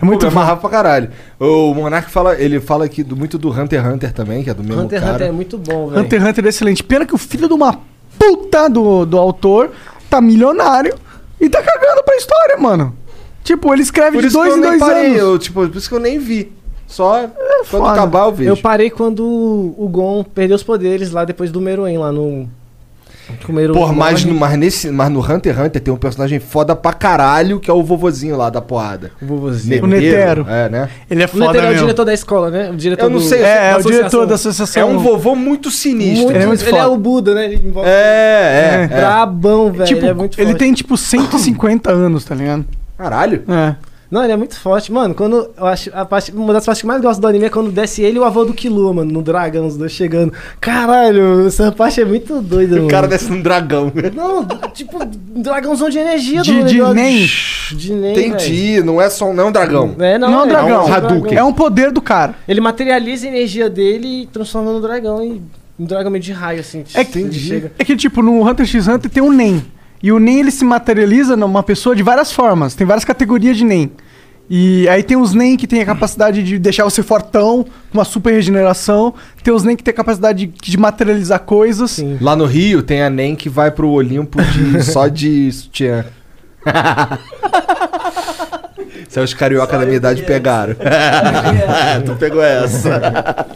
Speaker 2: É muito
Speaker 3: Pô, me amarrava pra caralho. O Monark fala, ele fala aqui do, muito do Hunter x Hunter também, que é do mesmo
Speaker 1: Hunter x
Speaker 3: cara.
Speaker 1: Hunter é muito bom, velho.
Speaker 2: Hunter x Hunter é excelente. Pena que o filho de uma puta do, do autor tá milionário e tá cagando pra história, mano. Tipo, ele escreve
Speaker 3: Por
Speaker 2: de
Speaker 3: isso
Speaker 2: dois
Speaker 3: que eu
Speaker 2: em
Speaker 3: nem
Speaker 2: dois
Speaker 3: parei,
Speaker 2: anos. É
Speaker 3: eu, tipo, por isso que eu nem vi. Só quando
Speaker 2: foda.
Speaker 3: acabar eu vejo.
Speaker 1: Eu parei quando o Gon perdeu os poderes lá depois do Meruem, lá no. que o Meruem
Speaker 3: Porra, mas no,
Speaker 1: morre,
Speaker 3: mas, nesse, mas no Hunter x Hunter tem um personagem foda pra caralho, que é o vovozinho lá da porrada.
Speaker 1: o vovozinho.
Speaker 2: O
Speaker 3: Netero,
Speaker 2: Netero.
Speaker 3: É, né?
Speaker 2: Ele é
Speaker 1: O Netero é o
Speaker 2: mesmo.
Speaker 1: diretor da escola, né? O diretor
Speaker 3: Eu não
Speaker 1: do-
Speaker 3: sei,
Speaker 1: da
Speaker 2: É, é o
Speaker 1: associação.
Speaker 2: diretor da
Speaker 3: É
Speaker 2: associação.
Speaker 3: um vovô muito sinistro.
Speaker 1: Muito-
Speaker 2: Ele é
Speaker 1: ele,
Speaker 2: muito
Speaker 1: é
Speaker 2: foda.
Speaker 1: o Buda, né? Ele envolve
Speaker 3: É, é, é.
Speaker 1: Brabão, velho.
Speaker 2: Tipo,
Speaker 1: ele é muito
Speaker 2: ele
Speaker 1: forte.
Speaker 2: tem tipo 150 anos, tá ligado?
Speaker 3: Caralho.
Speaker 2: É.
Speaker 1: Não, ele é muito forte. Mano, quando. Eu acho. A parte, uma das partes que eu mais gosto do anime é quando desce ele e o avô do Killua, mano, no dragão, os dois chegando. Caralho, essa parte é muito doida, mano.
Speaker 3: O cara desce num dragão.
Speaker 1: Não, tipo, um dragãozão de energia
Speaker 2: De, de
Speaker 1: negócio.
Speaker 2: nem.
Speaker 1: De nem. velho.
Speaker 3: Entendi, não é só não é um dragão.
Speaker 1: É, não,
Speaker 2: Não é um
Speaker 1: é
Speaker 2: dragão.
Speaker 3: um Hadouken.
Speaker 2: É um poder do cara.
Speaker 1: Ele materializa a energia dele e transforma no dragão e um dragão meio de raio, assim.
Speaker 2: É que-
Speaker 1: ele chega.
Speaker 2: É que, tipo, no Hunter x Hunter tem um NEM. E o NEM ele se materializa numa pessoa de várias formas. Tem várias categorias de NEM. E aí tem os NEM que tem a capacidade de deixar você fortão, com uma super regeneração. Tem os NEM que tem a capacidade de, de materializar coisas.
Speaker 3: Lá no Rio tem a Nen que vai pro Olimpo de- só de sutiã. Se é os carioca da minha idade pegaram. [laughs] tu pegou essa.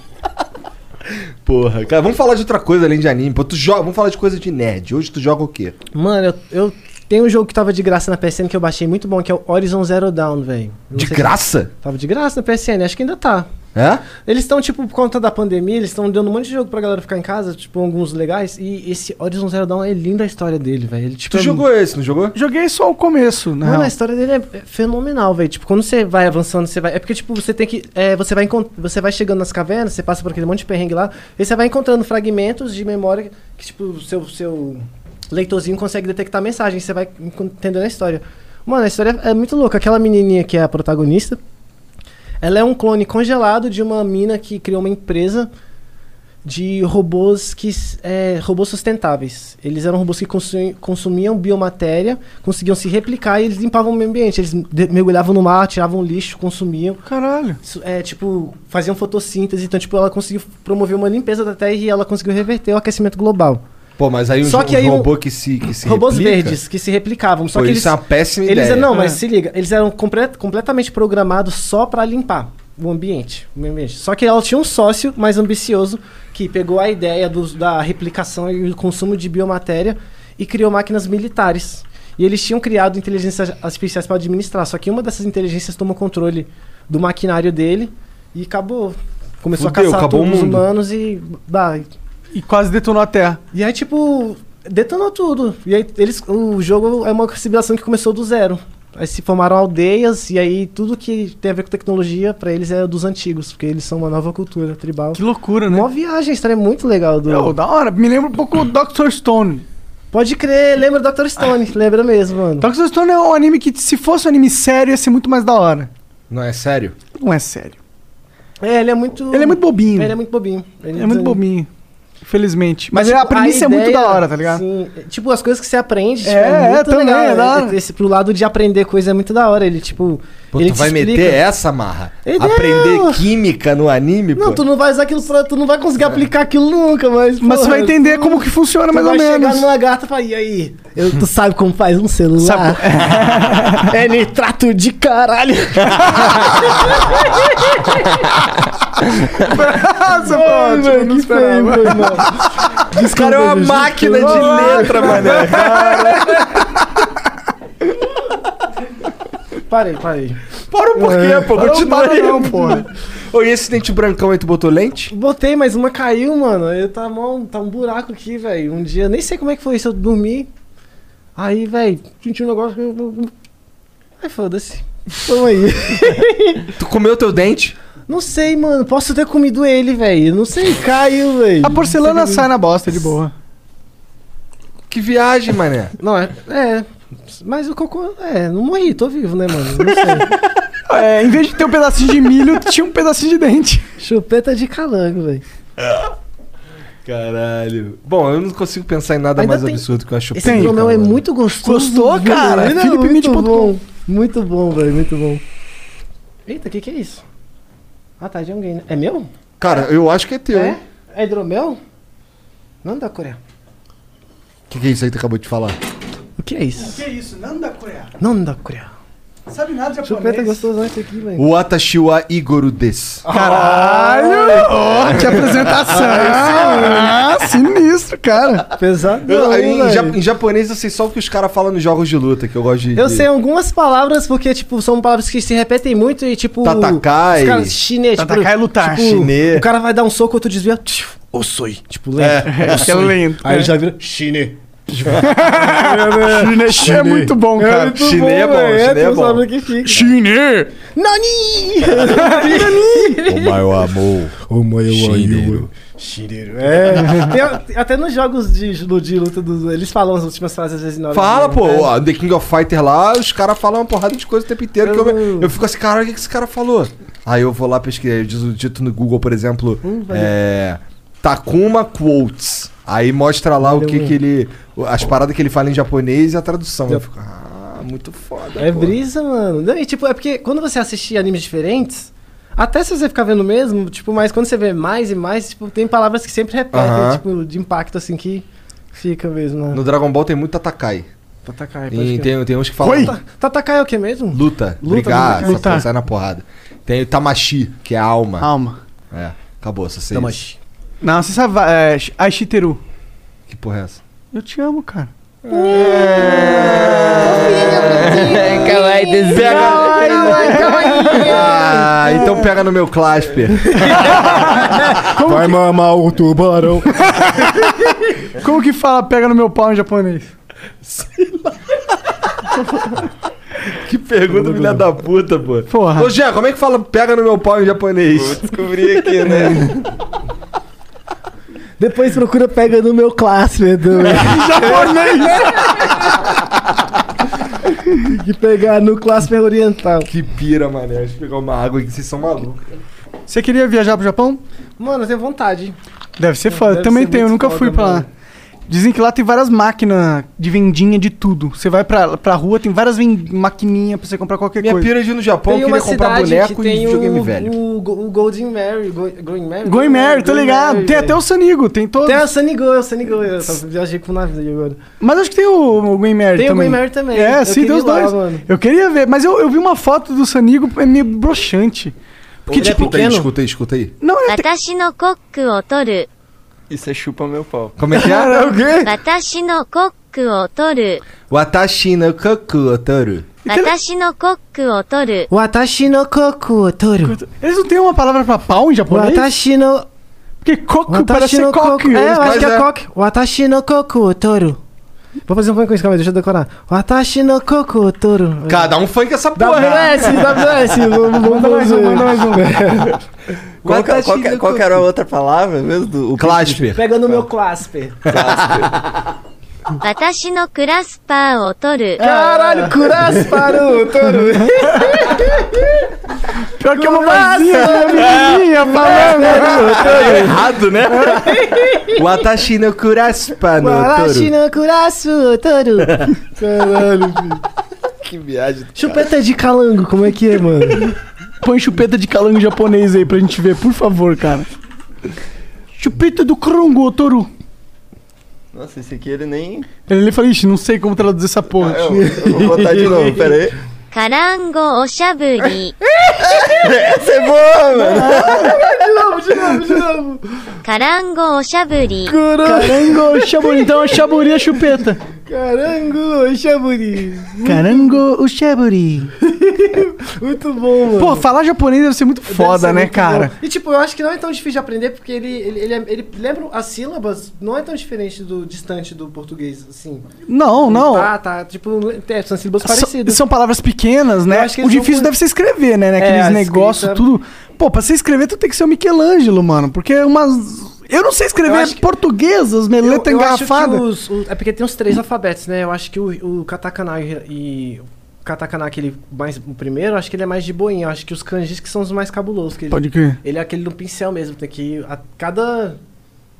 Speaker 3: Porra, cara, vamos falar de outra coisa além de anime. Pô, tu joga, vamos falar de coisa de nerd. Hoje tu joga o quê?
Speaker 1: Mano, eu, eu tenho um jogo que tava de graça na PSN que eu baixei muito bom, que é o Horizon Zero Dawn, velho. Não
Speaker 3: De
Speaker 1: sei-
Speaker 3: graça?
Speaker 1: Tava de graça na PSN, acho que ainda tá.
Speaker 3: É?
Speaker 1: Eles estão, tipo, por conta da pandemia, eles estão dando um monte de jogo pra galera ficar em casa, tipo, alguns legais. E esse Horizon Zero Dawn é linda a história dele, velho. Ele, Tipo,
Speaker 3: Tu
Speaker 1: é-
Speaker 3: jogou esse, não jogou?
Speaker 2: Joguei só o começo, né?
Speaker 1: Mano, a história dele é é fenomenal, velho. Tipo, quando você vai avançando, você vai. É porque, tipo, você tem que. é, você, vai encont- você vai chegando nas cavernas, você passa por aquele monte de perrengue lá, e você vai encontrando fragmentos de memória que, tipo, o seu, seu leitorzinho consegue detectar mensagens, você vai encon- entendendo a história. Mano, a história é muito louca. Aquela menininha que é a protagonista, ela é um clone congelado de uma mina que criou uma empresa de robôs que s- é, robôs sustentáveis. Eles eram robôs que consu- consumiam biomatéria, conseguiam se replicar e eles limpavam o meio ambiente. Eles de- mergulhavam no mar, tiravam lixo, consumiam,
Speaker 2: Caralho.
Speaker 1: Isso, é, tipo, faziam fotossíntese. Então, tipo, ela conseguiu promover uma limpeza da Terra e ela conseguiu reverter o aquecimento global.
Speaker 3: Pô, mas aí
Speaker 1: Só
Speaker 3: um,
Speaker 1: que aí um-
Speaker 3: robô que se, que se
Speaker 1: robôs
Speaker 3: replica,
Speaker 1: verdes que se replicavam, só
Speaker 3: Pô,
Speaker 1: que eles
Speaker 3: isso é uma péssima
Speaker 1: eles
Speaker 3: ideia. Ah.
Speaker 1: não, mas
Speaker 2: É.
Speaker 1: se liga, eles eram compre- completamente programados só pra limpar o ambiente, o meio ambiente. Só que ela tinha um sócio mais ambicioso que pegou a ideia dos- da replicação e o consumo de biomatéria e criou máquinas militares. E eles tinham criado inteligências artificiais pra administrar, só que uma dessas inteligências tomou controle do maquinário dele e acabou. Começou
Speaker 3: Fudeu,
Speaker 1: a caçar
Speaker 3: acabou o
Speaker 1: todos os
Speaker 3: mundo.
Speaker 1: humanos e bah,
Speaker 2: E quase detonou a terra.
Speaker 1: e aí, tipo, detonou tudo. E aí, eles, o jogo é uma civilização que começou do zero. Aí se formaram aldeias, e aí tudo que tem a ver com tecnologia, pra eles é dos antigos, porque eles são uma nova cultura tribal.
Speaker 2: Que loucura, né?
Speaker 1: Mó viagem, a história é muito legal. Do...
Speaker 2: Ô, da hora. Me lembra um pouco o Dr. Stone.
Speaker 1: Pode crer, lembra do Dr.
Speaker 2: [laughs]
Speaker 1: Stone, lembra mesmo, mano.
Speaker 2: Dr. Stone é um anime que, se fosse um anime sério, ia ser muito mais da hora.
Speaker 3: Não, é sério.
Speaker 2: Não é sério.
Speaker 1: É, ele é muito.
Speaker 2: Ele é muito bobinho.
Speaker 1: Ele é muito bobinho. Ele
Speaker 2: É muito
Speaker 1: desenha-
Speaker 2: bobinho. Infelizmente. Mas, a
Speaker 1: tipo,
Speaker 2: premissa é muito
Speaker 1: ideia-
Speaker 2: da hora, tá ligado?
Speaker 1: Sim. Tipo, as coisas que você aprende, tipo,
Speaker 2: É,
Speaker 1: é,
Speaker 2: é,
Speaker 1: muito
Speaker 2: também,
Speaker 1: legal.
Speaker 2: é da hora.
Speaker 1: Esse, pro lado de aprender coisa é muito da hora. Ele, tipo.
Speaker 3: Pô,
Speaker 1: ele
Speaker 3: tu
Speaker 1: te
Speaker 3: vai
Speaker 1: explica.
Speaker 3: meter essa, Marra?
Speaker 1: Ele deu-
Speaker 3: Aprender química no anime,
Speaker 1: Não,
Speaker 3: pô?
Speaker 1: tu não vai usar aquilo pra. Tu não vai conseguir aplicar aquilo nunca, mas.
Speaker 2: É. Mas você
Speaker 1: porra,
Speaker 2: vai entender
Speaker 1: tu-
Speaker 2: como que funciona,
Speaker 1: tu
Speaker 2: mais ou
Speaker 1: vai
Speaker 2: menos.
Speaker 1: chegar numa gata e falar, e aí? Eu, tu sabe como faz um celular? [laughs] é nitrato de caralho.
Speaker 2: Nossa, pô,
Speaker 1: Ai,
Speaker 2: tipo,
Speaker 1: mano,
Speaker 2: não
Speaker 1: que feio,
Speaker 2: esperava.
Speaker 1: meu irmão.
Speaker 2: [laughs]
Speaker 3: Esse cara é uma
Speaker 1: Desculpa,
Speaker 3: máquina de
Speaker 1: gente.
Speaker 3: letra, mané.
Speaker 1: Parei, parei.
Speaker 3: [laughs] É. Para o porquê, pô. Continua
Speaker 2: para
Speaker 3: aí,
Speaker 2: não,
Speaker 3: pô. um Ô, e esse dente brancão aí, tu botou lente?
Speaker 1: Botei, mas uma caiu, mano. Eu tá, mó, tá um buraco aqui, velho. Um dia, nem sei como é que foi isso. Eu dormi. Aí, velho, senti um negócio que eu. Ai, foda-se. Tamo aí.
Speaker 3: Tu comeu teu dente?
Speaker 1: Não sei, mano. Posso ter comido ele, velho. Não sei, caiu, velho.
Speaker 2: A porcelana sai na bosta, de boa.
Speaker 3: Que viagem, mané.
Speaker 1: Não, é. É. Mas o cocô. É, não morri, tô vivo, né, mano? Não sei.
Speaker 2: É, em vez de ter um pedacinho de milho, [laughs] tinha um pedacinho de dente.
Speaker 1: Chupeta de calango, velho.
Speaker 3: Caralho. Bom, eu não consigo pensar em nada
Speaker 1: Ainda
Speaker 3: mais
Speaker 1: tem-
Speaker 3: absurdo que eu acho
Speaker 1: Esse hidromel é muito gostoso.
Speaker 2: Gostou,
Speaker 1: velho.
Speaker 2: cara?
Speaker 1: Não,
Speaker 2: Felipemitch.com.
Speaker 1: muito bom. Muito bom, velho. Muito bom. Eita, o que, que é isso? Ah, tá, de alguém. né? É meu?
Speaker 3: Cara, eu acho que é teu,
Speaker 1: É?
Speaker 3: hein?
Speaker 1: É hidromel? Não da Coreia.
Speaker 3: O que, que é isso aí que tu acabou de falar?
Speaker 1: O que é isso?
Speaker 2: isso? Não da Coreia.
Speaker 1: Não da Coreia.
Speaker 2: Sabe nada de
Speaker 1: Chupeta é gostoso esse aqui, velho.
Speaker 3: O Atashiwa Igoru des.
Speaker 2: Caralho! Ó, que apresentação! Ah, sinistro, cara.
Speaker 1: Pesado.
Speaker 3: Eu- aí, em, ja- em japonês eu sei só o que os caras falam nos jogos de luta, que eu gosto de.
Speaker 1: Eu
Speaker 3: de-
Speaker 1: sei algumas palavras, porque, tipo, são palavras que se repetem muito e, tipo...
Speaker 3: Tatakai.
Speaker 1: Os caras chinês. tipo,
Speaker 2: Tatakai é lutar.
Speaker 1: Tipo,
Speaker 3: Chinê.
Speaker 1: O cara vai dar um soco, outro desvia. tchiu, Osoi. Tipo, lento.
Speaker 2: Acho que é lento.
Speaker 1: Aí já vira chinê.
Speaker 2: Chinê, Chinê é muito bom, cara.
Speaker 3: muito Chinê é bom,
Speaker 1: velho.
Speaker 3: chinê é
Speaker 1: tem uns
Speaker 3: bom.
Speaker 1: palavras que fica.
Speaker 2: Chinê!
Speaker 1: Nani!
Speaker 3: O maior
Speaker 1: é.
Speaker 3: amor.
Speaker 1: O meu
Speaker 3: Shineiro.
Speaker 1: Shineiro. É. Tem a- tem até nos jogos de, de luta, dos- eles falam as últimas frases às vezes na hora
Speaker 3: Fala,
Speaker 1: de-
Speaker 3: pô,
Speaker 1: É.
Speaker 3: ó, The King of Fighter lá, os caras falam uma porrada de coisa o tempo inteiro. que eu,
Speaker 1: Uhum.
Speaker 3: me- eu fico assim, caralho, o que, que esse cara falou? Aí eu vou lá pesquisar, eu diz- digito no Google, por exemplo,
Speaker 1: Hum,
Speaker 3: é, Takuma Quotes. Aí mostra lá o que que ele. As paradas que ele fala em japonês e a tradução. Eu fico, ah, muito foda.
Speaker 1: É
Speaker 3: pô.
Speaker 1: brisa, mano. Não, e, tipo, é porque quando você assistir animes diferentes, até se você ficar vendo o mesmo, tipo, mas quando você vê mais e mais, tipo, tem palavras que sempre repetem,
Speaker 3: Aham.
Speaker 1: tipo, de impacto, assim, que fica mesmo. Né?
Speaker 3: No Dragon Ball tem muito Tatakai.
Speaker 1: Tatakai,
Speaker 3: E
Speaker 1: pode crer.
Speaker 3: tem, tem uns que falam.
Speaker 2: Oi!
Speaker 3: "Ta-
Speaker 1: Tatakai é o que mesmo?
Speaker 3: Luta,
Speaker 1: Luta, né?
Speaker 3: brigar, essa
Speaker 2: Lutar.
Speaker 3: porra, sai na porrada. Tem o Tamashi, que é a alma.
Speaker 2: Calma.
Speaker 3: É, acabou, só sei. isso.
Speaker 2: Não, você sabe. É, Aishiteru.
Speaker 3: Que porra é essa?
Speaker 2: Eu te amo, cara.
Speaker 6: Kawaii
Speaker 3: É, Ah, então pega no meu [laughs] clasper.
Speaker 7: Vai mamar o tubarão.
Speaker 2: Como que fala pega no meu pau em japonês?
Speaker 3: que pergunta, filha da puta, pô.
Speaker 2: Porra.
Speaker 3: Ô, Jean, como é que fala pega no meu pau em japonês?
Speaker 6: Descobri aqui, [laughs] né?
Speaker 7: [laughs] Depois procura pega no meu clássico, do
Speaker 3: [laughs]
Speaker 2: japonês!
Speaker 7: que pegar no clássico oriental.
Speaker 3: Que pira, mané. Deixa eu pegar uma água aqui, vocês são malucos.
Speaker 2: Você queria viajar pro Japão?
Speaker 1: Mano, eu tenho vontade.
Speaker 2: Deve ser foda.
Speaker 1: É, Deve
Speaker 2: Também
Speaker 1: ser
Speaker 2: tem, eu
Speaker 1: muito
Speaker 2: nunca
Speaker 1: foda,
Speaker 2: fui pra lá.
Speaker 1: mano.
Speaker 2: Dizem que lá tem várias máquinas de vendinha de tudo. Você vai pra, pra rua, tem várias ven- maquininhas pra você comprar qualquer
Speaker 3: Minha
Speaker 2: coisa.
Speaker 3: pira é de ir no Japão,
Speaker 1: tem
Speaker 3: eu
Speaker 1: uma
Speaker 3: queria comprar
Speaker 1: cidade que
Speaker 3: boneco e
Speaker 1: tem um
Speaker 3: videogame
Speaker 1: o,
Speaker 3: velho.
Speaker 1: o, Go- o Golden Mary. Go, Going Mary?
Speaker 2: Goi Mary, tô
Speaker 1: Going
Speaker 2: ligado.
Speaker 1: Mary,
Speaker 2: tem
Speaker 1: velho.
Speaker 2: até o Sanigo, tem todo.
Speaker 1: Tem o Sanigol, é o Sanigol. Eu só viajei com o navio agora.
Speaker 2: Mas acho que tem o, o Goi Mary
Speaker 1: Tem o
Speaker 2: também.
Speaker 1: Going Mary também.
Speaker 2: É,
Speaker 1: Eu
Speaker 2: sim, tem
Speaker 1: queria
Speaker 2: os
Speaker 1: ir lá,
Speaker 2: dois.
Speaker 1: mano.
Speaker 2: Eu queria ver, mas eu, eu vi uma foto do Sanigo, é meio broxante. Porque,
Speaker 1: Ele é
Speaker 2: tipo,
Speaker 3: Escuta aí,
Speaker 1: pequeno?
Speaker 3: escuta aí, escuta aí.
Speaker 2: não é.
Speaker 8: 私のコックを取る。
Speaker 6: Isso é chupa meu pau.
Speaker 3: Como é que é?
Speaker 8: 私のコックを取る。
Speaker 3: Watashi no kaku otoru.
Speaker 8: 私のコックを取
Speaker 3: É.
Speaker 8: る。
Speaker 1: Watashi no koku otoru.
Speaker 2: Eles não têm uma palavra pra pau em japonês?
Speaker 1: Watashi no...
Speaker 2: Porque coco
Speaker 1: Watashi
Speaker 2: parece ser
Speaker 1: no
Speaker 2: coque.
Speaker 1: koku... É, eu acho que
Speaker 3: Mas
Speaker 1: é
Speaker 3: é.
Speaker 1: koku. Watashi no koku otoru. Vou fazer um pouco com isso, calma aí, deixa eu decorar. Watashi no koku é otoru.
Speaker 3: Cada um funk essa porra, né?
Speaker 1: WS, WS, vamos- vamos-
Speaker 2: Manda mais um, manda mais um.
Speaker 6: Qual, que- é, qual que- qual que era a outra palavra mesmo? Do, o
Speaker 3: Clasper.
Speaker 1: Pega no meu clasper.
Speaker 6: Clasper.
Speaker 8: 私のクラスパーを取る。
Speaker 2: É.
Speaker 1: Caralho, Curasparu,
Speaker 2: [laughs]
Speaker 1: Toru.
Speaker 2: Pior que é
Speaker 1: [laughs]
Speaker 2: uma vazia, minha vizinha
Speaker 1: É.
Speaker 2: falando.
Speaker 3: Errado, né? [laughs] Watashi no kuraspa no
Speaker 1: Watashi
Speaker 3: otoru.
Speaker 1: no Curaço, Toru. Caralho, filho.
Speaker 6: que viagem.
Speaker 1: Chupeta de calango, como é que é, mano?
Speaker 2: Põe chupeta de calango japonês aí pra gente ver, por favor, cara. Chupeta do Krongo, Toru.
Speaker 6: Nossa, esse aqui ele [laughs] nem...
Speaker 2: Ele falou, ixi, não sei como traduzir essa porra.
Speaker 6: Eu,
Speaker 1: É,
Speaker 6: eu vou botar de novo, pera aí.
Speaker 8: カランゴおしゃぶり。
Speaker 6: Essa é boa, mano.
Speaker 8: カランゴおしゃぶり。
Speaker 2: [laughs] Carango, chaburi, então é chaburi a chupeta.
Speaker 1: Carango, Xaburi.
Speaker 2: Carango, o chaburi.
Speaker 1: Muito bom, mano.
Speaker 2: Pô, falar japonês deve ser muito
Speaker 1: Deve
Speaker 2: foda,
Speaker 1: ser
Speaker 2: né,
Speaker 1: muito
Speaker 2: cara?
Speaker 1: bom. E tipo, eu acho que não é tão difícil de aprender, porque ele, ele, ele, é- ele lembra as sílabas, não é tão diferente do distante do português, assim.
Speaker 2: Não, não.
Speaker 1: Tá, tá. Tipo, é, são sílabas
Speaker 2: São-
Speaker 1: parecidas.
Speaker 2: São palavras pequenas, né?
Speaker 1: Eu acho que
Speaker 2: O
Speaker 1: eles
Speaker 2: difícil
Speaker 1: vão-
Speaker 2: deve ser escrever, né? né?
Speaker 1: É,
Speaker 2: Aqueles
Speaker 1: a
Speaker 2: negócios,
Speaker 1: escrita-
Speaker 2: tudo. Pô, pra você escrever, tu tem que ser o Michelangelo, mano. Porque é umas. Eu não sei
Speaker 1: Eu
Speaker 2: escrever
Speaker 1: acho que-
Speaker 2: português, as
Speaker 1: Eu-
Speaker 2: meletas
Speaker 1: eu acho que
Speaker 2: engarrafadas.
Speaker 1: os- o- é porque tem os três alfabetos, né? Eu acho que o, o katakana e. O katakana, aquele mais. O primeiro, eu acho que ele é mais de boinha. Eu acho que os kanjis que são os mais cabulosos. Que ele,
Speaker 2: Pode crer.
Speaker 1: ele é aquele do pincel mesmo. Tem que. A, cada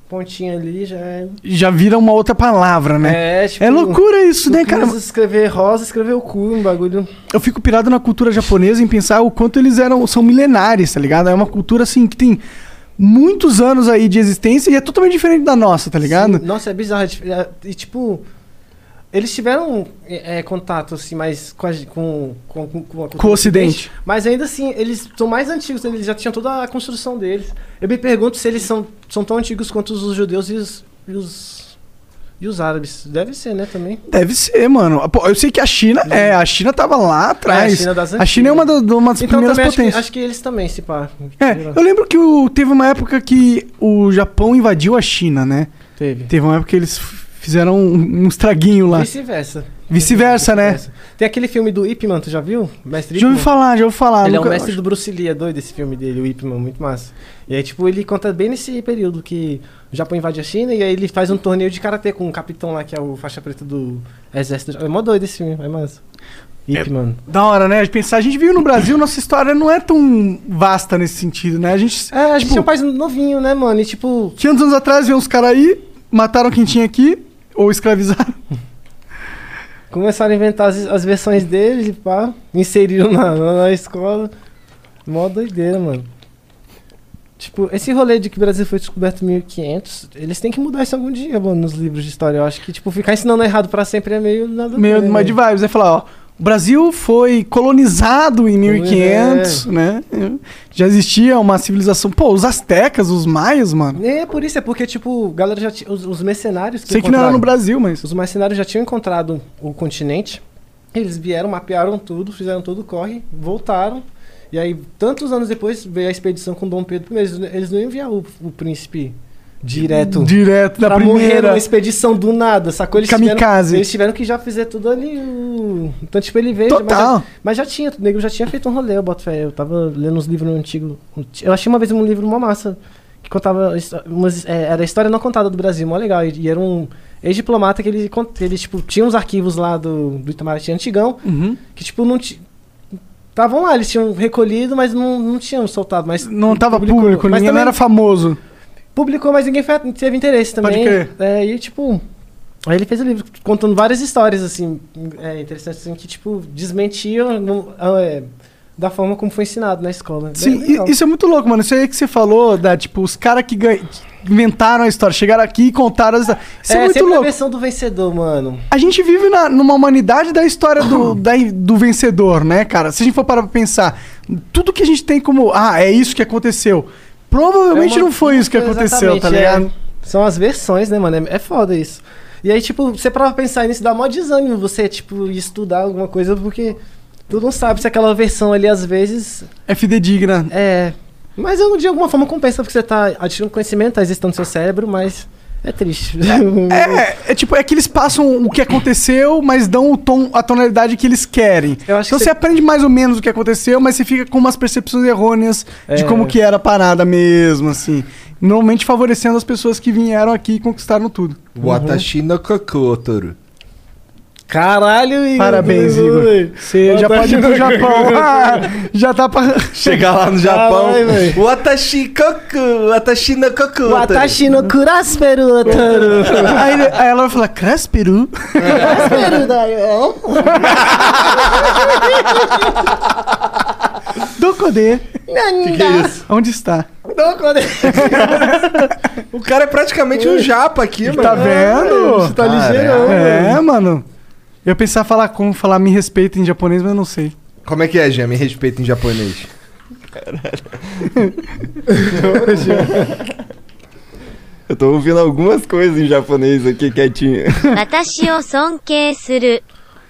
Speaker 1: pontinha ali já é.
Speaker 2: Já vira uma outra palavra, né?
Speaker 1: É, tipo.
Speaker 2: É loucura isso,
Speaker 1: tu
Speaker 2: né, cara?
Speaker 1: quis escrever rosa, escrever o cu, um bagulho.
Speaker 2: Eu fico pirado na cultura japonesa em pensar o quanto eles eram são milenares, tá ligado? É uma cultura assim que tem muitos anos aí de existência e é totalmente diferente da nossa, tá ligado?
Speaker 1: Sim, nossa, é bizarro. é dif- é- E tipo. Eles tiveram é, é, contato, assim, mais com, a gen- com, com, com, a cultura
Speaker 2: Com o Ocidente.
Speaker 1: Mas ainda assim, eles são mais antigos, eles já tinham toda a construção deles. Eu me pergunto se eles são, são tão antigos quanto os judeus e os, e os, e os árabes. Deve ser, né, também.
Speaker 2: Deve ser, mano. Pô, eu sei que a China é, a China tava lá atrás.
Speaker 1: É, a China das
Speaker 2: A China é uma, da, de uma das
Speaker 1: Então
Speaker 2: primeiras
Speaker 1: também acho que,
Speaker 2: potências.
Speaker 1: acho que eles também, se pá.
Speaker 2: É, eu lembro que o- teve uma época que o Japão invadiu a China, né?
Speaker 1: Teve.
Speaker 2: Teve uma época que eles f- fizeram um, um estraguinho lá.
Speaker 1: Vice-versa.
Speaker 2: Vice-versa, né?
Speaker 1: Vice-versa. Tem aquele filme do Ip Man, tu já viu? Mestre
Speaker 2: Já
Speaker 1: Ip
Speaker 2: ouvi
Speaker 1: Man?
Speaker 2: falar, já ouvi falar.
Speaker 1: ele é o
Speaker 2: Ah, nunca-
Speaker 1: mestre do Bruce Lee, é doido esse filme dele, o Ip Man, muito massa. E aí, tipo, ele conta bem nesse período que o Japão invade a China e aí ele faz um torneio de karatê com um capitão lá que é o faixa preta do exército. É mó doido esse filme, é massa. Ip Man.
Speaker 2: Da hora, né? De pensar, a gente vive no Brasil, nossa história não é tão vasta nesse sentido, né? A gente.
Speaker 1: É, a gente
Speaker 2: tipo,
Speaker 1: é um país novinho, né, mano? E tipo,
Speaker 2: 500 anos atrás veio uns caras aí, mataram quem tinha aqui, ou escravizaram. [laughs]
Speaker 1: começaram a inventar as, as versões deles e pá, inseriram na, na, na escola. Mó doideira, mano. Tipo, esse rolê de que o Brasil foi descoberto em 1500, eles têm que mudar isso algum dia, mano, nos livros de história. Eu acho que, tipo, ficar ensinando errado pra sempre é meio nada a
Speaker 2: Meio
Speaker 1: ver,
Speaker 2: uma
Speaker 1: né?
Speaker 2: de vibes, né? Falar, ó, O Brasil foi colonizado em
Speaker 1: é.
Speaker 2: 1500, né? Já existia uma civilização. Pô, os astecas, os maias, mano.
Speaker 1: É por isso, é porque, tipo, a galera já tinha. Os, os mercenários
Speaker 2: Sei que não era no
Speaker 1: encontraram-
Speaker 2: Brasil, mas.
Speaker 1: Os mercenários já tinham encontrado o continente. Eles vieram, mapearam tudo, fizeram todo o corre, voltaram. E aí, tantos anos depois, veio a expedição com Dom Pedro I. Eles, eles não iam enviar o, o príncipe direto.
Speaker 2: Direto da
Speaker 1: pra morrer
Speaker 2: primeira.
Speaker 1: numa expedição do nada, sacou? Eles
Speaker 2: Kamikaze.
Speaker 1: tiveram, eles tiveram que já fazer tudo ali. o- Então, tipo, ele veio.
Speaker 2: Total.
Speaker 1: Mas já, mas já tinha, o nego já tinha feito um rolê, eu boto fé. Eu tava lendo uns livros antigos. Eu achei uma vez um livro, uma massa, que contava. histó- Umas, é, era a história não contada do Brasil, mó legal. E, e era um ex-diplomata que ele, con- ele, tipo, tinha uns arquivos lá do, do Itamaraty antigão,
Speaker 2: Uhum.
Speaker 1: que, tipo, não tinha. Estavam lá, eles tinham recolhido, mas não, não tinham soltado. Mas
Speaker 2: Não tava
Speaker 1: publicou.
Speaker 2: público,
Speaker 1: Mas
Speaker 2: ninguém não
Speaker 1: também-
Speaker 2: era famoso.
Speaker 1: publicou, mas ninguém fe- teve interesse também.
Speaker 2: Pode crer.
Speaker 1: É, e tipo. Aí ele fez o livro contando várias histórias, assim, é, interessantes, assim, que, tipo, desmentiam no- ah, é, da forma como foi ensinado na escola. Bem
Speaker 2: Sim,
Speaker 1: legal.
Speaker 2: i- isso é muito louco, mano. Isso aí que você falou, da, tipo, os caras que gan- inventaram a história, chegaram aqui e contaram as... Isso é, muito
Speaker 1: sempre a
Speaker 2: louco.
Speaker 1: versão do vencedor, mano.
Speaker 2: A gente vive na- numa humanidade da história
Speaker 1: [coughs]
Speaker 2: do, da- do vencedor, né, cara? Se a gente for parar pra pensar, tudo que a gente tem como, ah, é isso que aconteceu. Provavelmente
Speaker 1: É uma-
Speaker 2: não foi isso que
Speaker 1: Exatamente,
Speaker 2: aconteceu, tá
Speaker 1: é.
Speaker 2: ligado?
Speaker 1: São as versões, né, mano? É, é foda isso. E aí, tipo, você pra pensar nisso, dá mó desânimo você, tipo, ir estudar alguma coisa, porque tu não sabe se aquela versão ali, às vezes,
Speaker 2: É, fidedigna.
Speaker 1: É. Mas eu, de alguma forma compensa porque você tá adquirindo conhecimento, tá existindo no seu cérebro, mas é triste.
Speaker 2: É, é tipo, é que eles passam o que aconteceu, mas dão o tom, a tonalidade que eles querem.
Speaker 1: Eu acho que
Speaker 2: então você
Speaker 1: você-
Speaker 2: aprende mais ou menos o que aconteceu, mas você fica com umas percepções errôneas de
Speaker 1: É.
Speaker 2: como que era a parada mesmo, assim. Normalmente favorecendo as pessoas que vieram aqui e conquistaram tudo.
Speaker 3: Watashi no Kokotoro.
Speaker 1: Caralho, [laughs] Igor.
Speaker 2: é, Parabéns, Igor. Você
Speaker 1: tá
Speaker 2: já pode
Speaker 1: [laughs]
Speaker 2: ir pro Japão. Ah, [laughs] já tá pra...
Speaker 3: Chegar lá no Japão.
Speaker 1: Caralho, velho.
Speaker 3: Watashi Koku, Watashi no Kokotoro.
Speaker 1: Watashi no
Speaker 2: [laughs]
Speaker 1: kurasperu, otaru.
Speaker 2: aí, aí ela vai falar, Cresperu?
Speaker 1: Kurasperu da yo.
Speaker 2: [laughs] é Do Kodê?
Speaker 3: Que que é isso?
Speaker 2: Onde está?
Speaker 1: [laughs] Não, quando- é-
Speaker 3: O cara é praticamente um japa aqui, mano.
Speaker 2: Tá
Speaker 1: Você
Speaker 2: vendo?
Speaker 1: tá ligeirão.
Speaker 2: É, mano. Eu pensava falar como falar me respeita em japonês, mas eu não sei.
Speaker 3: Como é que é, Jean? Me respeita em japonês.
Speaker 6: Eu tô ouvindo algumas coisas em japonês aqui quietinho.
Speaker 8: 私を尊敬する。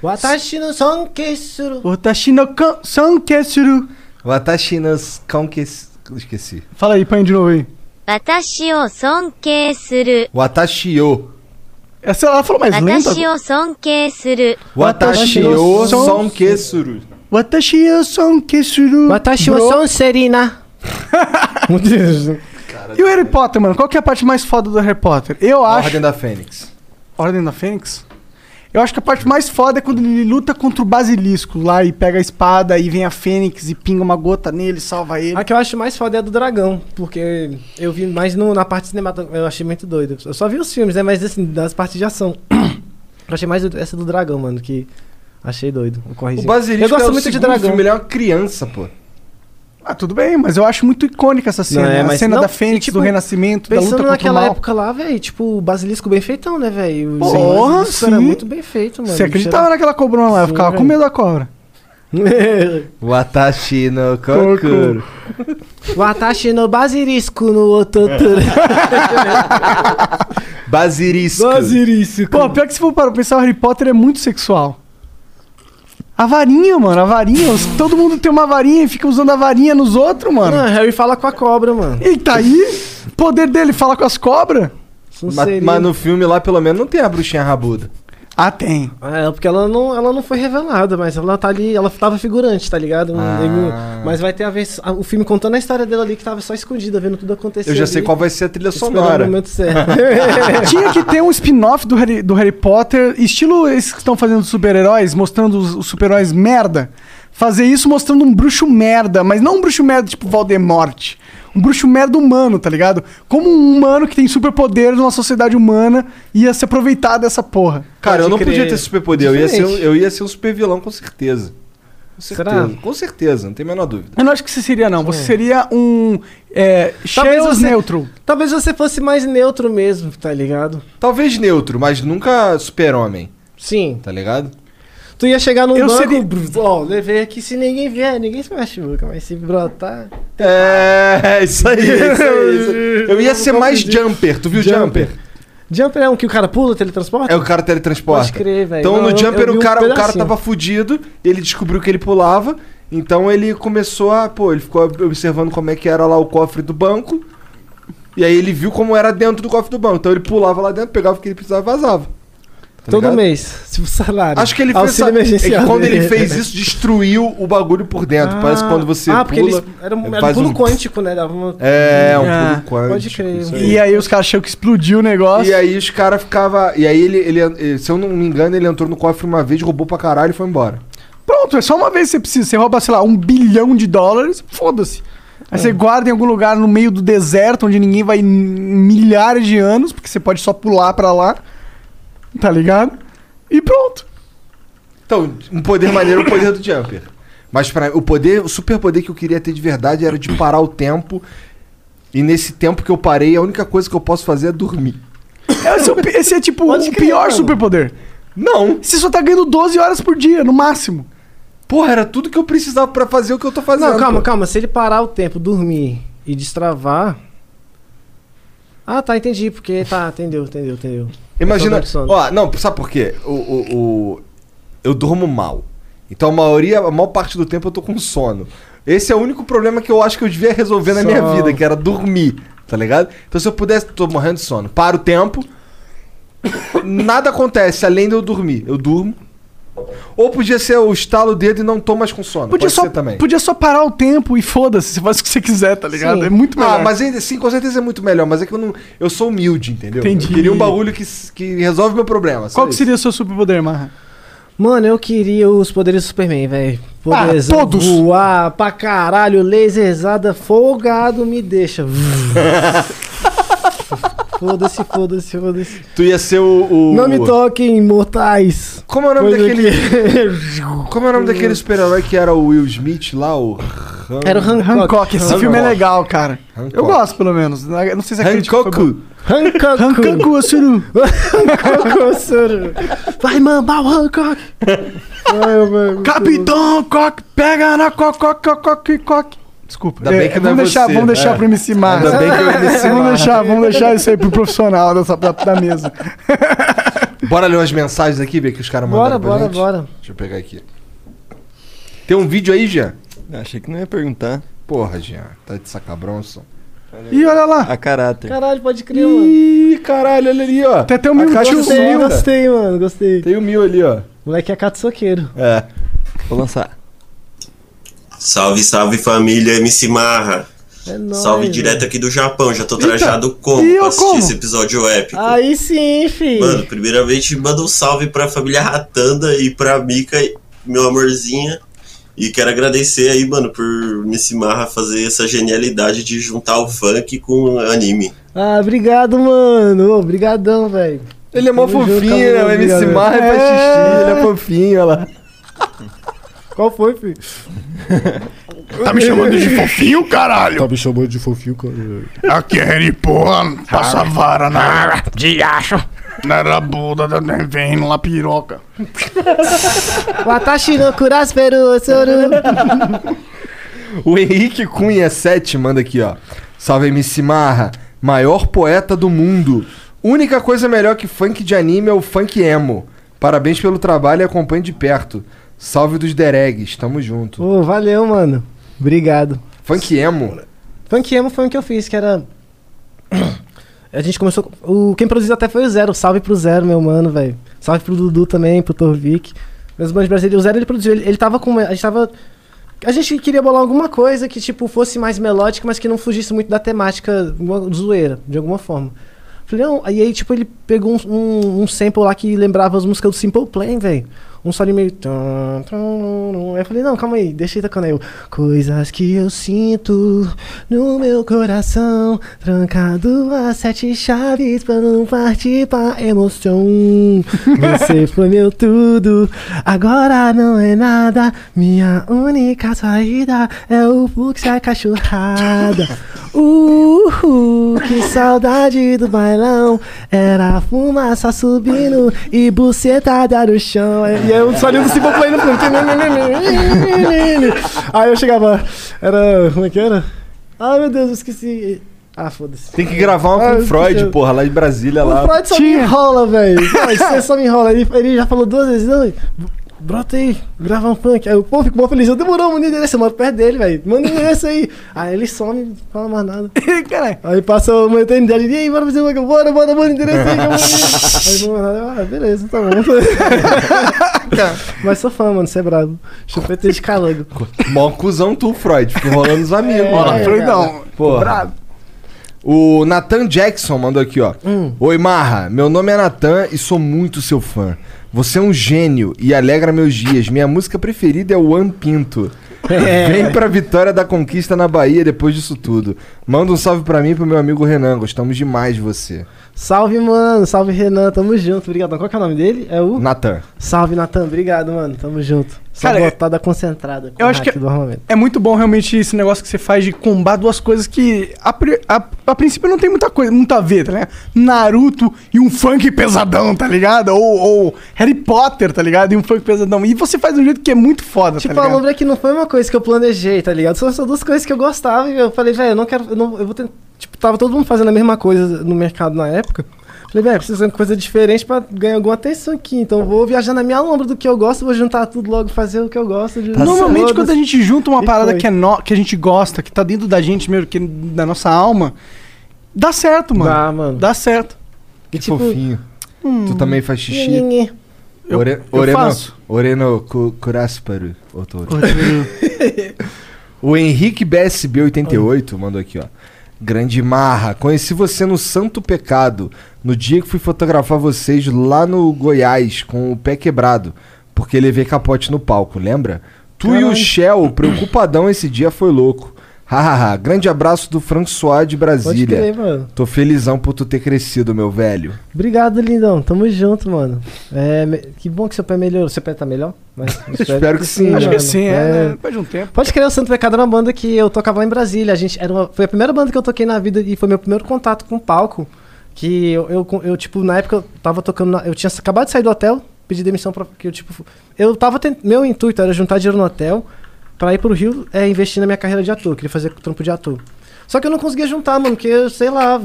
Speaker 1: Watashi no sonkei suru.
Speaker 2: Otashi no kan- sanketsuru.
Speaker 3: Watashi no Konkes... Esqueci.
Speaker 2: Fala aí, põe de novo aí.
Speaker 8: 私を尊敬する。
Speaker 3: Watashi o.
Speaker 2: Essa ela falou mais lenta.
Speaker 8: 私を尊敬する。
Speaker 3: Watashi o Sonkesuru.
Speaker 2: Watashi yo sanketsuru.
Speaker 1: Watashi no
Speaker 2: Bro.
Speaker 1: [laughs] sonserina. Meu Deus.
Speaker 2: E o Harry Potter, mano? Qual que é a parte mais foda do Harry Potter? Eu acho...
Speaker 3: Ordem da Fênix.
Speaker 2: Ordem da Fênix? Eu acho que a parte mais foda é quando ele luta contra o basilisco lá e pega a espada e vem a Fênix e pinga uma gota nele, salva ele.
Speaker 1: A que eu acho mais foda é a do dragão, porque eu vi mais no- na parte cinematográfica, eu achei muito doido. Eu só vi os filmes, né, mas assim, das partes de ação. [clears throat] eu achei mais doido essa do dragão, mano, que achei doido. O,
Speaker 3: O
Speaker 1: correzinho.
Speaker 3: Basilisco
Speaker 1: Eu gosto
Speaker 3: é o
Speaker 1: muito de
Speaker 3: segundo
Speaker 1: dragão.
Speaker 3: filme, ele é uma criança, pô.
Speaker 2: Ah, tudo bem, mas eu acho muito icônica essa cena.
Speaker 1: Não, é,
Speaker 2: a
Speaker 1: mas
Speaker 2: cena
Speaker 1: não-
Speaker 2: da Fênix,
Speaker 1: e, tipo,
Speaker 2: do renascimento, da luta
Speaker 1: Pensando
Speaker 2: contra o
Speaker 1: naquela
Speaker 2: mal.
Speaker 1: época lá, velho, tipo, o basilisco bem feitão, né, velho? O
Speaker 2: Porra,
Speaker 1: basilisco era
Speaker 2: sim.
Speaker 1: muito bem feito, mano.
Speaker 2: Você
Speaker 1: [laughs]
Speaker 2: acreditava naquela cobrona lá, eu
Speaker 1: Sim,
Speaker 2: ficava com
Speaker 1: velho.
Speaker 2: medo da cobra.
Speaker 3: Watashi no Kokoro.
Speaker 1: Watashi no basilisco no ototo.
Speaker 3: É, [laughs] Basilisco.
Speaker 2: Pô, pior que se for para pensar, o Harry Potter é muito sexual. A varinha, mano, a varinha. os- Todo mundo tem uma varinha e fica usando a varinha nos outros,
Speaker 1: Não,
Speaker 2: mano.
Speaker 1: Harry fala com a cobra, mano.
Speaker 2: Eita, aí, poder dele, fala com as cobras?
Speaker 3: Ma- Mas,
Speaker 1: Sonserina.
Speaker 3: no filme lá, pelo menos, não tem a bruxinha rabuda.
Speaker 2: Ah, tem.
Speaker 1: É, porque ela não, ela não foi revelada, mas ela tá ali, ela tava figurante, tá ligado?
Speaker 3: Ah.
Speaker 1: Ele- Mas vai ter a vers- a- o filme contando a história dela ali que tava só escondida, vendo tudo acontecer.
Speaker 3: Eu já sei
Speaker 1: ali,
Speaker 3: qual vai ser a trilha
Speaker 1: esperando O
Speaker 3: sonora.
Speaker 1: momento
Speaker 3: [laughs]
Speaker 1: certo.
Speaker 2: Tinha que ter um spin-off do Harry, do Harry Potter, estilo esses que estão fazendo dos super-heróis, mostrando os, os super-heróis merda. Fazer isso mostrando um bruxo merda, mas não um bruxo merda tipo Voldemort. Um bruxo merda humano, tá ligado? Como um humano que tem superpoderes numa sociedade humana ia se aproveitar dessa porra.
Speaker 3: Cara, eu
Speaker 1: Pode
Speaker 3: não
Speaker 1: crer.
Speaker 3: podia ter superpoder. Eu ia, ser, um-
Speaker 1: Diferente.
Speaker 3: eu ia ser um super vilão, com certeza. Com certeza.
Speaker 1: Será?
Speaker 3: Com certeza, não tem a menor dúvida.
Speaker 2: Eu não acho que você seria, não. Você seria um. É,
Speaker 1: Talvez
Speaker 2: Chaos
Speaker 1: você-
Speaker 2: neutro.
Speaker 1: Talvez você fosse mais neutro mesmo, tá ligado?
Speaker 3: Talvez neutro, mas nunca super-homem,
Speaker 1: Sim.
Speaker 3: tá ligado?
Speaker 1: Tu ia chegar num
Speaker 2: Eu
Speaker 1: banco,
Speaker 2: seria-
Speaker 1: brrr, ó, levei aqui, se ninguém vier, ninguém se machuca, mas se brotar...
Speaker 3: É, [laughs] isso aí, isso aí. isso aí. Eu ia ser mais jumper, tu viu jumper?
Speaker 1: Jumper é um que o cara pula, teletransporta?
Speaker 3: É o cara teletransporta.
Speaker 1: Pode crer, velho.
Speaker 3: Então
Speaker 1: Não,
Speaker 3: no
Speaker 1: eu-
Speaker 3: Jumper
Speaker 1: eu vi um
Speaker 3: o, cara, o cara
Speaker 1: pedacinho.
Speaker 3: tava fudido, ele descobriu que ele pulava, então ele começou a. Pô, ele ficou observando como é que era lá o cofre do banco. E aí ele viu como era dentro do cofre do banco. Então ele pulava lá dentro, pegava o que ele precisava e vazava. Tá
Speaker 1: Todo
Speaker 3: ligado?
Speaker 1: mês, se o salário.
Speaker 3: Acho que ele fez.
Speaker 1: Auxílio
Speaker 3: sabe, é que
Speaker 1: emergencial.
Speaker 3: quando ele
Speaker 1: [laughs]
Speaker 3: fez isso, destruiu o bagulho por dentro. Parece quando você.
Speaker 1: Ah, porque
Speaker 3: pula,
Speaker 1: eles. Era um, era um
Speaker 3: faz
Speaker 1: pulo
Speaker 3: um-
Speaker 1: quântico, né? Dava uma...
Speaker 3: É, um
Speaker 2: Ah,
Speaker 3: pulo quântico.
Speaker 1: pode crer.
Speaker 3: isso aí.
Speaker 2: E aí os caras acham que explodiu o negócio.
Speaker 1: é-
Speaker 3: E aí os caras ficavam. E aí ele, ele- ele- se eu não me engano, ele entrou no cofre uma vez, roubou pra caralho e foi embora.
Speaker 2: Pronto, é só uma vez que você precisa. Você rouba, sei lá, um bilhão de dólares, foda-se.
Speaker 1: É.
Speaker 2: Aí você guarda em algum lugar no meio do deserto, onde ninguém vai em milhares de anos, porque você pode só pular pra lá, tá ligado? E pronto.
Speaker 3: Então, um poder maneiro é o poder do Jumper. Mas para o poder, o superpoder que eu queria ter de verdade era de parar o tempo. E nesse tempo que eu parei, a única coisa que eu posso fazer é dormir.
Speaker 2: Esse é, o pi- esse é tipo
Speaker 1: Pode
Speaker 2: o
Speaker 1: crer,
Speaker 2: pior
Speaker 1: mano.
Speaker 2: superpoder.
Speaker 3: Não!
Speaker 2: Você só tá ganhando 12 horas por dia, no máximo.
Speaker 3: Porra, era tudo que eu precisava pra fazer o que eu tô fazendo.
Speaker 1: Não, calma,
Speaker 3: pô.
Speaker 1: calma. Se ele parar o tempo, dormir e destravar. Ah, tá, entendi. Porque tá, entendeu, entendeu, entendeu.
Speaker 2: É
Speaker 3: Imagina.
Speaker 1: Eu tô dando sono.
Speaker 3: Ó, não, sabe por quê? O, o, o- eu durmo mal. Então a maioria, a maior parte do tempo eu tô com sono. Esse é o único problema que eu acho que eu devia resolver na minha
Speaker 1: Só-
Speaker 3: vida, que era dormir, tá ligado? Então se eu pudesse, tô morrendo de sono. Para o tempo. nada acontece além de eu dormir. Eu durmo. Ou podia ser eu estalo o dedo e não tô mais com sono.
Speaker 2: Podia,
Speaker 3: Pode
Speaker 2: só,
Speaker 3: ser também.
Speaker 2: podia só parar o tempo e foda-se, você faz o que você quiser, tá ligado?
Speaker 1: Sim.
Speaker 2: É muito melhor.
Speaker 3: Ah, mas ainda assim, com certeza é muito melhor. Mas é que eu não. Eu sou humilde, entendeu?
Speaker 2: Entendi.
Speaker 3: Eu queria um bagulho que, que resolve meu problema. só
Speaker 2: Qual que
Speaker 3: isso.
Speaker 2: seria o seu superpoder, Marra?
Speaker 1: Mano, eu queria os poderes do Superman, velho. Poderzão,
Speaker 2: Ah, todos.
Speaker 1: voar pra caralho, laserzada, folgado, me
Speaker 2: [laughs]
Speaker 1: deixa. foda-se, foda-se, foda-se.
Speaker 3: Tu ia ser o. o-
Speaker 1: Não me toquem, mortais.
Speaker 3: Como é o nome
Speaker 1: Coisa
Speaker 3: daquele.
Speaker 1: que-
Speaker 3: Como é o nome daquele super-herói que era o Will Smith lá, o. Han-
Speaker 2: [laughs]
Speaker 1: Era o Hancock.
Speaker 2: Hancock, esse
Speaker 3: Hancock.
Speaker 2: filme é legal, cara.
Speaker 3: Hancock.
Speaker 2: Eu gosto, pelo menos. Não sei se é crítica foi boa.
Speaker 3: Hancock.
Speaker 1: Hancock.
Speaker 2: Hancock, o Suru.
Speaker 1: Hancock, soro. Vai mamar o Hancock. Ai, mano.
Speaker 2: Capitão Coque, pega na coque, coque, coque, coque. Desculpa.
Speaker 3: Ainda bem que não é
Speaker 2: vamos, deixar,
Speaker 3: você.
Speaker 2: vamos deixar
Speaker 3: É.
Speaker 2: pro MC Marra.
Speaker 3: Ainda bem que eu ia nesse [laughs]
Speaker 2: vamos,
Speaker 3: mar.
Speaker 2: deixar, vamos deixar isso aí pro profissional dessa, da, da mesa.
Speaker 3: Bora ler umas mensagens aqui, ver que os caras
Speaker 1: Bora,
Speaker 2: é
Speaker 3: mandaram pra
Speaker 1: bora,
Speaker 3: gente.
Speaker 1: bora.
Speaker 3: Deixa eu pegar aqui. Tem um vídeo aí, Jean?
Speaker 6: Achei que não ia perguntar.
Speaker 3: Porra, Jean. Tá de sacabronson.
Speaker 2: Ih, olha lá.
Speaker 6: A caráter.
Speaker 1: Caralho, pode crer,
Speaker 3: um-
Speaker 1: mano.
Speaker 3: Ih, caralho, olha ali, ó.
Speaker 2: Tem até o
Speaker 3: A
Speaker 2: meu
Speaker 3: caixa
Speaker 2: tio.
Speaker 3: sonora.
Speaker 1: Gostei, gostei, mano, gostei.
Speaker 3: Tem o mil ali, ó.
Speaker 1: Moleque é catsoqueiro.
Speaker 3: É.
Speaker 6: Vou lançar.
Speaker 9: Salve, salve família MC Marra.
Speaker 1: É nóis,
Speaker 9: salve
Speaker 1: mano.
Speaker 9: direto aqui do Japão. Já tô trajado como
Speaker 2: E eu
Speaker 9: pra assistir
Speaker 2: como?
Speaker 9: esse episódio épico.
Speaker 1: Aí sim, fi.
Speaker 9: Mano, primeiramente manda um salve pra família Ratanda e pra Mika, meu amorzinha. E quero agradecer aí, mano, por MC Marra fazer essa genialidade de juntar o funk com anime.
Speaker 1: Ah, obrigado, mano. Obrigadão, velho.
Speaker 3: Ele é mó
Speaker 1: Tamo junto,
Speaker 3: fofinho,
Speaker 1: tamo
Speaker 3: né? O
Speaker 1: junto,
Speaker 3: MC
Speaker 1: galera.
Speaker 3: Marra é pra xixi, ele é fofinho, olha lá.
Speaker 1: Qual foi, fi?
Speaker 10: Tá me chamando de fofinho,
Speaker 3: Tá
Speaker 10: caralho?
Speaker 7: me chamando de fofinho, cara.
Speaker 10: Aquele porra passa a vara na... De acho. Na rabuda da vem na
Speaker 2: [laughs]
Speaker 10: piroca.
Speaker 1: Watashi no kurasperu, soro.
Speaker 3: O Henrique Cunha 7 manda aqui, ó. Salve MC Marra, maior poeta do mundo. Única coisa melhor que funk de anime é o funk emo. Parabéns pelo trabalho e acompanhe de perto. Salve dos deregues, tamo junto.
Speaker 1: Pô, valeu, mano. Obrigado.
Speaker 3: Funk emo?
Speaker 1: Funk Emo foi um que eu fiz, que era. [clears throat] A gente começou. O... Quem produziu até foi o Zero. Salve pro Zero, meu mano, velho. Salve pro Dudu também, pro Torvik. Meus bandos brasileiros. O Zero ele produziu. Ele, ele tava com. A gente tava. A gente queria bolar alguma coisa que, tipo, fosse mais melódica, mas que não fugisse muito da temática uma zoeira, de alguma forma. Falei, não. E aí, tipo, ele pegou um, um, um sample lá que lembrava as músicas do Simple Plan, velho. Um solinho meio. tum, tum, tum. Aí eu falei, não, calma aí, deixa ele tocando aí. Eu, Coisas que eu sinto no meu coração, trancado a sete chaves pra não partir pra emoção. um. Você [laughs] foi meu tudo, agora não é nada. Minha única saída é o fluxo e a cachorrada. Uhul, que saudade do bailão. Era fumaça subindo e bucetada no chão. E aí eu só lindo se playando pra Aí eu chegava. Era. Como é que era? Ai meu Deus, eu esqueci. Ah, foda-se.
Speaker 3: Tem que gravar uma
Speaker 1: Ah,
Speaker 3: com o
Speaker 1: eu
Speaker 3: Freud,
Speaker 1: esqueci.
Speaker 3: porra, lá de Brasília. lá.
Speaker 1: O Freud só me enrola, velho. Não, Você só me enrola. Ele, ele já falou duas vezes, não, brota aí, grava um funk. Aí eu, pô, fico mó feliz. Eu demorou, manda o endereço, eu moro perto dele, velho. Manda o endereço aí. Aí ele some, não fala mais nada. Caralho. Aí passa uma eternidade, e aí, bora fazer uma, bora, bora, manda o endereço aí. que eu mando. aí não manda nada, eu, ah, beleza, tá bom. Mas sou fã, mano, você é brabo. Chupeta de calango.
Speaker 3: Mó cuzão tu, Freud. Fica enrolando os amigos.
Speaker 1: É, Olha, é, Freudão. cara.
Speaker 3: Porra.
Speaker 1: Brabo.
Speaker 3: O Nathan Jackson mandou aqui, ó. Oi, Marra. Meu nome é Nathan e sou muito seu fã. Você é um gênio e alegra meus dias. Minha música preferida é o One Pinto.
Speaker 1: É.
Speaker 3: Vem pra vitória da conquista na Bahia depois disso tudo. Manda um salve pra mim e pro meu amigo Renan. Gostamos demais de você.
Speaker 1: Salve, mano. Salve, Renan. Tamo junto. Obrigado. Qual que é o nome dele? É o.
Speaker 3: Natan.
Speaker 1: Salve, Natan. Obrigado, mano. Tamo junto. Só
Speaker 2: Cara,
Speaker 1: botada concentrada. com
Speaker 2: eu
Speaker 1: o
Speaker 2: acho que-
Speaker 1: hack do armamento.
Speaker 2: É muito bom realmente esse negócio que você faz de combar duas coisas que a, pri- a- a princípio não tem muita coisa, muito a ver, tá ligado? Naruto e um funk pesadão, tá ligado? Ou, ou Harry Potter, tá ligado? E um funk pesadão. E você faz de um jeito que é muito foda,
Speaker 1: Tipo,
Speaker 2: tá
Speaker 1: a
Speaker 2: ligado?
Speaker 1: Lombra que não foi uma coisa que eu planejei, tá ligado? São só duas coisas que eu gostava e eu falei, velho, eu não quero. Eu, não, eu vou tentar. Tipo, tava todo mundo fazendo a mesma coisa no mercado na época. Falei, velho, preciso de uma coisa diferente pra ganhar alguma atenção aqui. Então eu vou viajar na minha lombra do que eu gosto, vou juntar tudo logo, fazer o que eu gosto. de-
Speaker 2: Normalmente
Speaker 1: Todas.
Speaker 2: quando a gente junta uma
Speaker 1: E
Speaker 2: parada
Speaker 1: foi.
Speaker 2: que, é no- que a gente gosta, que tá dentro da gente mesmo, que é da nossa alma, dá certo, mano.
Speaker 1: Dá, mano.
Speaker 2: Dá certo.
Speaker 3: Que fofinho. Tu também faz
Speaker 2: um
Speaker 3: xixi?
Speaker 1: um
Speaker 2: Eu-
Speaker 3: Ore-
Speaker 2: eu
Speaker 3: oreno,
Speaker 2: faço.
Speaker 3: Oreno cu- curasparu, otouro. [laughs] o Henrique BSB88 mandou aqui, ó. Grande Marra, conheci você no Santo Pecado, no dia que fui fotografar vocês lá no Goiás, com o pé quebrado, porque levei capote no palco, lembra? Tu e o
Speaker 11: Caralho.
Speaker 3: Shell, preocupadão esse dia foi louco. Hahaha, grande abraço do François de Brasília.
Speaker 1: crer, mano.
Speaker 3: Tô felizão por tu ter crescido, meu velho.
Speaker 1: Obrigado, lindão. Tamo junto, mano. É, me- que bom que seu pé melhorou. Seu pé tá melhor?
Speaker 2: [laughs]
Speaker 1: Mas
Speaker 3: Espero que sim.
Speaker 2: Acho que
Speaker 1: mano.
Speaker 2: sim, é, né? Depois de um tempo.
Speaker 1: Pode crer, o Santo Pecado era uma banda que eu tocava lá em Brasília. A gente era uma- foi a primeira banda que eu toquei na vida e foi meu primeiro contato com o palco. Que eu, eu, eu, tipo, na época eu tava tocando. na- eu tinha acabado de sair do hotel, pedi demissão pra. Que eu, tipo, fu- eu tava tent- Meu intuito era juntar dinheiro no hotel pra ir pro Rio é, investir na minha carreira de ator. Eu queria fazer trampo de ator. Só que eu não conseguia juntar, mano, porque, eu, sei lá,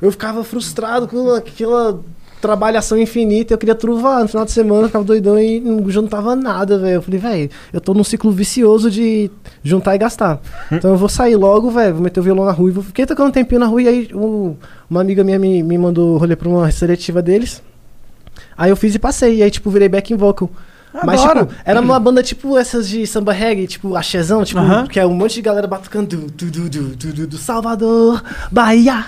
Speaker 1: eu ficava frustrado com aquela trabalhação infinita, eu queria truvar no final de semana, eu ficava doidão e não juntava nada, velho. Eu falei, velho, eu tô num ciclo vicioso de juntar e gastar. Então eu vou sair logo, velho, vou meter o violão na rua e vou... fiquei tocando um tempinho na rua e aí o- uma amiga minha me, me mandou rolê pra uma seletiva deles. Aí eu fiz e passei, e aí, tipo, virei backing vocal. Mas,
Speaker 2: Adoro.
Speaker 1: tipo, era uma banda tipo essas de samba reggae, tipo, axezão, tipo,
Speaker 2: Aham.
Speaker 1: que é um monte de galera batucando. Du, du, du, du, du, du, Salvador, Bahia,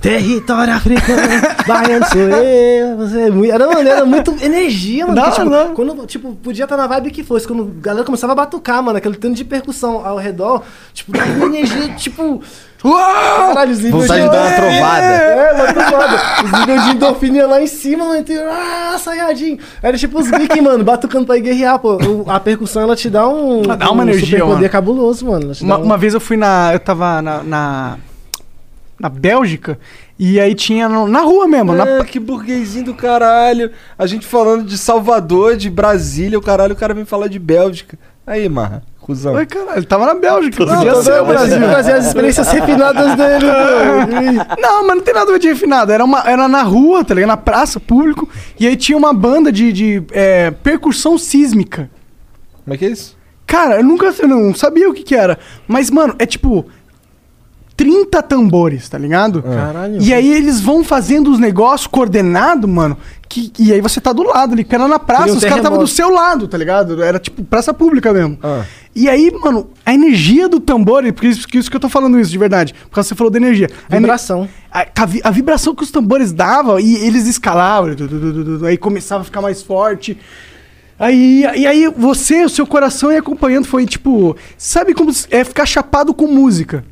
Speaker 1: território africano, baiano sou eu. Você, é muito- era, mano, era muito energia, mano.
Speaker 2: Da
Speaker 1: porque, tipo,
Speaker 2: hora,
Speaker 1: Quando, tipo, podia estar na vibe que fosse. Quando a galera começava a batucar, mano, aquele tanto de percussão ao redor, tipo, dava uma energia, tipo. Caralho, os níveis
Speaker 3: Vontade de dar uma trovada.
Speaker 1: É, uma trovada. Os níveis de endorfina lá em cima, mano. tem- Ah, saiadinho. Era tipo os geek, mano, batucando pra ir guerrear, pô. O- A percussão, ela te dá um.
Speaker 2: Ela dá uma
Speaker 1: um
Speaker 2: energia,
Speaker 1: superpoder
Speaker 2: mano.
Speaker 1: cabuloso, mano. Ela te
Speaker 2: Uma,
Speaker 1: dá um-
Speaker 2: uma vez eu fui na. Eu tava na. na... na Bélgica, e aí tinha no- na rua mesmo. na-
Speaker 3: Ah, que burguesinho do caralho. A gente falando de Salvador, de Brasília, o caralho, o cara vem falar de Bélgica. Aí, marra, cuzão.
Speaker 2: Ai, caralho, ele tava na Bélgica.
Speaker 3: Não,
Speaker 2: podia
Speaker 3: tá
Speaker 2: ser
Speaker 3: bem,
Speaker 2: o
Speaker 3: mas
Speaker 2: Brasil.
Speaker 3: tem que trazer
Speaker 1: as experiências refinadas dele, pô.
Speaker 2: Não, mas não tem nada a ver de refinado. Era, uma, era na rua, tá ligado? Na praça, público. E aí tinha uma banda de, de é, percussão sísmica.
Speaker 3: Como é que é isso?
Speaker 2: Cara, eu nunca eu não sabia o que que era. Mas, mano, é tipo 30 tambores, tá ligado?
Speaker 1: Ah. Caralho.
Speaker 2: E aí eles vão fazendo os negócios coordenado, mano. Que, e aí você tá do lado ali, porque era na praça,
Speaker 1: Seria um
Speaker 2: os caras estavam
Speaker 1: terremoto.
Speaker 2: do seu lado, tá ligado? Era tipo praça pública mesmo.
Speaker 3: Ah.
Speaker 2: E aí, mano, a energia do tambor, e por isso, por isso que eu tô falando isso de verdade, porque você falou da energia. A ener-
Speaker 1: Vibração.
Speaker 2: A, a vi- a vibração que os tambores davam, e eles escalavam, du- du- du- du- du- aí começava a ficar mais forte. Aí, e aí você, o seu coração ia acompanhando, foi tipo, sabe como s- é ficar chapado com música?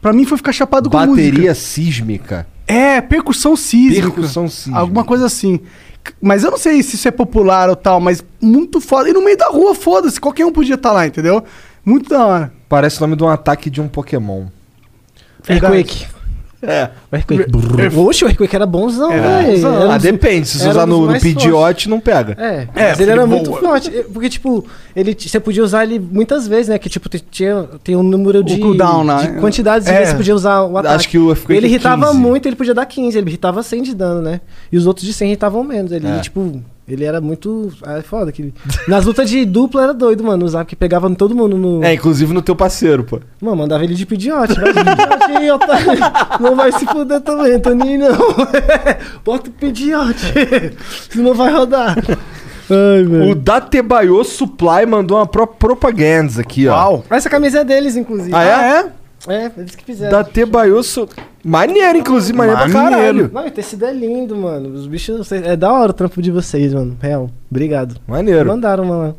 Speaker 2: Pra mim foi ficar chapado com música.
Speaker 3: Bateria sísmica.
Speaker 2: É, percussão sísmica.
Speaker 3: Percussão sísmica.
Speaker 2: Alguma coisa assim. C- Mas eu não sei se isso é popular ou tal, mas muito foda. E no meio da rua, foda-se, tá qualquer um podia estar lá, entendeu? Muito da hora.
Speaker 3: Parece o nome de um ataque de um Pokémon.
Speaker 1: Earthquake.
Speaker 3: É.
Speaker 1: O Earthquake. Brrr. Oxe, o Earthquake era bonzão,
Speaker 3: Era
Speaker 1: velho.
Speaker 3: bonzão.
Speaker 1: Era um
Speaker 3: Ah,
Speaker 1: dos-
Speaker 3: depende, se você
Speaker 1: era
Speaker 3: usar
Speaker 1: um dos
Speaker 3: no- no
Speaker 1: mais
Speaker 3: Pidgeot,
Speaker 1: fortes.
Speaker 3: não pega.
Speaker 1: É,
Speaker 3: É,
Speaker 1: mas ele era
Speaker 3: ele
Speaker 1: muito
Speaker 3: voa.
Speaker 1: forte. eh, Porque, tipo, ele, t- você podia usar ele muitas vezes, né? Que, tipo, te- tinha, tem um número de,
Speaker 2: cooldown, né?
Speaker 1: de quantidades de
Speaker 2: É.
Speaker 1: vezes que você podia usar o
Speaker 2: Acho
Speaker 1: ataque.
Speaker 2: que o Earthquake
Speaker 1: ele
Speaker 2: é
Speaker 1: irritava
Speaker 2: 15.
Speaker 1: muito, ele podia dar 15, ele irritava 100 de dano, né? E os outros de 100 irritavam menos. Ele,
Speaker 2: É.
Speaker 1: tipo, ele era muito. Ah, é foda. Que... Nas lutas de dupla era doido, mano, usar, porque pegava todo mundo no.
Speaker 3: É, inclusive no teu parceiro, pô.
Speaker 1: Mano, mandava ele de pediote. Vai de pediote aí, [laughs] otário. Não vai se fuder também, Toninho, não. [laughs] Bota o [laughs] pediote. Senão vai rodar. É.
Speaker 3: O Datebayo Supply mandou uma pro propaganda aqui, ó.
Speaker 1: Essa camisa é deles, inclusive.
Speaker 3: Ah, é?
Speaker 1: É, eles que fizeram.
Speaker 3: Datebayo Supply. Maneiro, inclusive, maneiro, pra caralho.
Speaker 1: Não, e o tecido é lindo, mano. Os bichos. É da hora o trampo de vocês, mano. Real. Obrigado.
Speaker 3: Maneiro.
Speaker 1: Mandaram uma lá.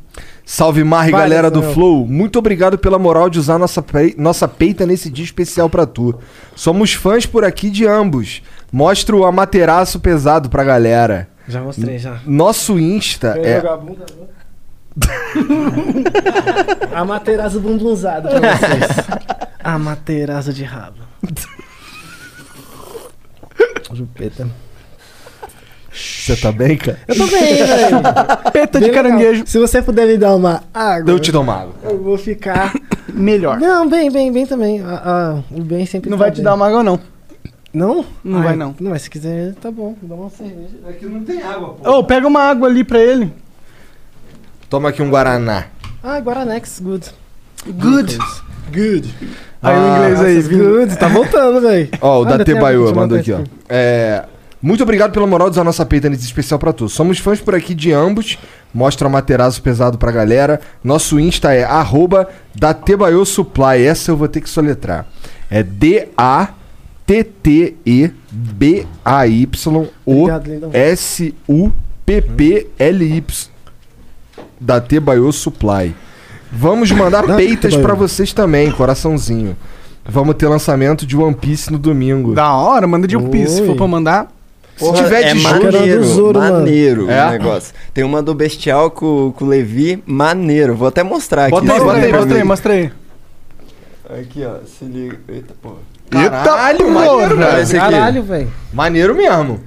Speaker 3: Salve Marre,
Speaker 1: Vale,
Speaker 3: galera do
Speaker 1: Samuel.
Speaker 3: Flow. Muito obrigado pela moral de usar nossa, pe- nossa peita nesse dia especial pra tu. Somos fãs por aqui de ambos. Mostra o amateraço pesado pra galera.
Speaker 1: Já mostrei, já.
Speaker 3: Nosso Insta
Speaker 1: Quer
Speaker 3: é.
Speaker 1: jogar a bunda, né? Amaterasu bumbunzado pra vocês. Amaterasu de rabo. Jupeta.
Speaker 3: Você tá bem, cara?
Speaker 1: Eu tô bem, velho. Peta de caranguejo. Se você puder me dar uma água.
Speaker 3: Então Eu te dou uma água.
Speaker 1: Eu vou ficar.
Speaker 2: Melhor.
Speaker 1: Não, bem, bem, bem também. Ah, ah, o bem sempre
Speaker 2: Não
Speaker 1: tá
Speaker 2: vai te
Speaker 1: bem.
Speaker 2: dar uma água, não.
Speaker 1: Não?
Speaker 2: Não
Speaker 1: Ai,
Speaker 2: vai, não.
Speaker 1: Não, mas se quiser, tá bom. Dá uma cerveja. Aqui não tem água, pô.
Speaker 2: Ô, pega uma água ali pra ele.
Speaker 3: Toma aqui um Guaraná.
Speaker 1: Ah, Guaranex, good.
Speaker 2: Good.
Speaker 1: Good.
Speaker 3: Aí o inglês é aí,
Speaker 1: nossa,
Speaker 3: viu?
Speaker 1: Good, tá voltando, velho.
Speaker 3: Ó, o
Speaker 1: Olha,
Speaker 3: da
Speaker 1: tem a
Speaker 3: Tebaiô
Speaker 1: última
Speaker 3: mandou aqui,
Speaker 1: coisa
Speaker 3: ó. É, muito obrigado pela moral de usar nossa peita nesse especial pra tu. Somos fãs por aqui de ambos. Mostra o materaço pesado pra galera. Nosso Insta é arroba da Tebaiô Supply. Essa eu vou ter que soletrar. É
Speaker 1: Obrigado, lindão.
Speaker 3: D-A-T-T-E-B-A-Y-O-S-U-P-P-L-Y. Da Tebaiô Supply. Vamos mandar
Speaker 1: Da
Speaker 3: peitas
Speaker 1: Tebaiô.
Speaker 3: pra vocês também, coraçãozinho. Vamos ter lançamento de One Piece no domingo.
Speaker 2: Da hora, manda de um piso. Se
Speaker 3: Oi.
Speaker 2: for pra mandar.
Speaker 3: Se tiver
Speaker 6: é
Speaker 3: de jogo,
Speaker 6: maneiro,
Speaker 3: do Zoro, mano.
Speaker 6: maneiro
Speaker 3: É?
Speaker 6: o negócio. Tem uma do Bestial com, com o Levi, maneiro. Vou até mostrar aqui.
Speaker 2: Bota aí,
Speaker 6: Esse
Speaker 2: bota aí,
Speaker 6: pra
Speaker 2: bota
Speaker 6: mim.
Speaker 2: aí, mostra aí.
Speaker 6: Aqui, ó, se liga. Eita, porra.
Speaker 3: Caralho, né? maneiro, né?
Speaker 6: porra!
Speaker 3: velho. Esse aqui.
Speaker 1: Caralho, velho.
Speaker 3: Maneiro mesmo.
Speaker 6: É,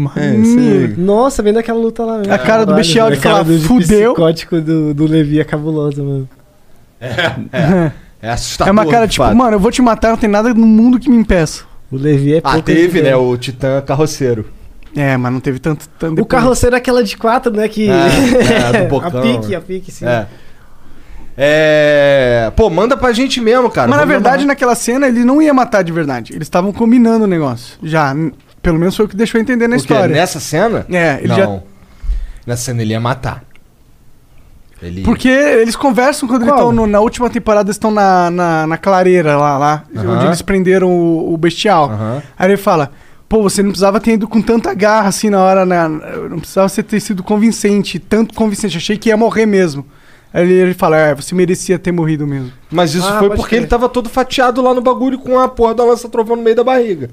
Speaker 3: Hum.
Speaker 2: hum,
Speaker 6: se liga.
Speaker 1: Hum. Nossa, vem daquela luta lá mesmo.
Speaker 2: A cara do
Speaker 1: Caralho,
Speaker 2: Michel
Speaker 1: velho.
Speaker 2: de
Speaker 1: A cara
Speaker 2: falar,
Speaker 1: do
Speaker 2: "Fudeu".
Speaker 1: psicótico do, do Levi é cabulosa, mano.
Speaker 3: É, é assustador.
Speaker 2: é uma cara
Speaker 3: de
Speaker 2: tipo,
Speaker 3: fato.
Speaker 2: mano, eu vou te matar, não tem nada no mundo que me impeça.
Speaker 1: O Levi é
Speaker 3: Ah,
Speaker 1: pouco
Speaker 3: teve,
Speaker 1: de-
Speaker 3: né? O Titã Carroceiro.
Speaker 2: É, mas não teve tanto. tanto
Speaker 1: O carroceiro é aquela de quatro, né? Que... [laughs]
Speaker 3: É, é, do
Speaker 1: a
Speaker 3: bocão.
Speaker 1: pique, a pique, sim.
Speaker 3: É. É. Pô, manda pra gente mesmo, cara.
Speaker 2: Mas na
Speaker 3: Vamos
Speaker 2: verdade,
Speaker 3: mandar-
Speaker 2: naquela cena, ele não ia matar de verdade. Eles estavam combinando o negócio. Já. n- Pelo menos foi o que deixou eu entender na
Speaker 3: O quê?
Speaker 2: é história.
Speaker 3: Nessa cena?
Speaker 2: É, ele já.
Speaker 3: Não. Nessa cena ele ia matar. Ele...
Speaker 2: Porque eles conversam quando eles
Speaker 1: Qual?
Speaker 2: estão no- na última temporada, eles estão na, na, na clareira lá, lá
Speaker 3: Aham.
Speaker 2: onde eles prenderam o, o bestial.
Speaker 3: Aham.
Speaker 2: Aí ele fala: pô, você não precisava ter ido com tanta garra assim na hora, né? Não precisava você ter sido convincente, tanto convincente. Achei que ia morrer mesmo. Aí ele, ele fala: é, você merecia ter morrido mesmo.
Speaker 3: Mas isso
Speaker 1: Ah,
Speaker 3: foi
Speaker 1: pode
Speaker 3: porque
Speaker 1: crer.
Speaker 3: ele tava todo fatiado lá no bagulho com a porra da lança trovão no meio da barriga.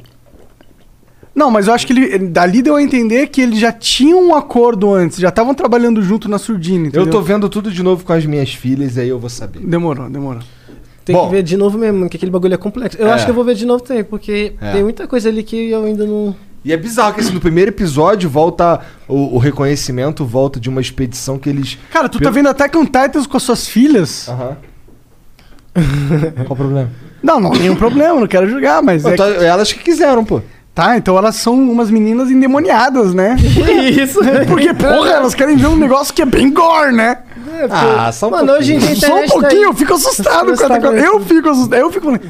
Speaker 2: Não, mas eu acho que ele, ele- dali deu a entender que eles já tinham um acordo antes, já estavam trabalhando junto na surdina. Entendeu?
Speaker 3: Eu tô vendo tudo de novo com as minhas filhas, aí eu vou saber.
Speaker 2: Demorou, demorou.
Speaker 1: Tem
Speaker 3: Bom.
Speaker 1: que ver de novo mesmo, mano, que aquele bagulho é complexo. Eu
Speaker 3: É.
Speaker 1: acho que eu vou ver de novo também, porque
Speaker 3: É.
Speaker 1: tem muita coisa ali que eu ainda não...
Speaker 3: E é bizarro que assim, no primeiro episódio volta o, o reconhecimento, volta de uma expedição que eles.
Speaker 2: Cara, tu tá
Speaker 3: Pelo-
Speaker 2: vendo até com Titans com as suas filhas?
Speaker 3: Aham. Qual o problema?
Speaker 2: Não, não tem um problema, não quero julgar, mas é.
Speaker 3: Não, tá-
Speaker 2: que-
Speaker 3: Elas que quiseram, pô.
Speaker 2: Tá, então elas são umas meninas endemoniadas,
Speaker 1: [laughs]
Speaker 2: né?
Speaker 1: Que isso?
Speaker 2: Porque, porra, elas querem ver um negócio que é bem gore, né?
Speaker 1: É, porque-
Speaker 3: Ah, só um
Speaker 1: Mano, hoje em dia a
Speaker 2: Só um
Speaker 1: internet tá aí.
Speaker 2: pouquinho, eu fico assustado com essa coisa. Eu fico assustado, eu fico falando.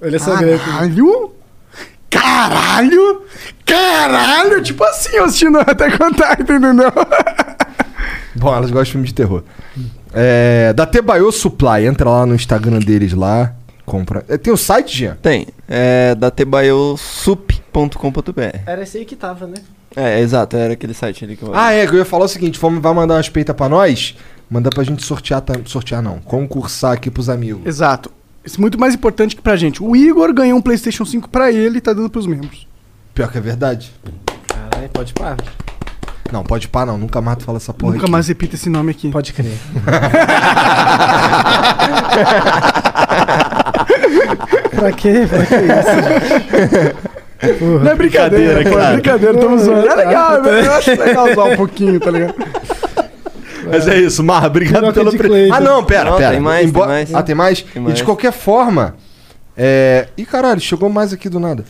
Speaker 1: Olha só,
Speaker 2: Ah.
Speaker 1: grande.
Speaker 2: Caralho! Caralho! Caralho! Tipo assim, eu assistindo [laughs] até contar, entendeu? [laughs]
Speaker 3: Bom, elas gostam de filme de terror. É, da Tebayo Supply, entra lá no Instagram deles lá, compra. É, tem o site, Jean?
Speaker 6: Tem. É da tebaiosup.com.br.
Speaker 1: Era esse aí que tava, né?
Speaker 6: É, exato, era aquele site ali que eu
Speaker 3: Ah, é, que eu ia falar o seguinte: vamos, vai mandar umas peitas pra nós? Manda pra gente sortear, tam- sortear não, concursar aqui pros amigos.
Speaker 2: Exato. Isso é muito mais importante que pra gente. O Igor ganhou um PlayStation 5 pra ele e tá dando pros membros.
Speaker 3: Pior que é verdade.
Speaker 1: Caralho, pode parar.
Speaker 3: Não, pode pá, não, nunca mais tu fala essa porra
Speaker 2: Nunca
Speaker 3: aqui.
Speaker 2: mais repita esse nome aqui.
Speaker 1: Pode [laughs] crer. Pra quê? Pra que isso?
Speaker 2: Não é brincadeira,
Speaker 12: Brincadeira,
Speaker 2: cara.
Speaker 12: cara.
Speaker 2: É brincadeira, tamo zoando. É legal,
Speaker 12: Tá.
Speaker 2: velho. Eu acho legal usar um pouquinho, tá ligado?
Speaker 3: Mas é isso, Marra, obrigado
Speaker 2: Piroca
Speaker 3: pelo
Speaker 2: de
Speaker 3: pre...
Speaker 2: Cleiton.
Speaker 3: Ah, não, pera,
Speaker 2: Não,
Speaker 3: pera.
Speaker 2: tem mais,
Speaker 3: Embo-
Speaker 2: tem mais.
Speaker 3: Ah, tem mais?
Speaker 2: Tem
Speaker 3: E
Speaker 2: mais.
Speaker 3: de qualquer forma. É... Ih, caralho, chegou mais aqui do nada.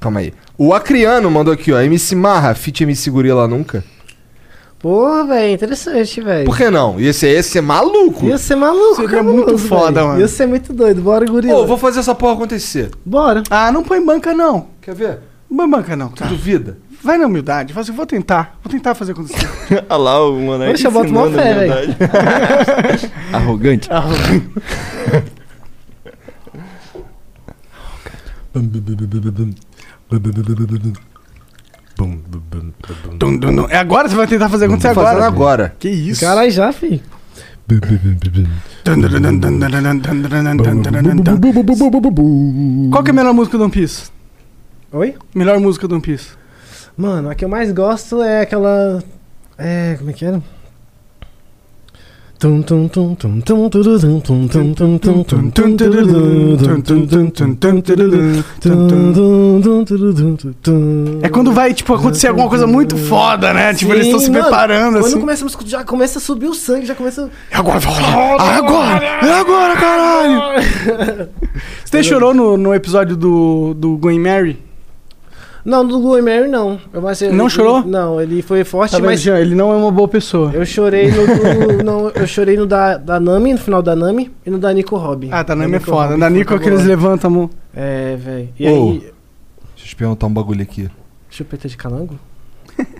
Speaker 3: Calma aí. O Acriano mandou aqui, ó. MC Marra, fit MC Gorila nunca.
Speaker 1: Porra, velho, interessante, velho.
Speaker 3: Por que não? Ia ser, ia ser é maluco.
Speaker 1: Ia ser maluco, Seria muito
Speaker 3: foda, mano.
Speaker 1: Ia ser muito doido. Bora, gorila.
Speaker 3: Pô, vou fazer essa porra acontecer.
Speaker 1: Bora.
Speaker 2: Ah, não põe banca, não.
Speaker 3: Quer ver?
Speaker 2: Não põe banca, não. Tá.
Speaker 3: Duvida.
Speaker 2: Vai na humildade. Fala assim, vou tentar. Vou tentar fazer acontecer.
Speaker 6: Olha lá o Monark.
Speaker 2: Poxa, bota uma
Speaker 6: ensinando
Speaker 2: fé,
Speaker 6: humildade. [laughs] Arrogante.
Speaker 2: Dum, dum, dum. É agora que você vai tentar fazer acontecer
Speaker 12: Tô
Speaker 2: agora.
Speaker 12: fazendo agora.
Speaker 2: Que isso?
Speaker 1: Caralho, já, fi.
Speaker 2: Qual que é a melhor música do One Piece?
Speaker 1: Oi?
Speaker 2: Melhor música do One Piece.
Speaker 1: Mano, a que eu mais gosto é aquela. É, como é que era? Tum, tum, tum, tum, tum, tururum, tum, tum, tum, tum, tum, tum, tururum, tum, tum, tum, tum, tum, tururum, tum, tum, tum, tururum, tum, tum.
Speaker 2: É quando vai, tipo, acontecer alguma coisa muito foda, né? Tipo, eles estão
Speaker 1: Sim,
Speaker 2: se
Speaker 1: mano,
Speaker 2: preparando,
Speaker 1: É Quando
Speaker 2: assim.
Speaker 1: começa a música, já começa a subir o sangue, já começa.
Speaker 2: É agora, vai rolar. É agora! É agora, caralho!
Speaker 1: [laughs]
Speaker 2: Você chorou no, no episódio do, do Gwen Mary?
Speaker 1: Não, do Gwen Mary não. Eu- mas ele-
Speaker 2: Não chorou?
Speaker 1: Não, ele foi forte,
Speaker 2: Tá vendo,
Speaker 1: mas
Speaker 2: Jean? Ele não é uma boa pessoa.
Speaker 1: Eu chorei no do- não, eu chorei no da, da Nami, no final da Nami, e no da Nico Robin.
Speaker 2: Ah, da Nami é
Speaker 1: Nico
Speaker 2: foda.
Speaker 1: Robin
Speaker 2: Da
Speaker 1: foi
Speaker 2: Nico é que
Speaker 1: cabuloso.
Speaker 2: eles levantam a mão.
Speaker 1: É, velho. E
Speaker 3: Ô.
Speaker 1: aí,
Speaker 3: Deixa eu te perguntar um bagulho aqui.
Speaker 1: chupeta de
Speaker 2: [laughs]
Speaker 1: calango?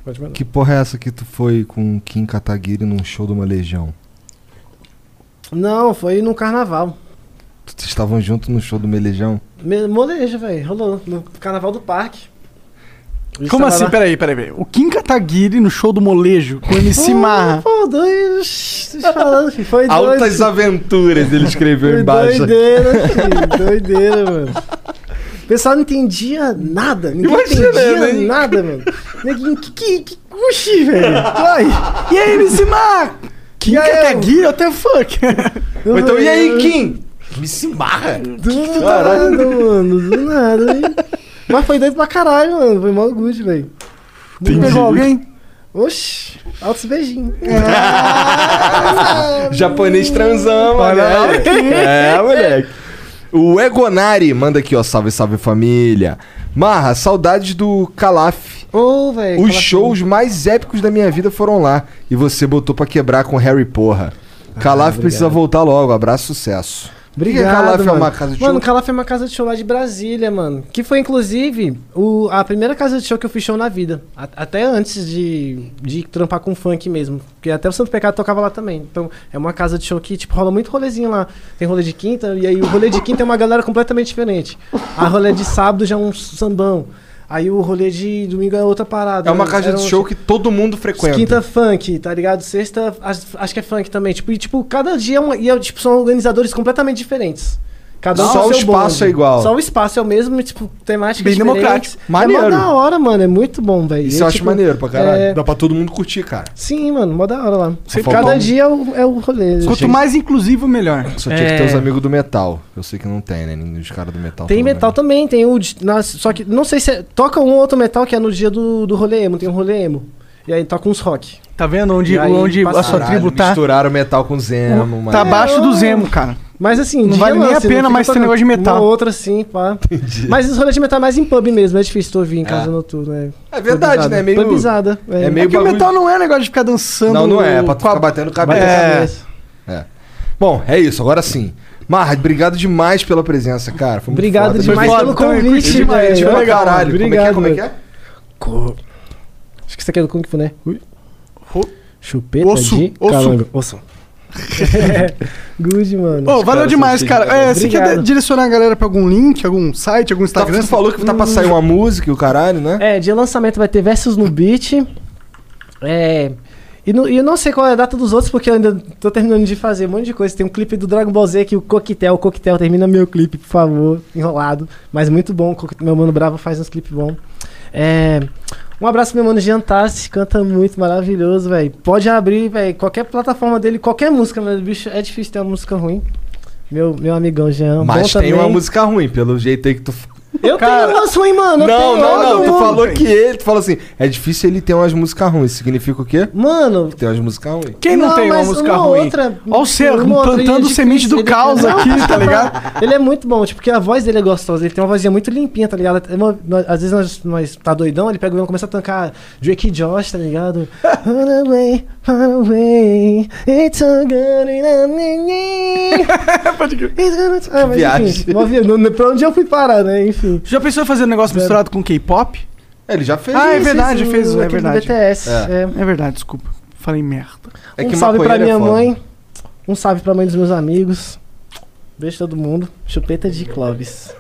Speaker 1: Pode mandar.
Speaker 3: Que porra é essa que tu foi com o Kim Kataguiri num show de uma legião?
Speaker 1: Não, foi no carnaval.
Speaker 3: Vocês estavam juntos no show do Melejão?
Speaker 1: Me- Molejo, velho. Rolou no carnaval do parque. Eles
Speaker 2: Como
Speaker 1: tava
Speaker 2: assim?
Speaker 1: lá-
Speaker 2: Peraí, peraí, peraí. O Kim Kataguiri no show do molejo com o MC
Speaker 1: Pô,
Speaker 2: Marra.
Speaker 1: Pô, doido. shh, tô te falando, filho. Foi doido.
Speaker 3: Altas aventuras, ele escreveu [laughs]
Speaker 1: Foi
Speaker 3: embaixo.
Speaker 1: doideira, filho. Doideira, mano. O pessoal não entendia nada. Ninguém
Speaker 12: Imagina, né?
Speaker 1: entendia nada, mano. Neguinho, que, que, que Oxi, velho. Ai.
Speaker 2: E aí, MC Marra? Kim Kataguiri, what the fuck?
Speaker 1: Ou
Speaker 3: então, e aí, Kim? Me se marra.
Speaker 1: Do nada, mano. Do nada, hein? Mas foi doido pra caralho, mano. Foi mó good, velho.
Speaker 3: Entendi.
Speaker 1: Pegou alguém? Oxi, altos beijinhos.
Speaker 3: Japonês transão, moleque. É, moleque. O Egonari manda aqui, ó. Salve, salve família. Marra, saudades do Calaf.
Speaker 1: Ô, velho.
Speaker 3: Os shows mais épicos da minha vida foram lá. E você botou pra quebrar com Harry Porra. Calaf precisa voltar logo. Abraço, sucesso.
Speaker 1: Ah, Obrigado,
Speaker 3: Calaf
Speaker 1: mano.
Speaker 3: é uma casa de
Speaker 1: Mano,
Speaker 3: show?
Speaker 1: Calaf é uma casa de show lá de Brasília, mano. Que foi, inclusive, o- a primeira casa de show que eu fiz show na vida. A- até antes de, de trampar com funk mesmo. Porque até o Santo Pecado tocava lá também. Então, é uma casa de show que, tipo, rola muito rolezinho lá. Tem rolê de quinta, e aí o rolê de quinta é uma galera completamente diferente. A rolê de sábado já é um sambão. Aí o rolê de domingo é outra parada.
Speaker 3: É uma
Speaker 1: né?
Speaker 3: casa
Speaker 1: Era
Speaker 3: de
Speaker 1: um-
Speaker 3: show que todo mundo frequenta.
Speaker 1: Quinta funk, tá ligado? Sexta, as- acho que é funk também. Tipo, e tipo, cada dia é uma, e é, tipo, são organizadores completamente diferentes. Cada um
Speaker 3: Só
Speaker 1: com
Speaker 3: o
Speaker 1: seu
Speaker 3: espaço é igual.
Speaker 1: Só o espaço é o mesmo, e, tipo, temática
Speaker 3: Bem
Speaker 1: diferente.
Speaker 3: democrático.
Speaker 1: É mó
Speaker 3: Maneiro.
Speaker 1: da hora, mano. É muito bom, velho.
Speaker 3: Isso eu acho
Speaker 1: tipo,
Speaker 3: maneiro pra caralho.
Speaker 1: é-
Speaker 3: Dá pra todo mundo curtir, cara.
Speaker 1: Sim, mano, mó da hora lá.
Speaker 3: Sempre
Speaker 1: cada
Speaker 3: bom.
Speaker 1: dia é o, é o rolê.
Speaker 2: Quanto
Speaker 1: gente.
Speaker 2: mais inclusivo, melhor.
Speaker 3: Só tinha que ter os amigos do metal. Eu sei que não tem, né? Nenhum dos caras do metal. né?
Speaker 1: Tem
Speaker 3: pelo
Speaker 1: metal também, tem o. de- na- só que não sei se. é- toca um ou outro metal que é no dia do, do rolê emo, tem um rolê emo. E aí toca uns rock.
Speaker 2: Tá vendo onde,
Speaker 1: E aí,
Speaker 2: onde a
Speaker 1: passa-
Speaker 2: sua
Speaker 1: Caralho,
Speaker 2: tribo tá?
Speaker 3: Misturaram metal com Zemo, mano.
Speaker 2: Tá abaixo do Zemo, cara.
Speaker 1: Mas assim,
Speaker 2: Não
Speaker 1: dia
Speaker 2: vale nem
Speaker 1: lá,
Speaker 2: a
Speaker 1: você
Speaker 2: pena,
Speaker 1: não fica
Speaker 2: mas tem
Speaker 1: tocando
Speaker 2: negócio de metal.
Speaker 1: Uma outra sim, pá.
Speaker 3: Entendi.
Speaker 1: Mas os rolês de metal é mais em pub mesmo, é difícil tu ouvir em casa
Speaker 3: É.
Speaker 1: noturna.
Speaker 3: É verdade, né? É meio-
Speaker 1: Pubizada.
Speaker 3: é meio
Speaker 2: Porque o
Speaker 3: bagulho-
Speaker 2: metal não é negócio de ficar dançando.
Speaker 3: Não, não é. É pra tu
Speaker 2: com a-
Speaker 3: ficar batendo cabeça.
Speaker 2: É.
Speaker 3: É. Bom, é isso. Agora sim. Marra, obrigado demais pela presença, cara. Foi muito
Speaker 1: Obrigado
Speaker 3: foda.
Speaker 1: demais
Speaker 3: Foi
Speaker 1: pelo
Speaker 3: foda.
Speaker 1: convite,
Speaker 3: Foi demais,
Speaker 1: velho.
Speaker 3: pra
Speaker 1: Legal,
Speaker 3: tipo, caralho.
Speaker 1: obrigado,
Speaker 3: Como é que é? Como é que é?
Speaker 1: Co- Acho que isso aqui é do Kung Fu, né? Ui. Chupeta
Speaker 2: Osso,
Speaker 1: de
Speaker 2: osso.
Speaker 1: calango.
Speaker 3: [laughs]
Speaker 1: Osso. [laughs] Good, mano.
Speaker 2: Ô, valeu demais,
Speaker 3: assim,
Speaker 2: cara. É, você quer
Speaker 1: Obrigado.
Speaker 2: de- direcionar a galera pra algum link, algum site, algum
Speaker 3: Tá,
Speaker 2: Instagram?
Speaker 3: você falou que tá pra sair uma música e o caralho, né?
Speaker 1: É, dia de lançamento vai ter Versus no Beat. É. E, não- e eu não sei qual é a data dos outros, porque eu ainda tô terminando de fazer um monte de coisa. Tem um clipe do Dragon Ball Z que o Coquetel, o Coquetel termina meu clipe, por favor, enrolado. Mas muito bom, o Coquetel- meu mano Bravo faz uns clipes bons. É, um abraço pro meu mano Giantassi, canta muito, maravilhoso, velho. Pode abrir, velho, qualquer plataforma dele, qualquer música, mas bicho, é difícil ter uma música ruim. Meu, meu amigão Jean. um bom
Speaker 3: Mas tem
Speaker 1: também.
Speaker 3: uma música ruim, pelo jeito aí que tu.
Speaker 1: Eu tenho umas ruins, mano. eu
Speaker 3: não,
Speaker 1: tenho,
Speaker 3: não,
Speaker 1: todo
Speaker 3: não. Tu
Speaker 1: mundo
Speaker 3: falou
Speaker 1: tem.
Speaker 3: que ele. Tu falou assim: é difícil ele ter umas músicas ruins. Significa o quê?
Speaker 1: Mano.
Speaker 3: Tem umas músicas ruins.
Speaker 2: Quem não, tem uma
Speaker 1: mas
Speaker 2: música
Speaker 1: uma
Speaker 2: ruim?
Speaker 1: outra-
Speaker 2: Olha o ser
Speaker 1: uma outra
Speaker 2: plantando
Speaker 1: de
Speaker 2: semente do
Speaker 1: Cristo,
Speaker 2: caos
Speaker 1: ele-
Speaker 2: aqui, tá ligado?
Speaker 1: Ele é muito bom, tipo, porque a voz dele é gostosa. Ele tem uma vozinha muito limpinha, tá ligado? É uma- nós- às vezes nós, nós tá doidão, ele pega o violão e começa a tancar Drake e Josh, tá
Speaker 2: [laughs]
Speaker 1: ligado? Run away, run away, it's all good in
Speaker 2: [laughs]
Speaker 1: Pode crer. Ah, mas enfim,
Speaker 2: viagem.
Speaker 1: uma vi- no- no- pra onde eu fui parar, né? Enfim.
Speaker 2: Já pensou em fazer um negócio misturado com K-pop?
Speaker 3: Ele já fez
Speaker 2: Ah, é
Speaker 1: isso,
Speaker 2: verdade,
Speaker 1: isso,
Speaker 2: fez isso, é
Speaker 1: aquele do
Speaker 2: verdade.
Speaker 1: BTS, é.
Speaker 2: É verdade, desculpa. Falei merda.
Speaker 3: É
Speaker 1: um salve pra
Speaker 2: é
Speaker 1: minha mãe. Um salve pra mãe dos meus amigos. Beijo todo mundo. Chupeta de Clóvis.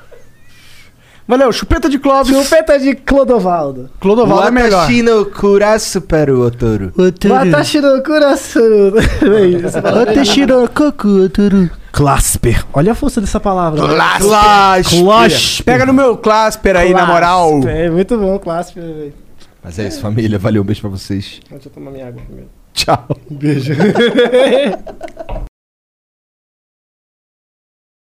Speaker 2: Valeu, chupeta de Clóvis.
Speaker 1: Chupeta de Clodovaldo.
Speaker 2: Clodovaldo é melhor.
Speaker 3: Watashi no kurasu para o Otoro.
Speaker 1: Watashi no [laughs] É coração.
Speaker 2: Watashi no
Speaker 1: coração. Clasper. Olha a força dessa palavra.
Speaker 2: Clasper.
Speaker 1: Clasper.
Speaker 2: Pega no meu Clasper aí, na moral.
Speaker 1: É muito bom, Clasper. velho.
Speaker 3: Mas é isso, família. Valeu, um beijo pra vocês.
Speaker 1: Deixa eu tomar minha água primeiro.
Speaker 3: Tchau.
Speaker 1: Beijo.